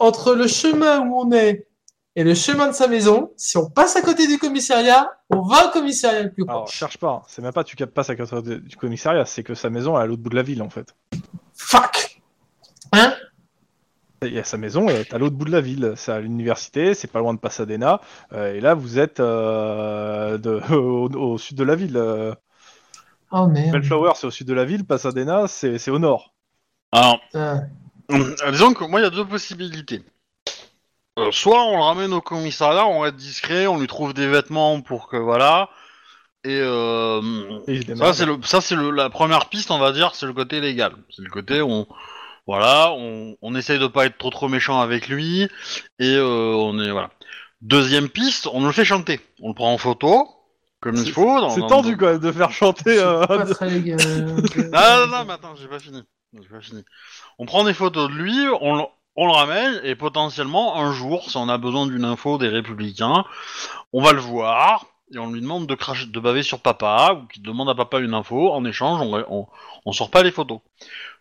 S5: entre le chemin où on est et le chemin de sa maison, si on passe à côté du commissariat, on va au commissariat le plus
S1: Alors,
S5: proche.
S1: cherche pas, hein. c'est même pas tu captes pas sa carte de- du commissariat, c'est que sa maison est à l'autre bout de la ville en fait.
S5: Fuck. Hein
S1: Il y a sa maison elle est à l'autre bout de la ville, c'est à l'université, c'est pas loin de Pasadena, euh, et là vous êtes euh, de- au, au sud de la ville. euh.
S5: Oh merde.
S1: Bellflower c'est au sud de la ville, Pasadena c'est c'est au nord.
S2: Alors,
S5: Euh,
S2: Euh, Disons que moi, il y a deux possibilités. Euh, soit on le ramène au commissariat, on reste discret, on lui trouve des vêtements pour que voilà. Et euh,
S1: Et il se
S2: ça
S1: démarre.
S2: c'est le, ça c'est le- la première piste, on va dire, c'est le côté légal. C'est le côté on voilà, on, on essaye de pas être trop trop méchant avec lui et euh, on est voilà. Deuxième piste, on le fait chanter, on le prend en photo comme il faut. dans-
S1: C'est
S2: dans-
S1: tendu quand même de faire chanter. euh,
S5: pas très légal. hein, euh.
S2: Ah, non, non, non, mais attends, j'ai pas fini. J'ai pas fini. On prend des photos de lui, on le, on le ramène, et potentiellement, un jour, si on a besoin d'une info des Républicains, on va le voir, et on lui demande de, cracher, de baver sur papa, ou qu'il demande à papa une info, en échange, on, on, on sort pas les photos.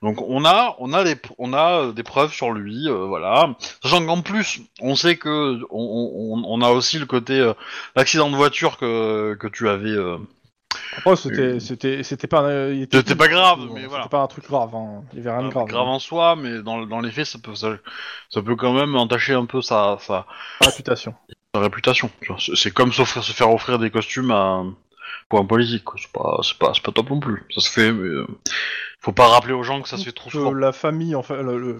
S2: Donc on a, on a, les, on a euh, des preuves sur lui, euh, voilà. Sachant qu'en plus, on sait que on, on, on a aussi le côté euh, l'accident de voiture que, que tu avais... euh,
S1: Oh, c'était c'était c'était pas un- euh, il était-
S2: C'était pas grave, mais
S1: c'était
S2: voilà.
S1: pas un truc grave, hein. il y avait rien de
S2: grave,
S1: grave.
S2: grave en soi, mais dans, dans les faits, ça peut, ça, ça peut quand même entacher un peu sa, sa,
S1: Sa réputation.
S2: sa réputation. tu vois. C'est- C'est comme s'offrir- se faire offrir des costumes à, pour un politique. quoi. C'est pas, c'est pas, c'est pas top non plus. Ça se fait, mais euh, faut pas rappeler aux gens que ça se fait trop souvent.
S1: que la famille, enfin, le, le- le-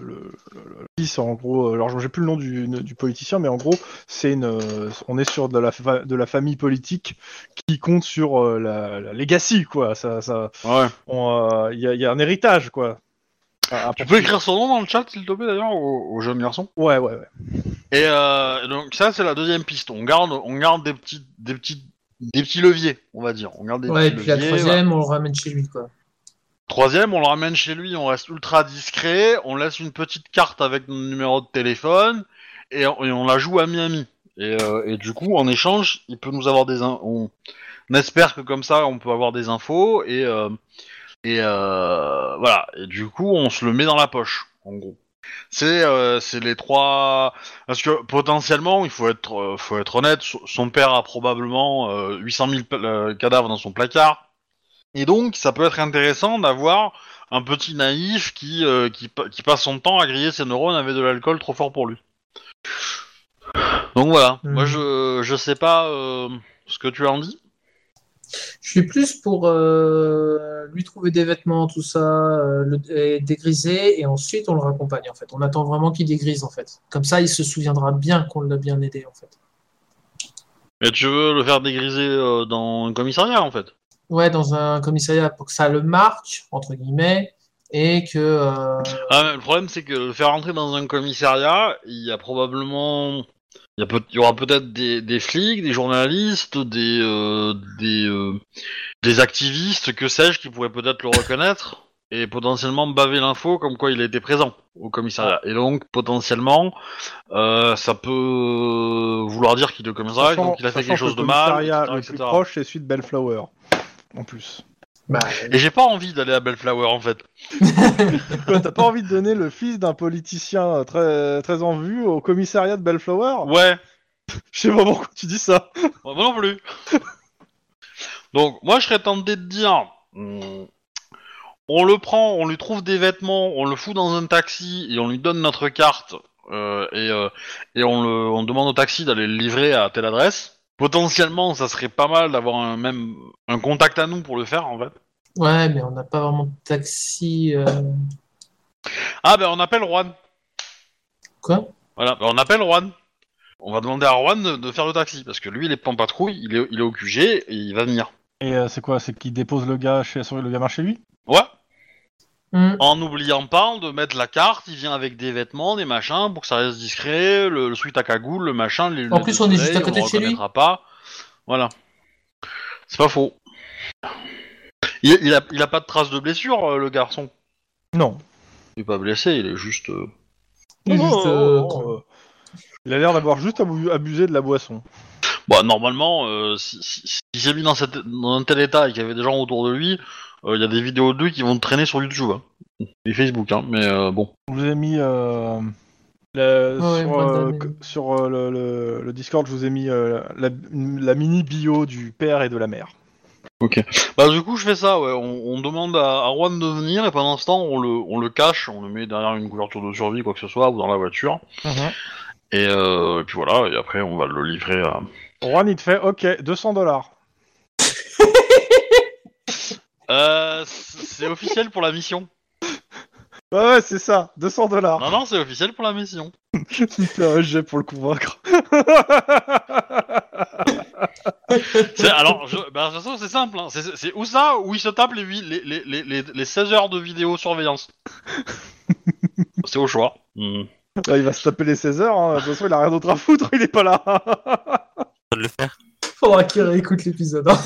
S1: le- le fils, en gros, euh, alors je- j'ai plus le nom du, du politicien, mais en gros, c'est une, euh, on est sur de la, fa- de la famille politique qui compte sur euh, la, la legacy, quoi. Ça, ça,
S2: Ouais.
S1: on, euh, il y, a- il y a un héritage, quoi. Ah,
S2: Tu peux écrire son nom dans le chat, s'il te plaît, d'ailleurs, au, au jeune garçon.
S1: Ouais, ouais, ouais.
S2: Et euh, donc ça, c'est la deuxième piste. On garde, on garde des petits, des petits, des petits leviers, on va dire. On garde des
S5: Ouais, et
S2: petits
S5: puis la
S2: leviers,
S5: troisième, on le ramène chez lui, quoi.
S2: Troisième, on le ramène chez lui, on reste ultra discret, on laisse une petite carte avec notre numéro de téléphone et on, et on la joue à Miami. Et, euh, et du coup, en échange, il peut nous avoir des. in- On, on espère que comme ça, on peut avoir des infos et euh, et euh, voilà. Et du coup, on se le met dans la poche, en gros. C'est euh, c'est les trois. Parce que potentiellement, il faut être euh, faut être honnête. so- Son père a probablement euh, 800 000 pla- euh, cadavres dans son placard. Et donc, ça peut être intéressant d'avoir un petit naïf qui, euh, qui, pa- qui passe son temps à griller ses neurones avec de l'alcool trop fort pour lui. Donc voilà,
S5: Mhm.
S2: moi je, je sais pas euh, ce que tu en dis.
S5: Je suis plus pour euh, lui trouver des vêtements, tout ça, euh, le, et dégriser, et ensuite on le raccompagne, en fait. On attend vraiment qu'il dégrise, en fait. Comme ça, il se souviendra bien qu'on l'a bien aidé, en fait.
S2: Mais tu veux le faire dégriser euh, dans un commissariat en fait
S5: Ouais, dans un commissariat pour que ça le marque, entre guillemets, et que. euh,
S2: Ah, mais le problème, c'est que le faire entrer dans un commissariat, il y a probablement. Il y, a peut- il y aura peut-être des, des flics, des journalistes, des, euh, des, euh, des activistes, que sais-je, qui pourraient peut-être le reconnaître et potentiellement baver l'info comme quoi il était présent au commissariat. Et donc, potentiellement, euh, ça peut vouloir dire qu'il est au commissariat,
S1: Sachant-
S2: donc il a fait
S1: sachant
S2: quelque
S1: que
S2: chose
S1: le
S2: de mal,
S1: commissariat
S2: etc.,
S1: Le
S2: etc.
S1: plus proche, c'est celui de Bellflower. En plus.
S5: bah,
S2: Et j'ai pas envie d'aller à Bellflower, en fait.
S1: Quoi, T'as pas envie de donner le fils d'un politicien euh, très, très en vue au commissariat de Bellflower
S2: Ouais.
S1: Je sais pas pourquoi tu dis ça.
S2: Moi moi non plus. Donc, moi, je serais tenté de dire, hmm, on le prend, on lui trouve des vêtements, on le fout dans un taxi et on lui donne notre carte euh, et, euh, et on, le, on demande au taxi d'aller le livrer à telle adresse. Potentiellement, ça serait pas mal d'avoir un même un contact à nous pour le faire, en fait.
S5: ouais, mais on n'a pas vraiment de taxi. euh,
S2: Ah ben, on appelle Juan.
S5: Quoi
S2: Voilà, ben, on appelle Juan. On va demander à Juan de, de faire le taxi parce que lui, il est pas en patrouille, il est, il est au QG et il va venir.
S1: Et euh, c'est quoi C'est qu'il dépose le gars chez, sur le gamin chez lui
S2: Ouais.
S5: Hmm.
S2: En n'oubliant pas de mettre la carte, il vient avec des vêtements, des machins, pour que ça reste discret, le, le sweat à cagoule, le machin, les
S5: En
S2: lunettes
S5: plus,
S2: de
S5: on est
S2: soleil,
S5: juste à côté
S2: on
S5: de chez lui.
S2: reconnaîtra pas. Voilà. C'est pas faux. Il, il a, il a pas de traces de blessure, euh, le garçon.
S1: Non.
S2: Il est pas blessé, il est juste... euh,
S5: Il est
S1: Non,
S5: juste,
S1: non,
S5: euh,
S1: non,
S5: trop-
S1: euh, il a l'air d'avoir juste abu- abusé de la boisson.
S2: Bah, normalement, euh, si- si- s'il s'est mis dans, cet- dans un tel état et qu'il y avait des gens autour de lui, euh, il y a des vidéos de lui qui vont traîner sur YouTube. hein. Et Facebook, hein, mais euh, bon.
S1: Je vous ai mis euh, le-
S5: Ouais,
S1: sur,
S5: moi,
S1: euh,
S5: t'as-
S1: que- sur, euh, le, le- le Discord, je vous ai mis euh, la, la mini bio du père et de la mère.
S2: Bah du coup je fais ça, ouais. On, on demande à, à Juan de venir et pendant ce temps on le, on le cache, on le met derrière une couverture de survie, quoi que ce soit, ou dans la voiture. Et, euh, et puis voilà, et après on va le livrer à...
S1: Juan, il te fait OK, 200 dollars.
S2: Euh, c- c'est officiel pour la mission.
S1: Ouais, ouais, c'est ça, 200 dollars.
S2: Non, non, c'est officiel pour la mission.
S1: Je me fais un jet pour le convaincre.
S2: C'est- Alors, je, bah, de toute façon c'est simple, hein. c'est c'est ou ça, ou il se tape les, huit- les, les, les, les, les 16 heures de vidéosurveillance. c'est au choix. Hmm.
S1: Là, il va se taper les 16 heures, hein. de toute façon, il a rien d'autre à foutre, il est pas là.
S3: de le faire.
S5: Faudra qu'il réécoute l'épisode. hein.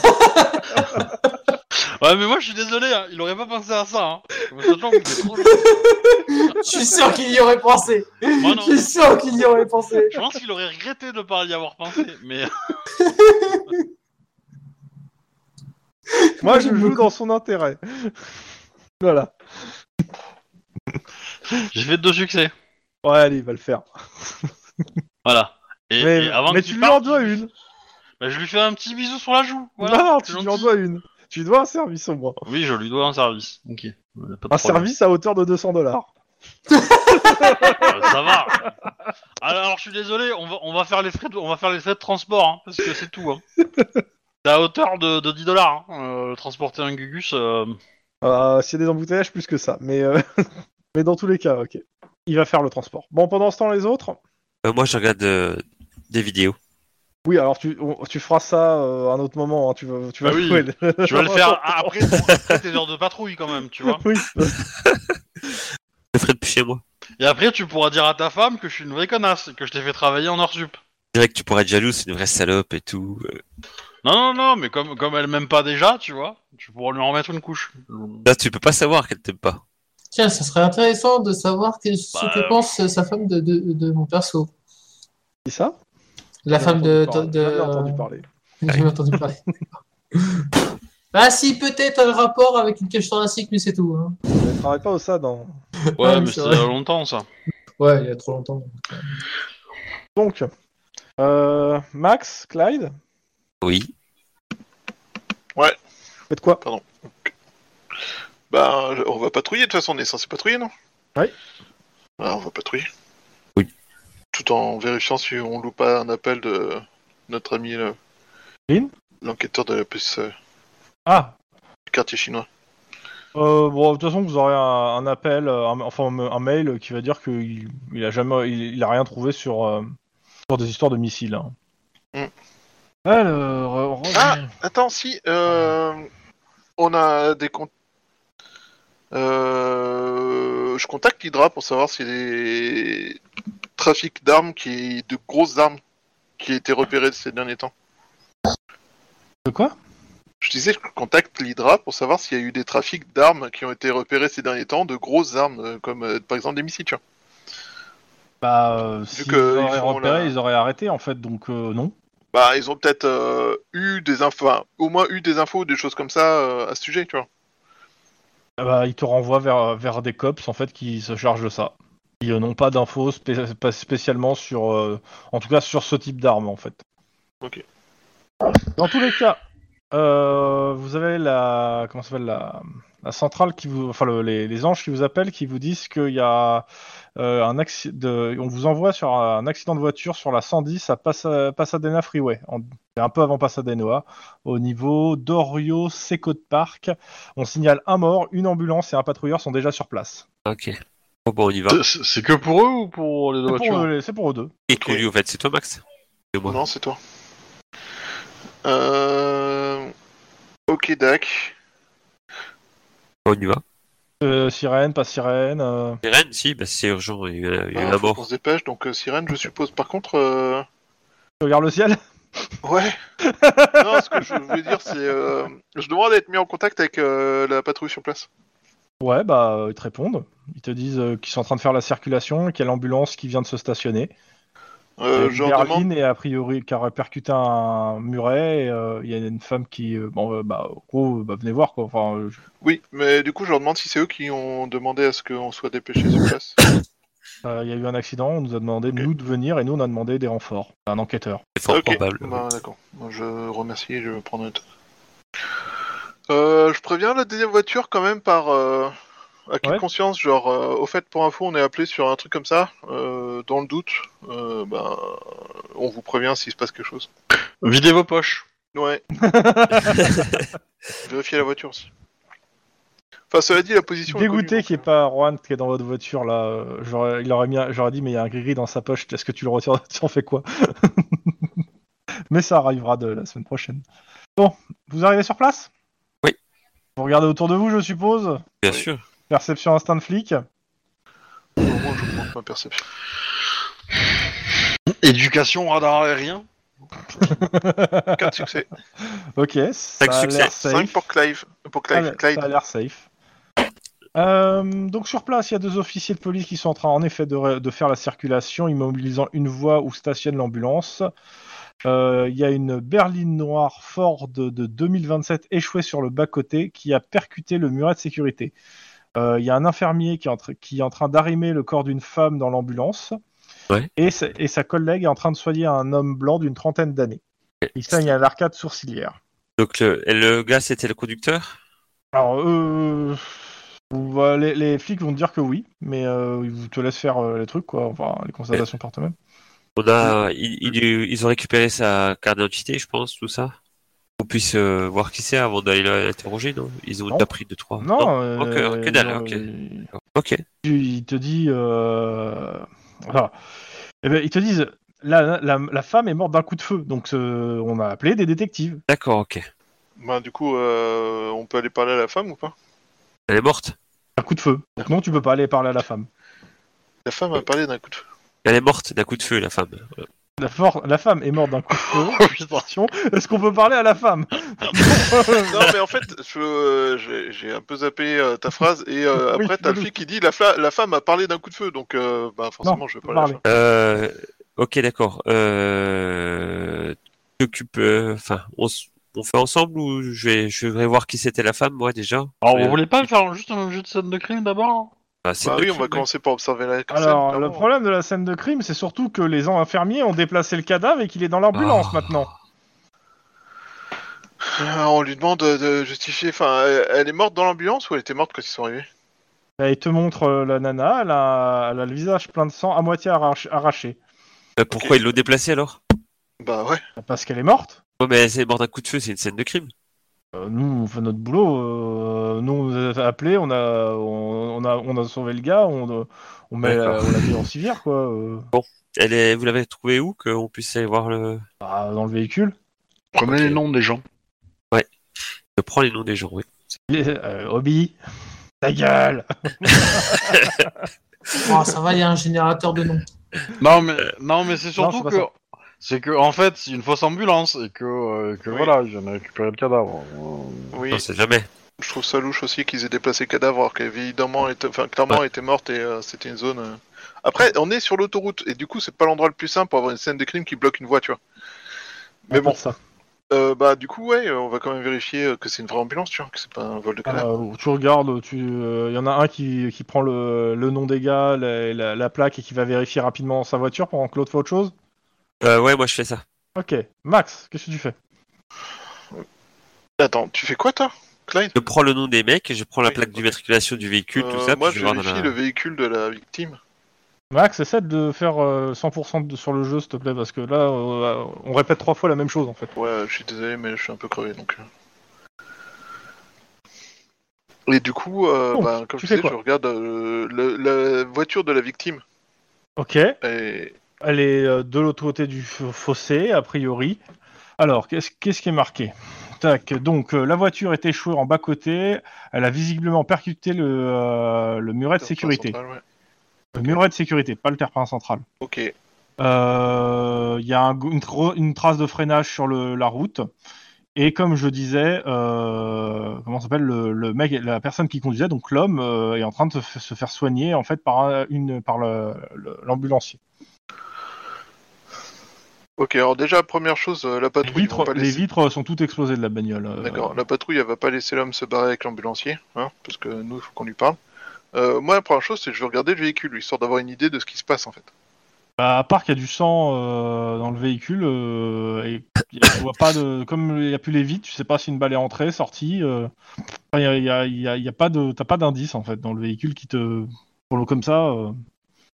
S2: Ouais mais moi je suis désolé, hein, il aurait pas pensé à ça. Hein. Sachant que c'est trop-
S5: Je suis sûr qu'il y aurait pensé.
S2: Moi, non.
S5: Je suis sûr qu'il y aurait pensé.
S2: Je pense qu'il aurait regretté de ne pas y avoir pensé, mais... euh,
S1: Moi, je joue dans son intérêt. Voilà.
S2: J'ai fait deux succès.
S1: Ouais, allez, il va le faire.
S2: Voilà. Et,
S1: mais
S2: et avant
S1: mais
S2: que
S1: tu
S2: tu
S1: lui
S2: partes,
S1: en dois une.
S2: bah, je lui fais un petit bisou sur la joue. Voilà.
S1: non, non,
S2: c'est
S1: tu lui en
S2: gentil.
S1: dois une. Tu lui dois un service au moins.
S2: Oui, je lui dois un service. Ok. Euh, Pas de
S1: Un
S2: problème.
S1: service à hauteur de 200 dollars.
S2: Euh, ça va. Alors, alors, je suis désolé, on va, on va faire les frais de, on va faire les frais de transport, hein, parce que c'est tout. Hein. C'est à hauteur de, de 10 dollars, hein. transporter un Gugus. euh,
S1: Euh, S'il y a des embouteillages, plus que ça. Mais, euh, mais dans tous les cas, ok. Il va faire le transport. Bon, pendant ce temps, les autres
S3: Euh, moi, je regarde euh, des vidéos.
S1: Oui, alors tu, on- tu feras ça euh, à un autre moment. hein, Tu vas, tu vas
S2: Ah oui,
S1: trouver le-
S2: Tu vas le faire ah, après, après tes heures de patrouille quand même, tu vois.
S1: Oui.
S3: Je le ferai depuis chez moi.
S2: Et après, tu pourras dire à ta femme que je suis une vraie connasse, et que je t'ai fait travailler en heures sup.
S3: Je dirais que tu pourrais être jaloux, c'est une vraie salope et tout. Euh,
S2: Non, non, non, mais comme, comme elle m'aime pas déjà, tu vois, tu pourras lui en remettre une couche.
S3: Là, tu peux pas savoir qu'elle t'aime pas.
S5: Tiens, ça serait intéressant de savoir que- ce
S2: Bah,
S5: que
S2: euh,
S5: pense euh, sa femme de, de, de mon perso.
S1: Dis ça
S5: La femme
S1: J'ai
S5: de.
S1: entendu
S5: de,
S1: parler, j'en ai entendu
S5: euh,
S1: parler.
S5: J'ai entendu parler. Ah si, peut-être un rapport avec une cage thoracique, mais c'est tout. hein.
S1: Je travaille pas au SAD. hein.
S2: Ouais,
S5: Ah oui,
S2: mais
S5: c'est
S2: c'était
S5: vrai.
S2: il y a longtemps ça.
S5: Ouais, il y a trop longtemps.
S1: Donc, euh, Max, Clyde,
S3: Oui.
S1: faites quoi
S4: Bah, on va patrouiller de toute façon, on est censé patrouiller, non
S1: Oui.
S4: Ah, on va patrouiller.
S3: Oui.
S4: Tout en vérifiant si on loupe pas un appel de notre ami le-
S1: Lynn
S4: l'enquêteur de la police euh,
S1: Ah,
S4: du quartier chinois.
S1: Euh, bon, de toute façon, vous aurez un, un appel, euh, un- enfin un un mail qui va dire qu'il il a jamais, il, il a rien trouvé sur, euh, sur des histoires de missiles. hein.
S4: Mm.
S1: Alors, euh, re-
S4: Ah Attends, si, euh, on a des comptes. Euh, je contacte l'Hydra pour savoir s'il y a des trafics d'armes, qui... de grosses armes qui étaient repérées ces derniers temps.
S1: de quoi
S4: Je disais, je contacte l'Hydra pour savoir s'il y a eu des trafics d'armes qui ont été repérés ces derniers temps, de grosses armes, euh, comme euh, par exemple des missiles, tu vois.
S1: Bah, euh, s'ils
S4: que ils
S1: auraient
S4: font
S1: repéré,
S4: la-
S1: ils auraient arrêté en fait, donc euh, non.
S4: Bah, ils ont peut-être euh, eu des infos, enfin, au moins eu des infos, des choses comme ça euh, à ce sujet, tu vois.
S1: Ah Bah, ils te renvoient vers, vers des cops en fait qui se chargent de ça. Ils euh, n'ont pas d'infos spé- pas spécialement sur, euh, en tout cas sur ce type d'arme en fait.
S4: Ok.
S1: Dans tous les cas, euh, vous avez la comment ça s'appelle la, la centrale qui vous, enfin le- les, les anges qui vous appellent qui vous disent qu'il y a euh, un accident, on vous envoie sur un accident de voiture sur la 110 à Pasa- Pasadena Freeway, en- c'est un peu avant Pasadena, au niveau d'Orio Seco de Park. On signale un mort, une ambulance et un patrouilleur sont déjà sur place.
S3: Ok. Bon, bon, on y va.
S2: C'est c'est que pour eux ou pour les deux
S1: C'est pour,
S2: voitures
S1: eux- c'est pour eux deux.
S3: Et qu'on lui, en fait, c'est toi, Max C'est moi.
S4: Non, c'est toi. Euh... Ok, Dak.
S3: On y va.
S1: Euh, sirène, pas sirène. euh,
S3: Irène, si, bah, c'est urgent. Il y a eu- il y a eu
S4: Ah,
S3: un
S4: faut
S3: mort.
S4: qu'on se dépêche, donc euh, sirène, je suppose. Par contre, euh,
S1: tu regardes le ciel
S4: ouais. non, ce que je voulais dire, c'est, euh, je demande d'être mis en contact avec euh, la patrouille sur place.
S1: Ouais, bah euh, ils te répondent. Ils te disent euh, qu'ils sont en train de faire la circulation, qu'il y a l'ambulance qui vient de se stationner.
S4: Euh,
S1: Il y
S4: je
S1: a une
S4: leur demande.
S1: berline et a priori qui a percuté un muret. et, euh, Il y a une femme qui, euh, bon, euh, bah, en gros, bah, venez voir quoi. Enfin, euh, je-
S4: Oui, mais du coup, je leur demande si c'est eux qui ont demandé à ce qu'on soit dépêché sur place.
S1: euh, il y a eu un accident. On nous a demandé
S4: Ok.
S1: nous de venir et nous on a demandé des renforts. Un enquêteur.
S3: C'est fort
S4: Ok.
S3: probable.
S4: Bah, d'accord. Moi, Je remercie, je vais prendre note. Euh, je préviens la deuxième voiture quand même par euh, à quelle
S1: Ouais.
S4: conscience, genre euh, au fait pour info on est appelé sur un truc comme ça, euh, dans le doute, euh, ben, on vous prévient s'il se passe quelque chose.
S2: Videz vos poches.
S4: Ouais. Vérifiez la voiture aussi. Enfin cela dit la position. est
S1: Dégoûté
S4: connue,
S1: qu'il n'y ait
S4: donc,
S1: pas
S4: euh.
S1: Juan qui est dans votre voiture là. euh, J'aurais, il aurait mis, un- j'aurais dit mais il y a un gris dans sa poche. Est-ce que tu le retires Tu en fais quoi Mais ça arrivera de la semaine prochaine. Bon, vous arrivez sur place
S3: Oui.
S1: Vous regardez autour de vous, je suppose.
S3: Bien
S4: Oui.
S3: sûr.
S1: Perception instinct de flic.
S4: euh, au moins, j'augmente ma perception.
S2: Éducation, radar aérien.
S4: 4 succès.
S1: Ok. Ça a
S3: succès,
S1: l'air safe.
S4: 5 pour Clive. Pour
S1: Ça a
S4: Clive.
S1: l'air-
S4: Clyde.
S1: Ah, ça a l'air safe. Euh, donc sur place, il y a deux officiers de police qui sont en train en effet de, re- de faire la circulation, immobilisant une voie où stationne l'ambulance. Euh, il y a une berline noire Ford de 2027 échouée sur le bas-côté qui a percuté le muret de sécurité. Euh, Il y a un infirmier qui est en, tra- qui est en train d'arrimer le corps d'une femme dans l'ambulance.
S3: Ouais.
S1: Et, sa- et sa collègue est en train de soigner un homme blanc d'une trentaine d'années. Il saigne à l'arcade sourcilière.
S3: Donc, le, et le gars, c'était le conducteur
S1: Alors, euh, Ou, bah, les, les flics vont te dire que oui, mais euh, ils te laissent faire euh, les trucs, quoi, enfin, les
S3: Eh,
S1: constatations par toi-même.
S3: On a, ils, ils- ils ont récupéré sa carte d'identité, je pense, tout ça. Qu'on puisse euh, voir qui c'est avant d'aller l'interroger, non Ils ont
S1: Non.
S3: t'as pris deux trois.
S1: Non, euh,
S3: que- que dalle,
S1: non,
S3: oh, ok.
S1: euh,
S3: Ok.
S1: il il te dit. euh, enfin, eh ben, ils te disent la, la, la femme est morte d'un coup de feu, donc euh, on a appelé des détectives.
S3: D'accord, ok.
S4: Ben, du coup, euh, on peut aller parler à la femme ou pas
S3: Elle est morte.
S1: Un coup de feu. Donc non, tu peux pas aller parler à la femme.
S4: La femme a parlé d'un coup de feu.
S3: Elle est morte d'un coup de feu, la femme.
S1: La, for- la femme est morte d'un coup de feu.
S2: Oh, putain.
S1: Attention, Est-ce qu'on peut parler à la femme
S4: Non, mais en fait, je, euh, j'ai- j'ai un peu zappé euh, ta phrase et euh,
S1: Oui,
S4: après,
S1: je
S4: t'as
S1: me
S4: le
S1: doute.
S4: flic qui dit la, fla- la femme a parlé d'un coup de feu, donc euh, bah, forcément, je vais pas la
S1: parler.
S4: faire.
S3: Euh, ok, d'accord. Euh, t'occupes, euh, enfin, on, s- on fait ensemble ou je vais, je vais voir qui c'était la femme, moi déjà.
S2: Alors,
S3: Euh,
S2: vous voulez pas faire juste un jeu de scène de crime d'abord hein
S3: Ah, c'est
S4: Bah
S3: le
S4: oui, on
S3: crime,
S4: va commencer par observer la scène,
S1: Alors, le
S4: clairement.
S1: problème de la scène de crime, c'est surtout que les infirmiers ont déplacé le cadavre et qu'il est dans l'ambulance
S3: Ah.
S1: maintenant.
S4: Euh, on lui demande de justifier. Enfin, elle- elle est morte dans l'ambulance ou elle était morte quand ils sont arrivés
S1: Là, il te montre euh, la nana, elle a, elle a le visage plein de sang, à moitié arrach- arraché.
S3: Euh, pourquoi ils l'ont déplacée alors
S4: Bah ouais.
S1: Parce qu'elle est morte.
S3: Ouais, mais elle est morte d'un coup de feu, c'est une scène de crime.
S1: Euh, nous, on fait notre boulot. euh, nous, on nous a appelé, on a, on, on a, on a sauvé le gars, on, euh, on met,
S3: D'accord.
S1: on l'a mis en civière, quoi, euh,
S3: Elle est, vous l'avez trouvée où qu'on puisse aller voir le.
S1: bah, dans le véhicule.
S2: Prenez
S3: Ok.
S2: les noms des gens.
S3: Je prends les noms des gens, oui.
S1: Euh, Obi, ta gueule.
S5: Oh, ça va, il y a un générateur de noms.
S2: Non mais non mais c'est surtout
S1: c'est pas
S2: que
S1: ça.
S2: c'est que en fait c'est une fausse ambulance et que, euh, que
S4: Oui.
S2: voilà ils viennent récupérer le cadavre. Euh,
S4: Oui.
S3: Non, c'est jamais.
S4: Je trouve ça louche aussi qu'ils aient déplacé le cadavre alors qu'elle évidemment était, enfin, clairement elle était morte et euh, c'était une zone. euh. Après, on est sur l'autoroute et du coup, c'est pas l'endroit le plus simple pour avoir une scène de crime qui bloque une voiture. Mais
S1: Un peu
S4: bon,
S1: de ça.
S4: euh, bah du coup, ouais, euh, on va quand même vérifier euh, que c'est une vraie ambulance, tu vois, que c'est pas un vol de cadavre.
S1: Euh, tu regardes, tu, il y en a un qui, qui prend le, le nom des gars, la, la- la plaque et qui va vérifier rapidement sa voiture pendant que l'autre fait autre chose.
S3: Euh, ouais, moi je fais ça.
S1: Ok, Max, qu'est-ce que tu fais Ah
S4: Attends, tu fais quoi toi, Clyde
S3: Je prends le nom des mecs, je prends la
S4: Oui,
S3: plaque
S4: ok.
S3: d'immatriculation du véhicule, tout
S4: Euh,
S3: ça.
S4: Moi,
S3: puis
S4: je
S3: je vais voir
S4: vérifie
S3: dans la-
S4: le véhicule de la victime.
S1: Max, essaie de faire euh, 100% de- sur le jeu, s'il te plaît, parce que là, euh, on répète trois fois la même chose en fait.
S4: Ouais, je suis désolé, mais je suis un peu crevé donc. euh. Et du coup, euh,
S1: Bon,
S4: bah, comme
S1: tu
S4: je
S1: fais
S4: disais,
S1: quoi
S4: je regarde euh, le- la voiture de la victime.
S1: Ok,
S4: Et
S1: elle est euh, de l'autre côté du f- fossé, a priori. Alors, qu'est-ce qu'est-ce qui est marqué Tac, donc euh, la voiture est échouée en bas-côté, elle a visiblement percuté le, euh, le muret de sécurité.
S4: Central, ouais.
S1: Le muret de sécurité, pas le terre-plein central.
S4: Ok.
S1: Euh, Il y a un go- une, tro- une trace de freinage sur le- la route. Et comme je disais, euh, comment ça s'appelle le, le mec, la personne qui conduisait, donc l'homme, euh, est en train de se, f- se faire soigner en fait par un- une par le- le- l'ambulancier.
S4: Ok, alors déjà, première chose, euh, la
S1: Les
S4: patrouille. ils vont
S1: vitres,
S4: pas
S1: les
S4: laisser-
S1: vitres sont toutes explosées de la bagnole. euh,
S4: D'accord, la patrouille, elle va pas laisser l'homme se barrer avec l'ambulancier, hein, parce que nous, il faut qu'on lui parle. Euh, moi, la première chose, c'est que je vais regarder le véhicule, histoire d'avoir une idée de ce qui se passe en fait.
S1: Bah, à part qu'il y a du sang euh, dans le véhicule, euh, et y a- tu vois pas de, comme il n'y a plus les vitres, tu sais pas si une balle est entrée, sortie. euh, Il y a, il y a- il y a- il y a pas de, t'as pas d'indice en fait dans le véhicule qui te, pour le comme ça. euh,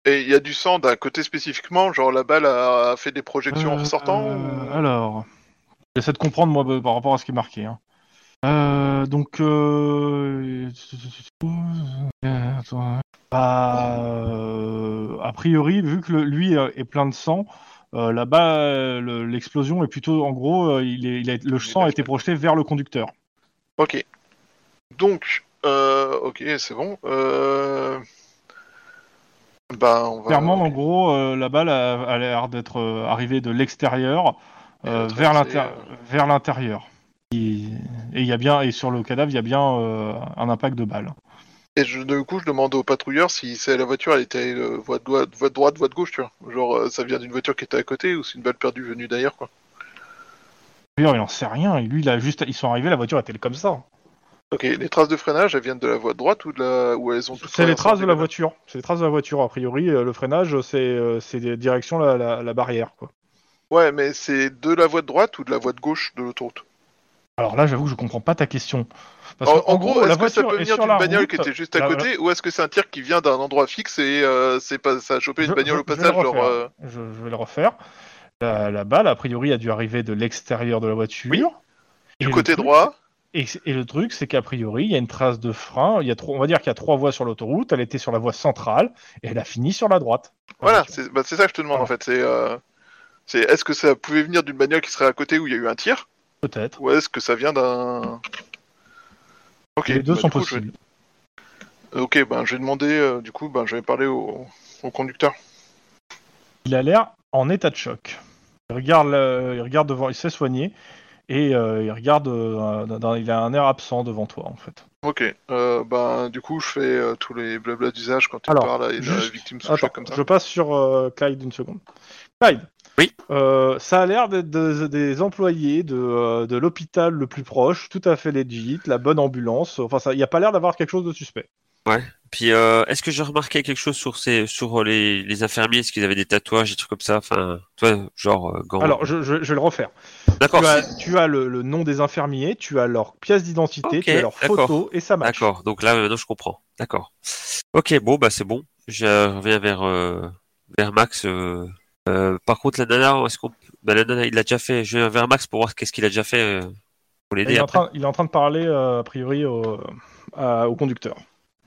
S4: Et il y a du sang d'un côté spécifiquement, genre la balle a, a fait des projections en
S1: Euh,
S4: ressortant
S1: euh,
S4: ou-
S1: Alors, j'essaie de comprendre moi par rapport à ce qui est marqué. hein. Euh, donc, euh... euh, attends, bah, euh, a priori, vu que le- lui euh, est plein de sang, euh, là-bas, euh, le- l'explosion est plutôt, en gros, euh, il est- il est- le
S4: Il
S1: sang a été
S4: explosé.
S1: projeté vers le conducteur.
S4: Ok. Donc, euh, ok, c'est bon. Euh... Bah, on va.
S1: Clairement, en gros, euh, la balle a, a l'air d'être euh, arrivée de l'extérieur
S4: Et
S1: euh,
S4: la
S1: vers
S4: traversée,
S1: l'inter- vers l'intérieur. Et et il y a bien et sur le cadavre, il y a bien euh, un impact de balle.
S4: Et je, du coup, je demande au patrouilleur si c'est la voiture, elle était euh, voie, de goi- voie de droite, voie de gauche, tu vois. Genre, euh, ça vient d'une voiture qui était à côté ou c'est une balle perdue venue d'ailleurs, quoi.
S1: D'ailleurs, il en sait rien. Et lui, il a juste, ils sont arrivés, la voiture était comme ça.
S4: Ok, les traces de freinage, elles viennent de la voie de droite ou de la. Ou elles ont toutes
S1: C'est les
S4: traversé
S1: traces de la
S4: diagonale
S1: voiture. C'est les traces de la voiture. A priori, euh, le freinage, c'est euh, c'est des- direction la, la- la barrière. Quoi.
S4: Ouais, mais c'est de la voie de droite ou de la voie de gauche de l'autoroute
S1: Alors là, j'avoue que je comprends pas ta question. Parce
S4: En,
S1: que,
S4: en gros,
S1: la
S4: est-ce que ça
S1: voiture
S4: peut
S1: est
S4: venir
S1: sur
S4: d'une
S1: la
S4: bagnole
S1: route.
S4: qui était juste à
S1: la-
S4: côté ou est-ce que c'est un tir qui vient d'un endroit fixe et euh, c'est pas ça a chopé une
S1: Je-
S4: bagnole
S1: je-
S4: au
S1: je vais
S4: passage
S1: le refaire.
S4: genre, euh,
S1: Je, je vais le refaire. La, la balle, a priori, a dû arriver de l'extérieur de la voiture.
S4: Oui.
S1: Et
S4: du
S1: le
S4: côté
S1: truc-
S4: droit
S1: Et, et le truc, c'est qu'a priori, il y a une trace de frein. Il y a trois, on va dire qu'il y a trois voies sur l'autoroute. Elle était sur la voie centrale et elle a fini sur la droite.
S4: Voilà, c'est bah, c'est ça que je te demande
S1: Voilà.
S4: en fait. C'est euh, c'est est-ce que ça pouvait venir d'une bagnole qui serait à côté où il y a eu un tir
S1: Peut-être.
S4: ou est-ce que ça vient d'un. Ok,
S1: les deux
S4: bah,
S1: sont
S4: du coup, je vais-
S1: possibles.
S4: Ok, ben je vais demander, euh, du coup, ben je vais parler au, au conducteur.
S1: Il a l'air en état de choc. Il regarde, le- il regarde devant, il s'est soigné et euh, il regarde. euh, dans- dans- il a un air absent devant toi, en fait.
S4: Ok, euh, ben du coup, je fais euh, tous les blabla d'usage quand il
S1: Alors,
S4: parle à une euh,
S1: juste-
S4: victime sous
S1: Attends,
S4: choc comme ça.
S1: je passe sur euh, Clyde une seconde. Clyde.
S3: Oui.
S1: Euh, ça a l'air d'être de- des employés de, euh, de l'hôpital le plus proche, tout à fait legit, la bonne ambulance. Enfin, ça- il n'y a pas l'air d'avoir quelque chose de suspect.
S3: Puis, euh, est-ce que j'ai remarqué quelque chose sur ces, sur euh, les, les infirmiers, est-ce qu'ils avaient des tatouages, des trucs comme ça, enfin, toi, genre euh, gants.
S1: Alors, je, je- je vais le refaire.
S3: d'accord,
S1: Tu as,
S3: c'est-
S1: tu as le, le nom des infirmiers, tu as leur pièce d'identité,
S3: Ok,
S1: tu as leur
S3: d'accord.
S1: photo et ça match.
S3: d'accord. Donc là maintenant je comprends. D'accord. Ok, bon bah c'est bon. Je reviens vers euh, vers Max. euh, euh, par contre la nana, est-ce qu'on, bah, la nana il l'a déjà fait. Je vais vers Max pour voir qu'est-ce qu'il a déjà fait euh, pour
S1: Et Il
S3: l'aider.
S1: est, en
S3: après.
S1: train, il est en train de parler, euh, a priori, au, à- au conducteur.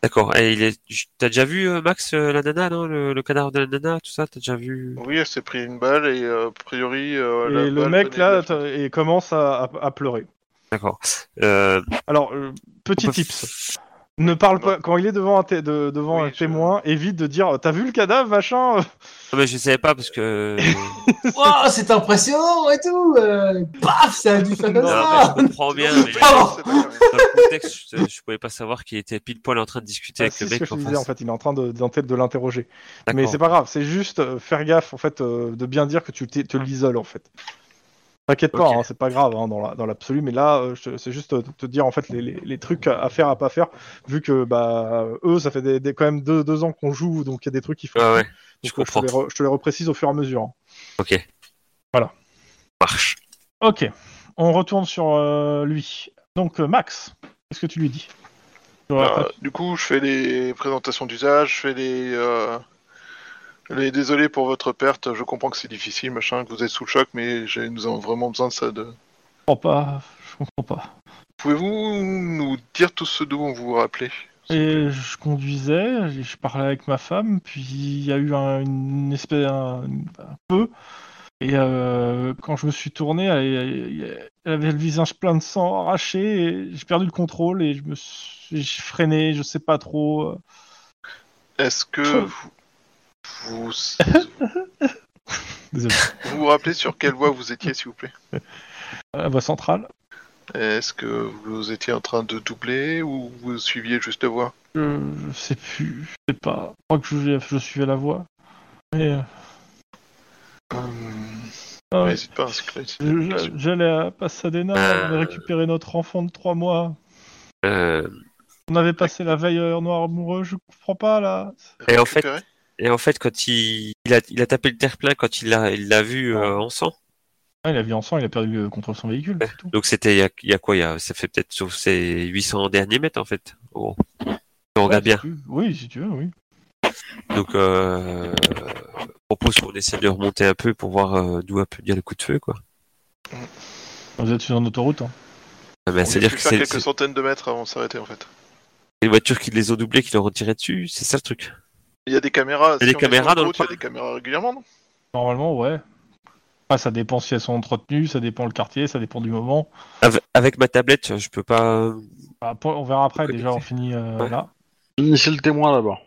S3: D'accord. Et il est, t'as déjà vu euh, Max euh, la nana, non le, le cadavre de la nana, tout ça, t'as déjà vu.
S4: Oui, elle s'est pris une balle et euh, a priori. euh, la
S1: et le
S4: balle
S1: mec,
S4: venait
S1: là,
S4: de la-
S1: t- il commence à, à- à pleurer.
S3: D'accord. Euh,
S1: Alors, euh, petit
S3: on peut-
S1: tips. Ne parle
S4: Non.
S1: pas quand il est devant un, té- de- devant
S4: Oui,
S1: un
S4: je-
S1: témoin, évite de dire t'as vu le cadavre machin.
S3: Non, mais je savais pas parce que. euh,
S5: Wow, Oh, c'est impressionnant et tout. euh, paf, ça a dû faire
S3: non,
S5: comme
S3: mais
S5: ça.
S3: je comprends Oh, bien.
S4: Non,
S3: Mais...
S5: Pardon.
S4: c'est pas grave.
S3: dans le contexte, je, je pouvais pas savoir qu'il était pile poil en train de discuter
S1: Ah,
S3: avec
S1: c'est
S3: le
S1: ce que
S3: mec
S1: je
S3: en
S1: te disais en
S3: face.
S1: fait, il est en train de de, de l'interroger. Mais
S3: D'accord.
S1: c'est pas grave, c'est juste euh, faire gaffe en fait euh, de bien dire que tu t'es- te l'isoles en fait. T'inquiète pas,
S3: Ok.
S1: hein, c'est pas grave hein, dans la- dans l'absolu, mais là euh, je te- c'est juste euh, te dire en fait les, les- les trucs à à faire à pas faire, vu que bah eux ça fait des, des- quand même deux, deux ans qu'on joue, donc il y a des trucs qu'il faut.
S3: Ouais, ouais, je
S1: Donc, euh,
S3: comprends.
S1: Je te, les re- je te les reprécise au fur et à mesure. hein.
S3: Ok.
S1: Voilà.
S3: Marche.
S1: Ok, on retourne sur euh, lui. Donc euh, Max, qu'est-ce que tu lui dis Sur la
S4: Euh, du coup, je fais les présentations d'usage, je fais les, euh, les désolé pour votre perte. Je comprends que c'est difficile, machin, que vous êtes sous le choc, mais j'ai- nous avons vraiment besoin de ça. De...
S1: Je comprends pas. Je comprends pas.
S4: Pouvez-vous nous dire tout ce dont vous vous rappelez s'il vous plaît
S1: Et je conduisais, et je parlais avec ma femme, puis il y a eu un, une espèce un, un peu. Et euh, quand je me suis tourné, elle, elle avait le visage plein de sang arraché. et J'ai perdu le contrôle et je me suis j'ai freiné, je sais pas trop. euh,
S4: Est-ce que vous vous,
S1: Désolé.
S4: vous vous rappelez sur quelle voie vous étiez, s'il vous plaît
S1: À La voie centrale.
S4: Est-ce que vous étiez en train de doubler ou vous suiviez juste la voie
S1: Je, Euh, je sais plus, je sais pas. Je crois que je, je suivais la voie. Mais euh,
S4: Hum,
S1: ah ouais.
S4: N'hésite pas, c'est clair.
S1: Je- J'allais à Pasadena,
S3: Euh.
S1: on avait récupéré notre enfant de trois mois.
S3: Euh,
S1: On avait passé la veille euh, noir amoureux, je comprends pas là.
S3: et en fait,
S4: Récupéré
S3: et en fait, quand il, il a, il a tapé le terre-plein quand il l'a, il l'a vu euh, en sang.
S1: Ah, il a vu en sang, il a perdu le contrôle de son véhicule, c'est tout.
S3: Donc c'était il y a, il y a quoi, il y a, ça fait peut-être sur ces 800 derniers mètres en fait. Bon, on
S1: Ouais,
S3: regarde
S1: si
S3: bien.
S1: tu veux. Oui, si tu veux, oui.
S3: Donc euh, je propose qu'on essaie de remonter un peu pour voir euh, d'où a pu venir le coup de feu quoi.
S1: Vous êtes sur une autoroute. hein.
S3: Ah, mais
S4: On a
S3: c'est-à-dire
S4: dû
S3: que
S4: faire
S3: c'est,
S4: quelques centaines de mètres avant de s'arrêter, en fait.
S3: c'est une voiture qui les ont doublés, qui leur ont tiré dessus, c'est ça le truc.
S4: Il y a des caméras.
S3: Il y a
S4: si on
S3: des
S4: est sur
S3: caméras dans le
S4: l'autoroute, Il y a
S3: coin
S4: des caméras régulièrement, non
S1: Normalement, ouais. Ah, ça dépend si elles sont entretenues, ça dépend le quartier, ça dépend du moment.
S3: Ave- Avec ma tablette, je peux pas.
S1: Ah, pour- on verra après,
S3: Ouais,
S1: déjà, on
S3: écoutez.
S1: finit euh,
S3: Ouais.
S1: là.
S2: C'est le témoin d'abord.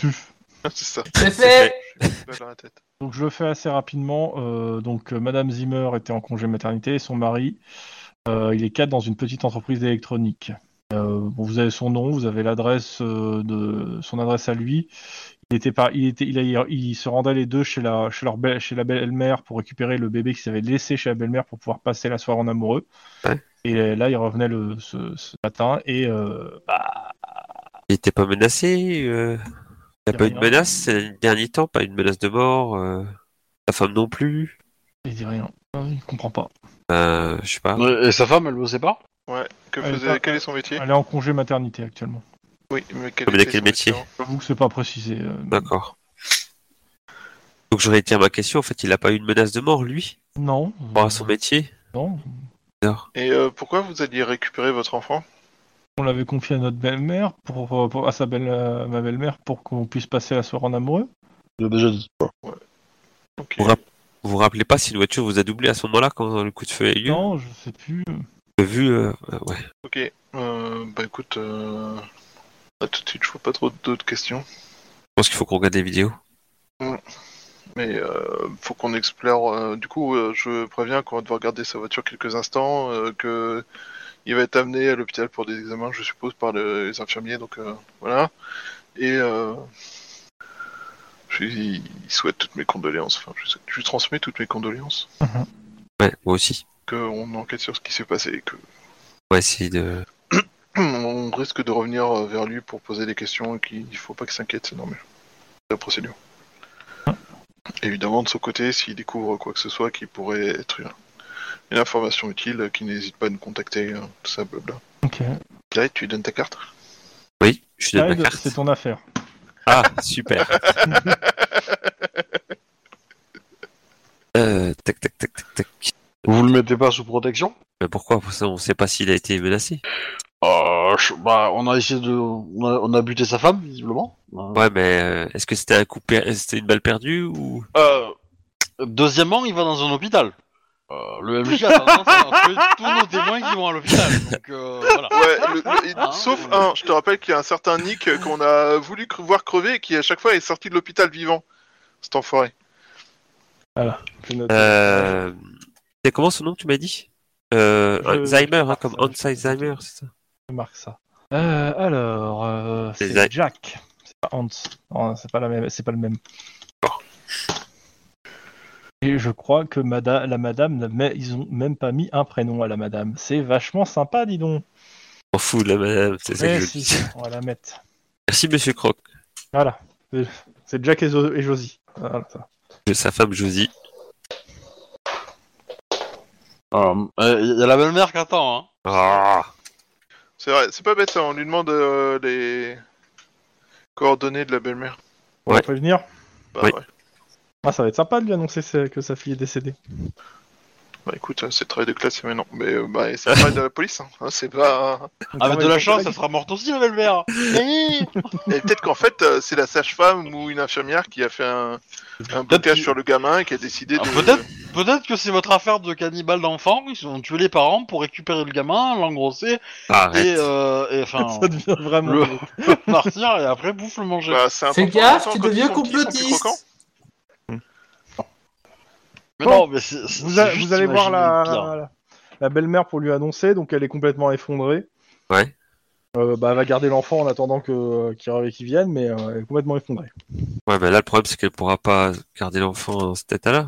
S1: Tuf.
S4: C'est ça.
S5: C'est fait.
S4: Je suis mal dans la tête.
S1: Donc je le fais assez rapidement. Euh, donc euh, Madame Zimmer était en congé maternité et son mari, euh, il est cadre dans une petite entreprise d'électronique. Euh, bon, vous avez son nom, vous avez l'adresse euh, de son adresse à lui. Il était par, il était, il, a- il se rendait les deux chez la chez leur belle, chez la belle-mère pour récupérer le bébé qui s'avait laissé chez la belle-mère pour pouvoir passer la soirée en amoureux.
S3: Ouais.
S1: Et euh, là, il revenait le ce, ce matin et euh,
S3: Il était pas menacé. Euh...
S1: Y
S3: Il n'y a
S1: a
S3: pas eu de
S1: rien.
S3: menace ces derniers temps, pas une menace de mort. Euh... Sa femme non plus.
S1: il dit rien. Il comprend pas.
S3: Euh, je sais pas.
S2: Ouais, Et sa femme, elle bossait pas
S4: Que
S1: Elle est
S4: faisait-
S1: pas-
S4: quel est son métier
S1: Elle est en congé maternité actuellement.
S4: Oui, mais quel,
S3: Ah, mais de
S4: était
S3: quel
S4: son
S3: métier
S4: hein
S1: J'avoue que c'est pas précisé. euh,
S3: D'accord. Donc je réitère ma question. En fait, il a pas eu une menace de mort, lui,
S1: Non.
S3: par rapport à bah, son métier.
S1: Non.
S3: Bizarre.
S4: Et euh, pourquoi vous alliez récupérer votre enfant
S1: On l'avait confié à notre belle-mère, pour, pour- à sa belle, euh, ma belle-mère, pour qu'on puisse passer la soirée en amoureux.
S2: Je l'ai déjà dit.
S4: Ok.
S3: Ouais. Vous vous rappelez pas si une voiture vous a doublé à ce moment-là quand le coup de feu a eu lieu
S1: Non, je sais plus.
S3: Vu, euh, euh, ouais.
S4: Ok. Euh, bah écoute, euh... à tout de suite, je vois pas trop d'autres questions.
S3: Je pense qu'il faut qu'on regarde les vidéos.
S4: Mais euh, faut qu'on explore. euh, Du coup, euh, je préviens qu'on va devoir garder sa voiture quelques instants, euh, que il va être amené à l'hôpital pour des examens, je suppose, par le- les infirmiers. Donc euh, voilà. Et euh, je lui il souhaite toutes mes condoléances. Enfin, je, je lui transmets toutes mes condoléances.
S3: Ouais, moi aussi.
S4: Qu'on enquête sur ce qui s'est passé et que
S3: On va essayer de.
S4: on risque de revenir euh, vers lui pour poser des questions et qu'il faut pas qu'il s'inquiète, c'est normal. C'est la procédure. Évidemment, de son côté, s'il découvre quoi que ce soit qui pourrait être une, une information utile, euh, qu'il n'hésite pas à nous contacter, euh, tout ça, blabla.
S1: Ok.
S4: Clyde, tu lui donnes ta carte
S3: Oui, je suis de ma
S1: Clyde,
S3: carte.
S1: c'est ton affaire.
S3: Ah, super. Euh, tac, tac, tac, tac, tac.
S2: Vous le mettez pas sous protection
S3: Mais pourquoi Pour ça, on sait pas s'il a été menacé.
S2: euh, je- bah, on a essayé de, on a, on a buté sa femme visiblement. Euh,
S3: Ouais, mais euh, est-ce que c'était un coup, per- c'était une balle perdue ou
S2: Euh, deuxièmement, il va dans un hôpital. Euh, le MJ a tendance à tuer tous nos témoins qui vont à l'hôpital. Donc euh, voilà.
S4: Ouais, le- le-
S2: Ah,
S4: sauf
S2: ouais.
S4: un, je te rappelle qu'il y a un certain Nick euh, qu'on a voulu cre- voir crever et qui à chaque fois est sorti de l'hôpital vivant. Cet enfoiré.
S1: Je note.
S3: euh... C'est comment son nom que tu m'as dit euh,
S1: Je-
S3: Alzheimer, hein,
S1: Ah,
S3: comme
S1: ça, je-
S3: Alzheimer, c'est ça
S1: Je marque ça. Euh, alors, euh,
S3: C'est
S1: c'est
S3: Zach.
S1: Jack. C'est pas Hans. Non, c'est pas la même. C'est pas le même. Et je crois que mada- la madame, n'a- mais ils ont même pas mis un prénom à la madame. C'est vachement sympa, dis donc.
S3: On fout de la madame, c'est ça que
S1: Eh,
S3: je
S1: si,
S3: dis.
S1: on va la mettre.
S3: Merci Monsieur Croc,
S1: Voilà. Euh, C'est Jack et, Zo- et Josie. Voilà, ça.
S3: de sa femme Josie.
S2: Euh, euh, Il y a la belle-mère qui attend. Hein.
S3: Ah
S4: C'est vrai, c'est pas bête ça, on lui demande euh, les coordonnées de la belle-mère.
S1: On
S3: Ouais.
S1: va prévenir.
S4: Bah,
S3: Oui.
S4: ouais.
S1: Ah, ça va être sympa de lui annoncer ce- que sa fille est décédée.
S4: Bah écoute, euh, c'est le travail de classe maintenant. Mais euh, bah, c'est le travail de la police, hein. Hein, c'est pas.
S1: Ah
S2: Avec Ah, bah, de la chance, elle sera morte aussi la belle-mère. Eh,
S4: Et peut-être qu'en fait, euh, c'est la sage-femme ou une infirmière qui a fait un, un
S2: Peut-être
S4: blocage
S2: qu'il-
S4: sur le gamin et qui a décidé
S2: Ah,
S4: de.
S2: peut-être. Peut-être que c'est votre affaire de cannibale d'enfant. Ils ont tué les parents pour récupérer le gamin, l'engrosser
S3: Arrête.
S2: et, euh, et enfin
S1: Ça devient vraiment.
S2: le partir et après bouffe le manger.
S4: Bah, c'est
S5: Fais
S4: important,
S5: gaffe,
S4: les enfants,
S5: tu
S4: quand ils
S5: deviens
S4: sont petits, ils sont plus
S5: complotiste.
S4: croquants.
S2: mais non, mais c'est, c'est
S1: Vous, a-
S2: juste
S1: vous allez voir la,
S2: imaginer le pire.
S1: la, la belle-mère pour lui annoncer, donc elle est complètement effondrée.
S3: Ouais.
S1: Euh, bah, elle va garder l'enfant en attendant que euh, qu'il arrive et qu'il vienne, mais euh, elle est complètement effondrée.
S3: Ouais, mais là le problème c'est qu'elle pourra pas garder l'enfant dans cet état-là.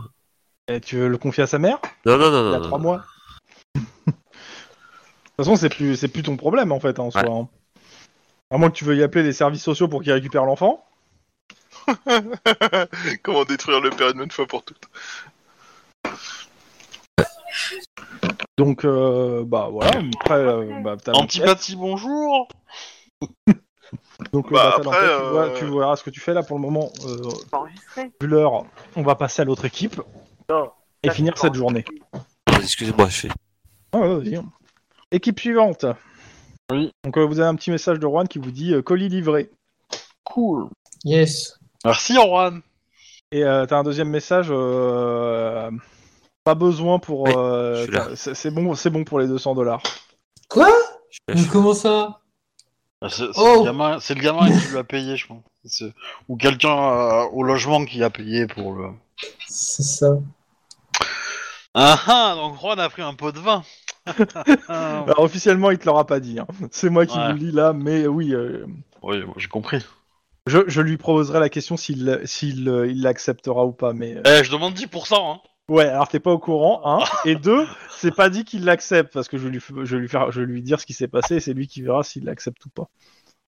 S1: Et tu veux le confier à sa mère
S3: Non, non,
S1: Il
S3: non,
S1: y
S3: non.
S1: a trois
S3: non.
S1: mois. De toute façon, c'est plus c'est plus ton problème en fait hein, en soi.
S3: Ouais.
S1: hein. À moins que tu veuilles y appeler les services sociaux pour qu'ils récupèrent l'enfant.
S4: Comment détruire le père une bonne fois pour toutes.
S1: Donc euh, bah voilà. Après, euh, bah, t'as l'enquête.
S2: Antipathy, bonjour.
S1: Donc euh,
S4: Bah,
S1: bah, t'as
S4: après,
S1: l'enquête, tu, vois-
S4: euh,
S1: tu verras ce que tu fais là pour le moment. euh, vu l'heure, on va passer à l'autre équipe et finir cette journée.
S3: Excusez-moi, je fais.
S1: Ah, ouais, vas-y. Équipe suivante.
S2: Oui.
S1: Donc euh, vous avez un petit message de Juan qui vous dit euh, colis livré.
S2: Cool.
S5: Yes.
S2: Merci, Orwan.
S1: Et euh, t'as un deuxième message. euh, pas besoin pour.
S3: Oui,
S1: euh,
S3: je suis là.
S1: t'as- c'est c'est bon, c'est bon pour les 200 dollars.
S3: je suis là, je
S5: Mais
S3: suis là.
S5: comment ça
S2: Ah, C'est c'est
S5: Oh.
S2: le gamin, c'est le gamin qui lui a payé, je pense. C'est- Ou quelqu'un euh, au logement qui a payé pour le.
S5: C'est ça.
S2: Ah ah, donc Juan a pris un pot de vin. Ah,
S1: Alors officiellement, il te l'aura pas dit. hein. C'est moi qui
S2: Ouais.
S1: vous le dis là, mais oui, euh,
S2: oui, moi, j'ai compris. je
S1: je, je lui proposerai la question s'il s'il euh, il l'acceptera ou pas. Mais euh,
S2: Eh, je demande 10%. Hein.
S1: ouais, alors t'es pas au courant, un et deux, c'est pas dit qu'il l'accepte parce que je vais lui f- je vais lui faire je vais lui dire ce qui s'est passé et c'est lui qui verra s'il l'accepte ou pas.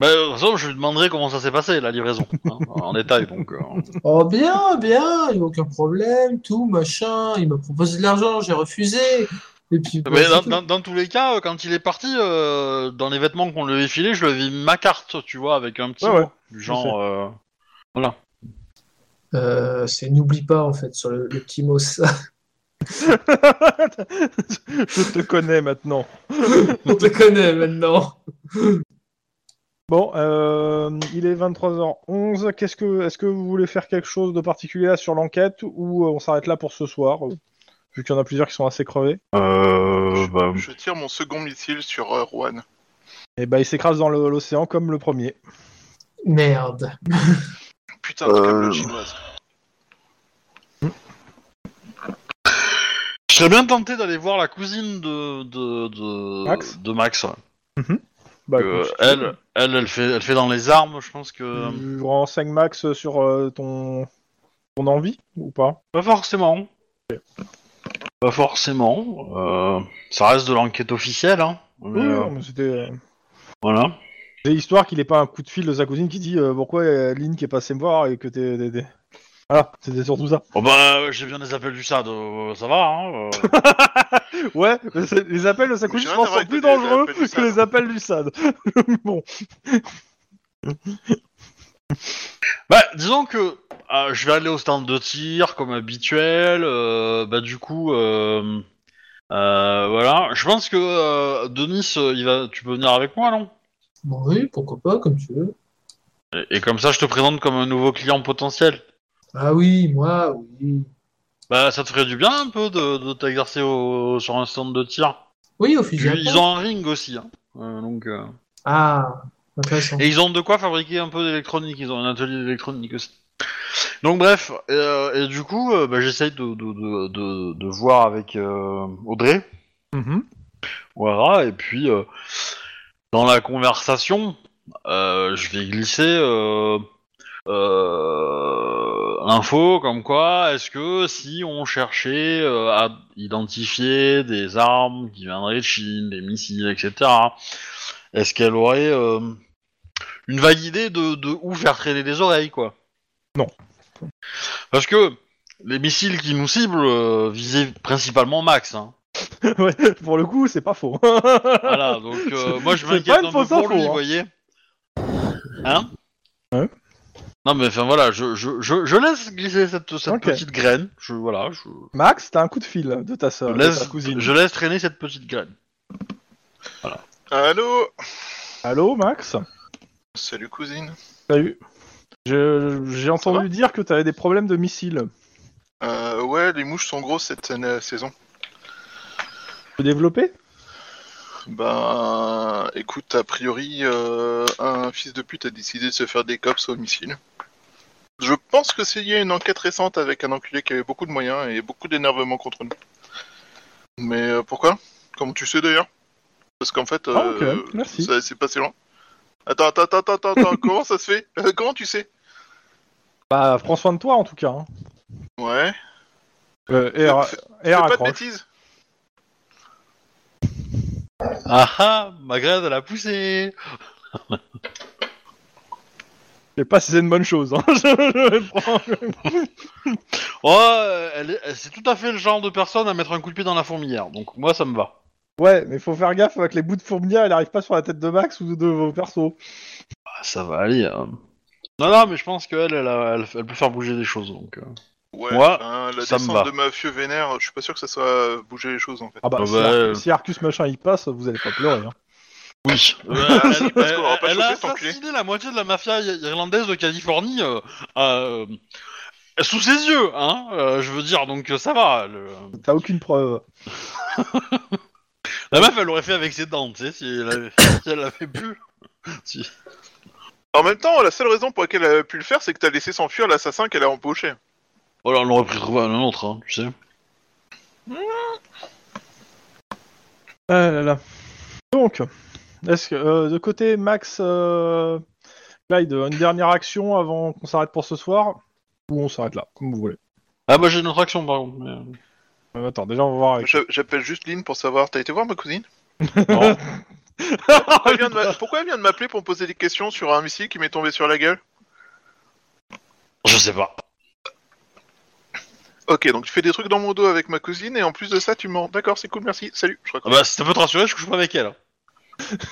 S2: Bah, de toute façon, je lui demanderai comment ça s'est passé, la livraison, hein, en détail. Donc, euh,
S5: Oh bien, bien, il n'y a aucun problème, tout, machin. Il m'a proposé de l'argent, j'ai refusé. Et puis, bah,
S2: Mais
S5: c'est
S2: dans,
S5: tout.
S2: dans- dans tous les cas, euh, quand il est parti, euh, dans les vêtements qu'on lui avait filés, je lui avais mis ma carte, tu vois, avec un petit
S1: Ouais, ouais,
S2: mot, du genre... euh,
S5: Euh, c'est n'oublie pas en fait sur le, le petit mot ça.
S1: Je te connais maintenant.
S5: On te connaît maintenant.
S1: Bon, euh, il est 23h11. Qu'est-ce que, est-ce que vous voulez faire quelque chose de particulier là sur l'enquête ou euh, on s'arrête là pour ce soir euh, Vu qu'il y en a plusieurs qui sont assez crevés.
S2: euh, bah,
S4: Je tire mon second missile sur euh, Rouen.
S1: Et bah, il s'écrase dans le- l'océan comme le premier.
S5: Merde.
S4: Putain, de
S2: Euh,
S4: câble chinoise.
S2: Je serais bien tenté d'aller voir la cousine de, de, de
S1: Max
S2: de Max.
S1: Bah,
S2: Euh,
S1: écoute,
S2: elle, elle, elle fait, elle fait dans les armes, je pense que...
S1: Tu renseignes Max sur euh, ton, ton envie ou pas
S2: Pas forcément. Pas forcément. euh, ça reste de l'enquête officielle, hein. mais,
S1: Oui,
S2: euh,
S1: non, mais c'était.
S2: voilà.
S1: J'ai histoire qu'il ait pas un coup de fil de sa cousine qui dit euh, pourquoi euh, Lynn qui est passée me voir et que t'es. t'es- t'es- Voilà, c'était surtout ça.
S2: Oh bah, euh, j'ai bien des appels du SAD, euh, ça va, hein euh.
S1: Ouais, mais c'est- les appels de sa
S4: Mais
S1: cousine,
S4: j'ai
S1: je pense,
S4: l'intérêt
S1: sont plus
S4: d'écouter les
S1: dangereux
S4: appels du
S1: que
S4: SAD.
S1: les appels du SAD. bon.
S2: Bah, disons que euh, je vais aller au stand de tir, comme habituel, euh, bah du coup, euh, euh, voilà. Je pense que, euh, Denis, euh, il va, tu peux venir avec moi, non
S5: Bon, oui, pourquoi pas, comme tu veux.
S2: et, et comme ça, je te présente comme un nouveau client potentiel.
S5: Ah oui, moi, oui.
S2: Bah, ça te ferait du bien un peu de, de t'exercer au- sur un stand de tir.
S5: Oui, au fusil. à
S2: Puis, ils
S5: pompe.
S2: ont un ring aussi, hein. Euh, donc, euh,
S5: Ah, intéressant.
S2: Et ils ont de quoi fabriquer un peu d'électronique, ils ont un atelier d'électronique aussi. Donc bref, euh, et du coup, euh, bah, j'essaye de, de, de, de, de voir avec euh, Audrey, Mm-hmm. Ouara, et puis euh, dans la conversation, euh, je vais glisser euh, euh, l'info comme quoi, est-ce que si on cherchait euh, à identifier des armes qui viendraient de Chine, des missiles, etc., est-ce qu'elle aurait euh, une vague idée de, de où faire traîner des oreilles, quoi
S1: Non.
S2: Parce que les missiles qui nous ciblent euh, visaient principalement Max, hein.
S1: Ouais, pour le coup, c'est pas faux.
S2: Voilà, donc euh,
S1: C'est-
S2: moi je
S1: c'est pas
S2: m'inquiète
S1: une
S2: un peu
S1: fausse
S2: pour
S1: info,
S2: lui,
S1: hein.
S2: vous voyez. Hein
S1: Ouais.
S2: Non mais enfin voilà, je, je, je, je laisse glisser cette, cette
S1: Ok.
S2: petite graine. Je, voilà, je,
S1: Max, t'as un coup de fil de ta
S2: je
S1: soeur, de ta
S2: laisse,
S1: Euh, cousine.
S2: je laisse traîner cette petite graine.
S4: Allô
S1: Allô, Max
S4: Salut cousine.
S1: Salut. Je- J'ai entendu dire que t'avais des problèmes de missiles.
S4: Euh, ouais, les mouches sont grosses cette euh, saison.
S1: Tu peux développer
S4: Ben, écoute, a priori, euh, un fils de pute a décidé de se faire des cops au missile. Je pense que c'est lié à une enquête récente avec un enculé qui avait beaucoup de moyens et beaucoup d'énervement contre nous. Mais euh, pourquoi Comme tu sais d'ailleurs. Parce qu'en fait,
S1: Ah, ok,
S4: euh,
S1: merci.
S4: ça- c'est passé loin. Attends, attends, attends, attends, attends, comment ça se fait Euh, Comment tu sais
S1: Bah, prends soin de toi en tout cas. hein.
S4: Ouais.
S1: Euh,
S4: Fais-
S1: R,
S4: fais-
S1: R
S4: fais pas de
S1: accroche.
S4: bêtises.
S2: Ah ah, ma graine elle a poussé
S1: Je sais pas si c'est une bonne chose. hein. Je- je prends-
S2: Oh, euh, elle est- elle- c'est tout à fait le genre de personne à mettre un coup de pied dans la fourmilière, donc moi ça me va.
S1: Ouais, mais faut faire gaffe avec les bouts de fourmilière, il arrive pas sur la tête de Max ou de vos persos.
S2: Ah, Ça va aller. hein. Non, non, mais je pense qu'elle, elle, a- elle, elle peut faire bouger des choses, donc... euh.
S4: Ouais,
S2: Moi,
S4: enfin, la
S2: ça me va.
S4: descente de mafieux vénère, je suis pas sûr que ça soit bouger les choses hein. en fait.
S1: Ah bah,
S2: Ah
S1: si,
S2: bah,
S1: Ar-
S2: euh.
S1: si Arcus machin il passe, vous allez pas pleurer. hein.
S2: Oui.
S4: si, parce qu'on l'aura pas
S2: elle a
S4: chopé, cet enculé.
S2: assassiné la moitié de la mafia i- irlandaise de Californie euh, euh, sous ses yeux, hein. euh, je veux dire, donc euh, ça va. le-
S1: T'as aucune preuve.
S2: La meuf, elle l'aurait fait avec ses dents, tu sais, si elle avait, si elle l'avait pu. Si-
S4: En même temps, la seule raison pour laquelle elle a pu le faire, c'est que t'as laissé s'enfuir l'assassin qu'elle a empoché.
S2: Oh là, on l'aurait pris trouver un autre, hein, tu sais.
S1: Ah là là. Donc, est-ce que euh, de côté Max, euh, Clyde, une dernière action avant qu'on s'arrête pour ce soir Ou on s'arrête là, comme vous voulez.
S2: Ah, bah j'ai une autre action par contre. mais, euh,
S1: Euh, attends, déjà on va voir avec.
S4: Je- J'appelle juste Lynn pour savoir, t'as été voir ma cousine
S2: non. Ah,
S4: Pourquoi elle vient de m'a- pourquoi elle vient de m'appeler pour me poser des questions sur un missile qui m'est tombé sur la gueule
S2: Je sais pas.
S4: Ok, donc tu fais des trucs dans mon dos avec ma cousine et en plus de ça, tu mens. D'accord, c'est cool, merci. Salut. Je
S2: Ah
S4: raccroche.
S2: bah, si ça peut te rassurer, je couche pas avec elle. hein. Ça te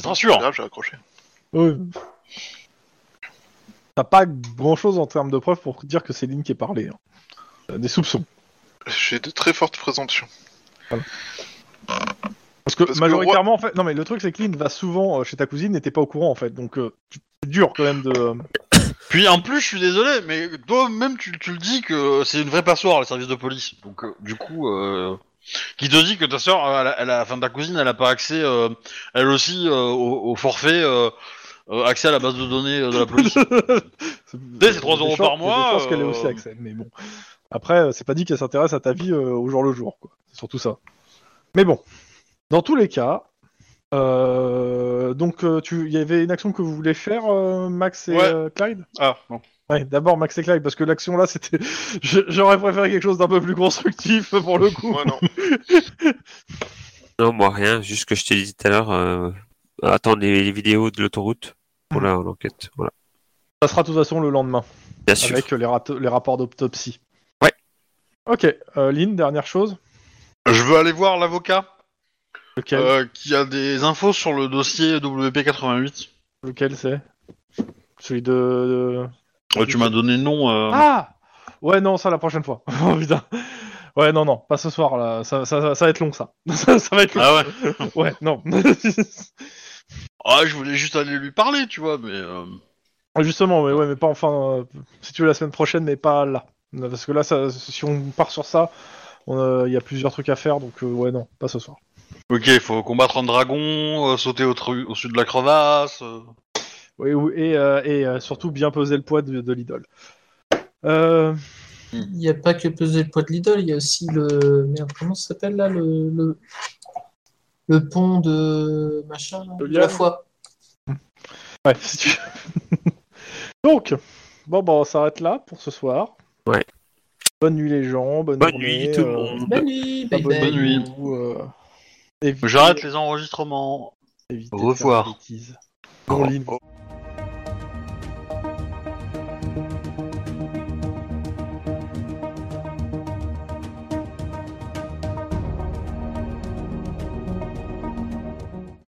S4: C'est
S2: rassure. hein.
S4: grave, j'ai raccroché.
S1: Ouais. Euh, T'as pas grand chose en termes de preuves pour dire que c'est Lynn qui est parlé. hein. Euh, Des soupçons.
S4: J'ai de très fortes présomptions.
S1: Parce que
S4: Parce que
S1: majoritairement, en fait, non mais le truc c'est que Lynn va souvent euh, chez ta cousine, n'était pas au courant en fait, donc euh, tu- c'est dur quand même de. euh,
S2: Puis en plus, je suis désolé, mais toi-même, tu, tu le dis que c'est une vraie passoire, le service de police. Donc, euh, du coup, euh, qui te dit que ta soeur, elle, a- elle a- enfin ta cousine, elle a pas accès, euh, elle aussi, euh, au, au forfait, euh, euh, accès à la base de données euh, de la police.
S1: c'est
S2: c'est 3 euros
S1: des
S2: par
S1: chances- il y a des
S2: mois,
S1: chances qu'elle ait
S2: euh,
S1: aussi accès, mais bon. Après, euh, c'est pas dit qu'elle s'intéresse à ta vie euh, au jour le jour, quoi. C'est surtout ça. Mais bon, dans tous les cas, euh, donc euh, tu, il y avait une action que vous voulez faire, euh, Max et
S2: Ouais.
S1: euh, Clyde.
S2: ah, non.
S1: Ouais, d'abord Max et Clyde, parce que l'action là, c'était, Je- j'aurais préféré quelque chose d'un peu plus constructif pour le coup.
S4: Moi, non.
S3: Non, moi rien, juste que je t'ai dit tout à l'heure, euh, attendre les, les vidéos de l'autoroute pour
S1: Mmh.
S3: la- l'enquête. Voilà.
S1: Ça sera de toute façon le lendemain,
S3: Bien sûr.
S1: avec euh, les, rat- les rapports d'autopsie.
S3: Ouais.
S1: Ok, euh, Lynn, dernière chose.
S2: Je veux aller voir l'avocat
S1: Lequel,
S2: euh, qui a des infos sur le dossier WP88.
S1: lequel c'est Celui de- de...
S2: Euh, tu m'as donné le nom. euh,
S1: Ah Ouais, non, ça la prochaine fois. oh putain. Ouais, non, non, pas ce soir, là. Ça, ça, ça- ça va être long, ça. ça, ça va être long.
S2: Ah ouais.
S1: Ouais, non.
S2: Ah, je voulais juste aller lui parler, tu vois, mais. euh,
S1: Justement, mais, ouais, mais pas enfin. euh, si tu veux, la semaine prochaine, mais pas là. Parce que là, ça- si on part sur ça, on, euh, il y a plusieurs trucs à faire, donc euh, ouais, non, pas ce soir.
S2: Ok, il faut combattre un dragon, euh, sauter au, tru- au-dessus de la crevasse. euh.
S1: Oui, oui, et, euh, et euh, surtout bien peser le poids de, de l'idole. Euh,
S5: Il n'y a pas que peser le poids de l'idole, il y a aussi le. Merde, comment ça s'appelle là le, le... le pont de. Machin, là,
S1: Le
S5: de la
S1: Liane.
S5: foi.
S1: ouais, si tu. donc, bon, bah, on s'arrête là pour ce soir.
S3: Ouais.
S1: Bonne nuit, les gens. Bonne,
S3: Bonne
S1: journée,
S3: nuit tout le
S1: euh,
S3: monde.
S5: Bonne nuit, bye
S1: Abonnez-vous,
S5: bye.
S2: Bonne nuit.
S1: euh, évitez-
S2: J'arrête les enregistrements.
S1: évitez
S2: Au
S1: de faire
S2: revoir.
S1: des bêtises. Bon, Lynn.